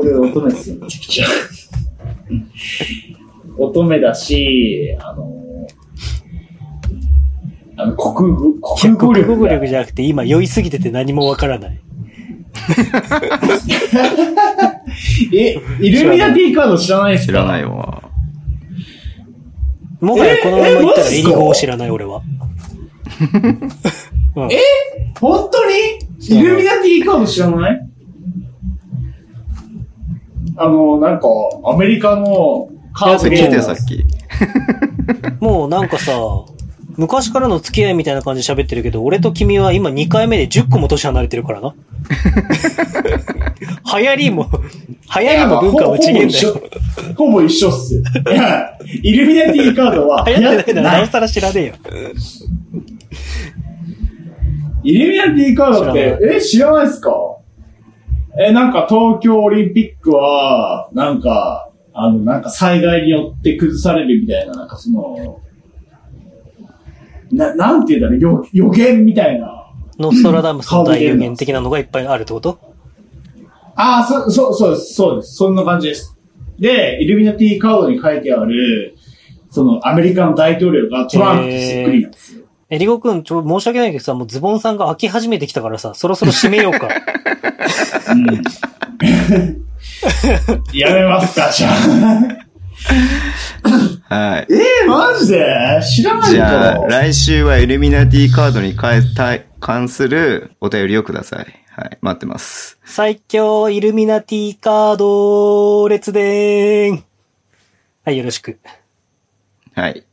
俺、乙女ですよ、めちゃくちゃ。乙女だし、あの、あの、国語、国語国力語が力じゃなくて今酔いすぎてて何もわからない。え、イルミナティカード知らないですか知らないわ。もはやこのまま行ったらえエリゴを知らない俺は。うん本当にそうイルミナティカード知らないあの、なんか、アメリカのカーそドれ聞ゲいームてなよ、んさでっす。き。もうなんかさ、昔からの付き合いみたいな感じで喋ってるけど、俺と君は今2回目で10個も年離れてるから な。流行りも、流行りも文化も違えんだよ。ほぼ一緒。ほぼ一緒っす。いや、イルミナティカードは流流行行っっててないならななおい。さら知らねえよ。イルミナティカードって、え、知らないっすかえ、なんか東京オリンピックは、なんか、あの、なんか災害によって崩されるみたいな、なんかその、な、なんて言うんだろう、予予言みたいな。ノストラダムスの大予言的なのがいっぱいあるってことああ、そ、そ、そうです、そうです。そんな感じです。で、イルミナティカードに書いてある、その、アメリカの大統領がトランプとそっくりなんですよ。えりごくん、ちょ、申し訳ないけどさ、もうズボンさんが飽き始めてきたからさ、そろそろ締めようか。うんやめますか、じゃ あ。はい。えー、マジで知らないじと。ゃあ、来週はイルミナティカードに変えたい関するお便りをください。はい。待ってます。最強イルミナティカード列伝。はい、よろしく。はい。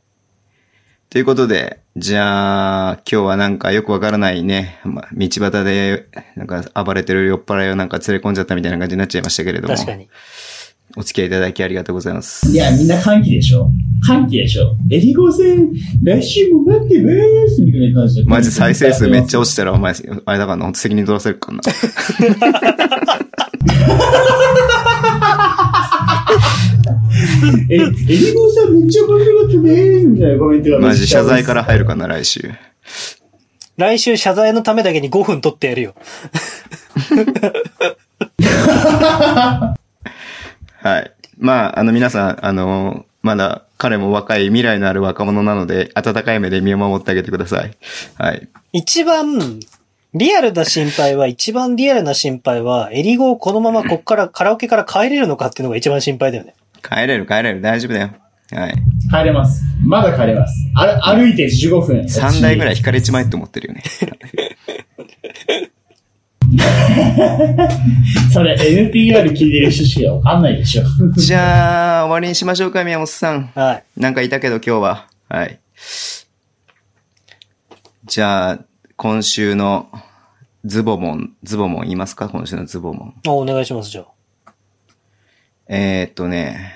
ということで、じゃあ、今日はなんかよくわからないね、まあ、道端で、なんか暴れてる酔っ払いをなんか連れ込んじゃったみたいな感じになっちゃいましたけれども、確かに。お付き合いいただきありがとうございます。いや、みんな歓喜でしょ歓喜でしょエリゴ戦、来週も待ってまーすみたいな感じで。マジ再生数めっちゃゃ。落ちたら、お前、あれだからな、本当責任取らせる からな。え、エリゴ戦めっちゃ面白かったねーみたいなコメントがマジ謝罪から入るかな、来週。来週謝罪のためだけに5分取ってやるよ。はい。まあ、あの皆さん、あの、まだ彼も若い未来のある若者なので、温かい目で見守ってあげてください。はい。一番、リアルな心配は、一番リアルな心配は、エリゴをこのままこっから、カラオケから帰れるのかっていうのが一番心配だよね。帰れる帰れる、大丈夫だよ。はい。帰れます。まだ帰れます。あ歩いて15分。 3台ぐらい。い引かれちまえって思ってるよね。それ NPR 聞いてる人しかわかんないでしょ。じゃあ、終わりにしましょうか、宮本さん。はい。なんかいたけど今日は。はい。じゃあ、今週のズボモン、ズボモン言いますか今週のズボモン。あお願いします、じゃあ。えー、っとね、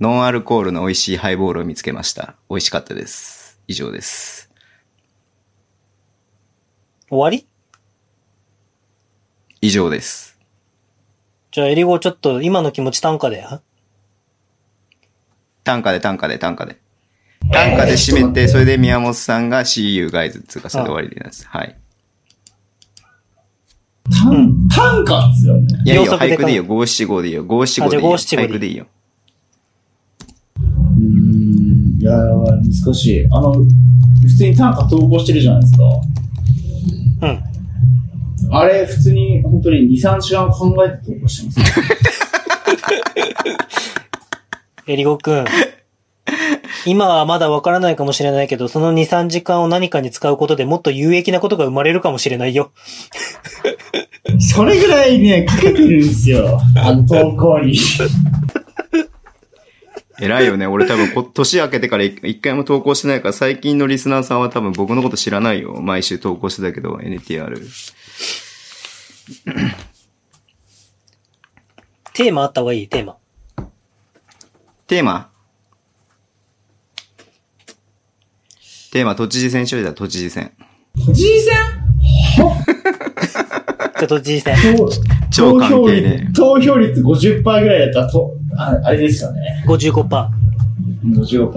ノンアルコールの美味しいハイボールを見つけました。美味しかったです。以上です。終わり以上です。じゃあ、エリゴちょっと今の気持ち短歌で。は短歌で短歌で短歌で。短歌で締めて、それで宮本さんが See you guys つうか、それで終わりです。はい。短短歌っすよね。いやいいよ、秒速で俳句でいいよ。五七五でいいよ。五七五でいいよ。あじゃあ575俳句でいいよ。うーん。いやー、難しい。あの、普通に短歌投稿してるじゃないですか。うん。あれ、普通に本当に2、3時間考えて投稿してます。エリゴくん。今はまだわからないかもしれないけど、その2、3時間を何かに使うことでもっと有益なことが生まれるかもしれないよ。 それぐらいね、かけてるんですよ。あの投稿に。偉いよね。俺多分こ、 年明けてから一一回も投稿してないから、最近のリスナーさんは多分僕のこと知らないよ。毎週投稿してたけど、NTR。テーマあった方がいい、テーマ。テーマテーマ、都知事選勝利だ、都知事選。都知事選ちょっと実践。投超関投票係ね率投票率50%ぐらいだったらとあ、あれですよね。 55%。 50%。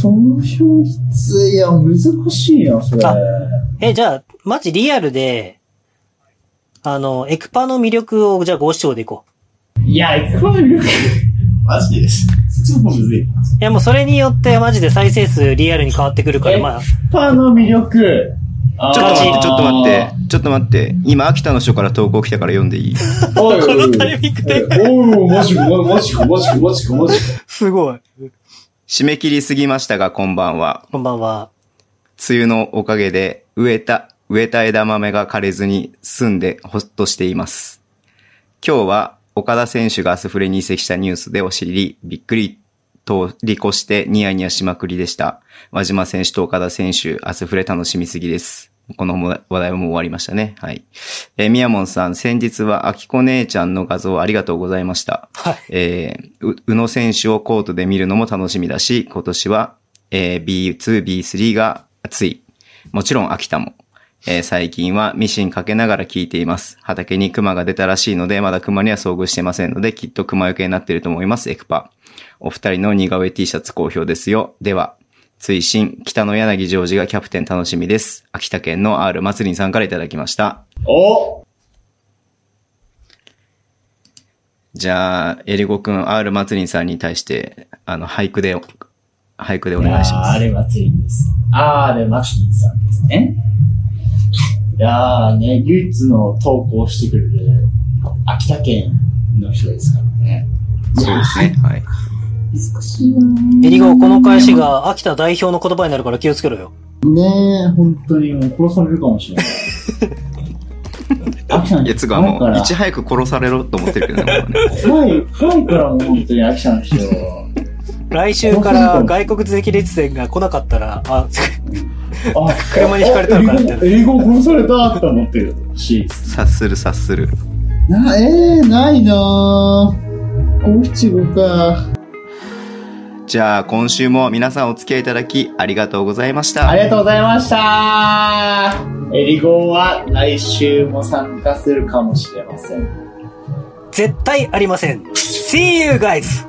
投票率、いや、難しいな、それ。あえ、じゃあ、マジリアルで、あの、エクパの魅力を、じゃあ5七五でいこいや、いくわよ。マジでです。そっちの方むずい。う。いや、もうそれによって、マジで再生数リアルに変わってくるから、えまあ、パーの魅力。あーちょっと待って、ちょっと待って、ちょっと待って。今、秋田の人から投稿来たから読んでいいおいおいおいこのタイミングでおいおい、マジか、マジか、マジか、マジか、マジか。すごい。締め切りすぎましたが、こんばんは。こんばんは。梅雨のおかげで植えた、植えた枝豆が枯れずに済んでほっとしています。今日は岡田選手がアスフレに移籍したニュースでお知り、びっくりとりこしてニヤニヤしまくりでした。和島選手と岡田選手、アスフレ楽しみすぎです。この話題はもう終わりましたね。はい。えー、みやもんさん、先日はあきこ姉ちゃんの画像ありがとうございました。はい。えーう宇野選手をコートで見るのも楽しみだし、今年は、えー B2、B3 が熱い。もちろん秋田も。えー最近はミシンかけながら聞いています。畑に熊が出たらしいので、まだ熊には遭遇してませんので、きっと熊よけになっていると思います。エクパ。お二人の似顔絵 T シャツ好評ですよ。では、追伸、北の柳ジョージがキャプテン楽しみです。秋田県の R 祭りさんからいただきました。おじゃあ、エリゴくん、R 祭りさんに対して、あの、俳句で、俳句でお願いしますあ。れ祭りです。あれ祭りさんですね。いやーね、唯一の投稿してくれる秋田県の人ですからね。そうですね。はい。難しいなーエリゴ、この返しが秋田代表の言葉になるから気をつけろよ。ねえ、本当にもう殺されるか もしれない。秋田のいや、つうか怖もいかう、らいち早く殺されろと思ってるけどね。僕はね 怖い、怖いからもう本当に秋田の人。来週から外国籍列伝が来なかったら、あ、あ、 車に轢かれたのかなみたいな英語殺されたって思ってるし。察する察する。な、えー、ないなぁ。五七五か。じゃあ、今週も皆さんお付き合いいただき、ありがとうございました。ありがとうございましたエリゴは来週も参加するかもしれません。絶対ありません。See you guys!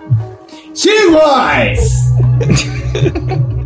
シーワイズ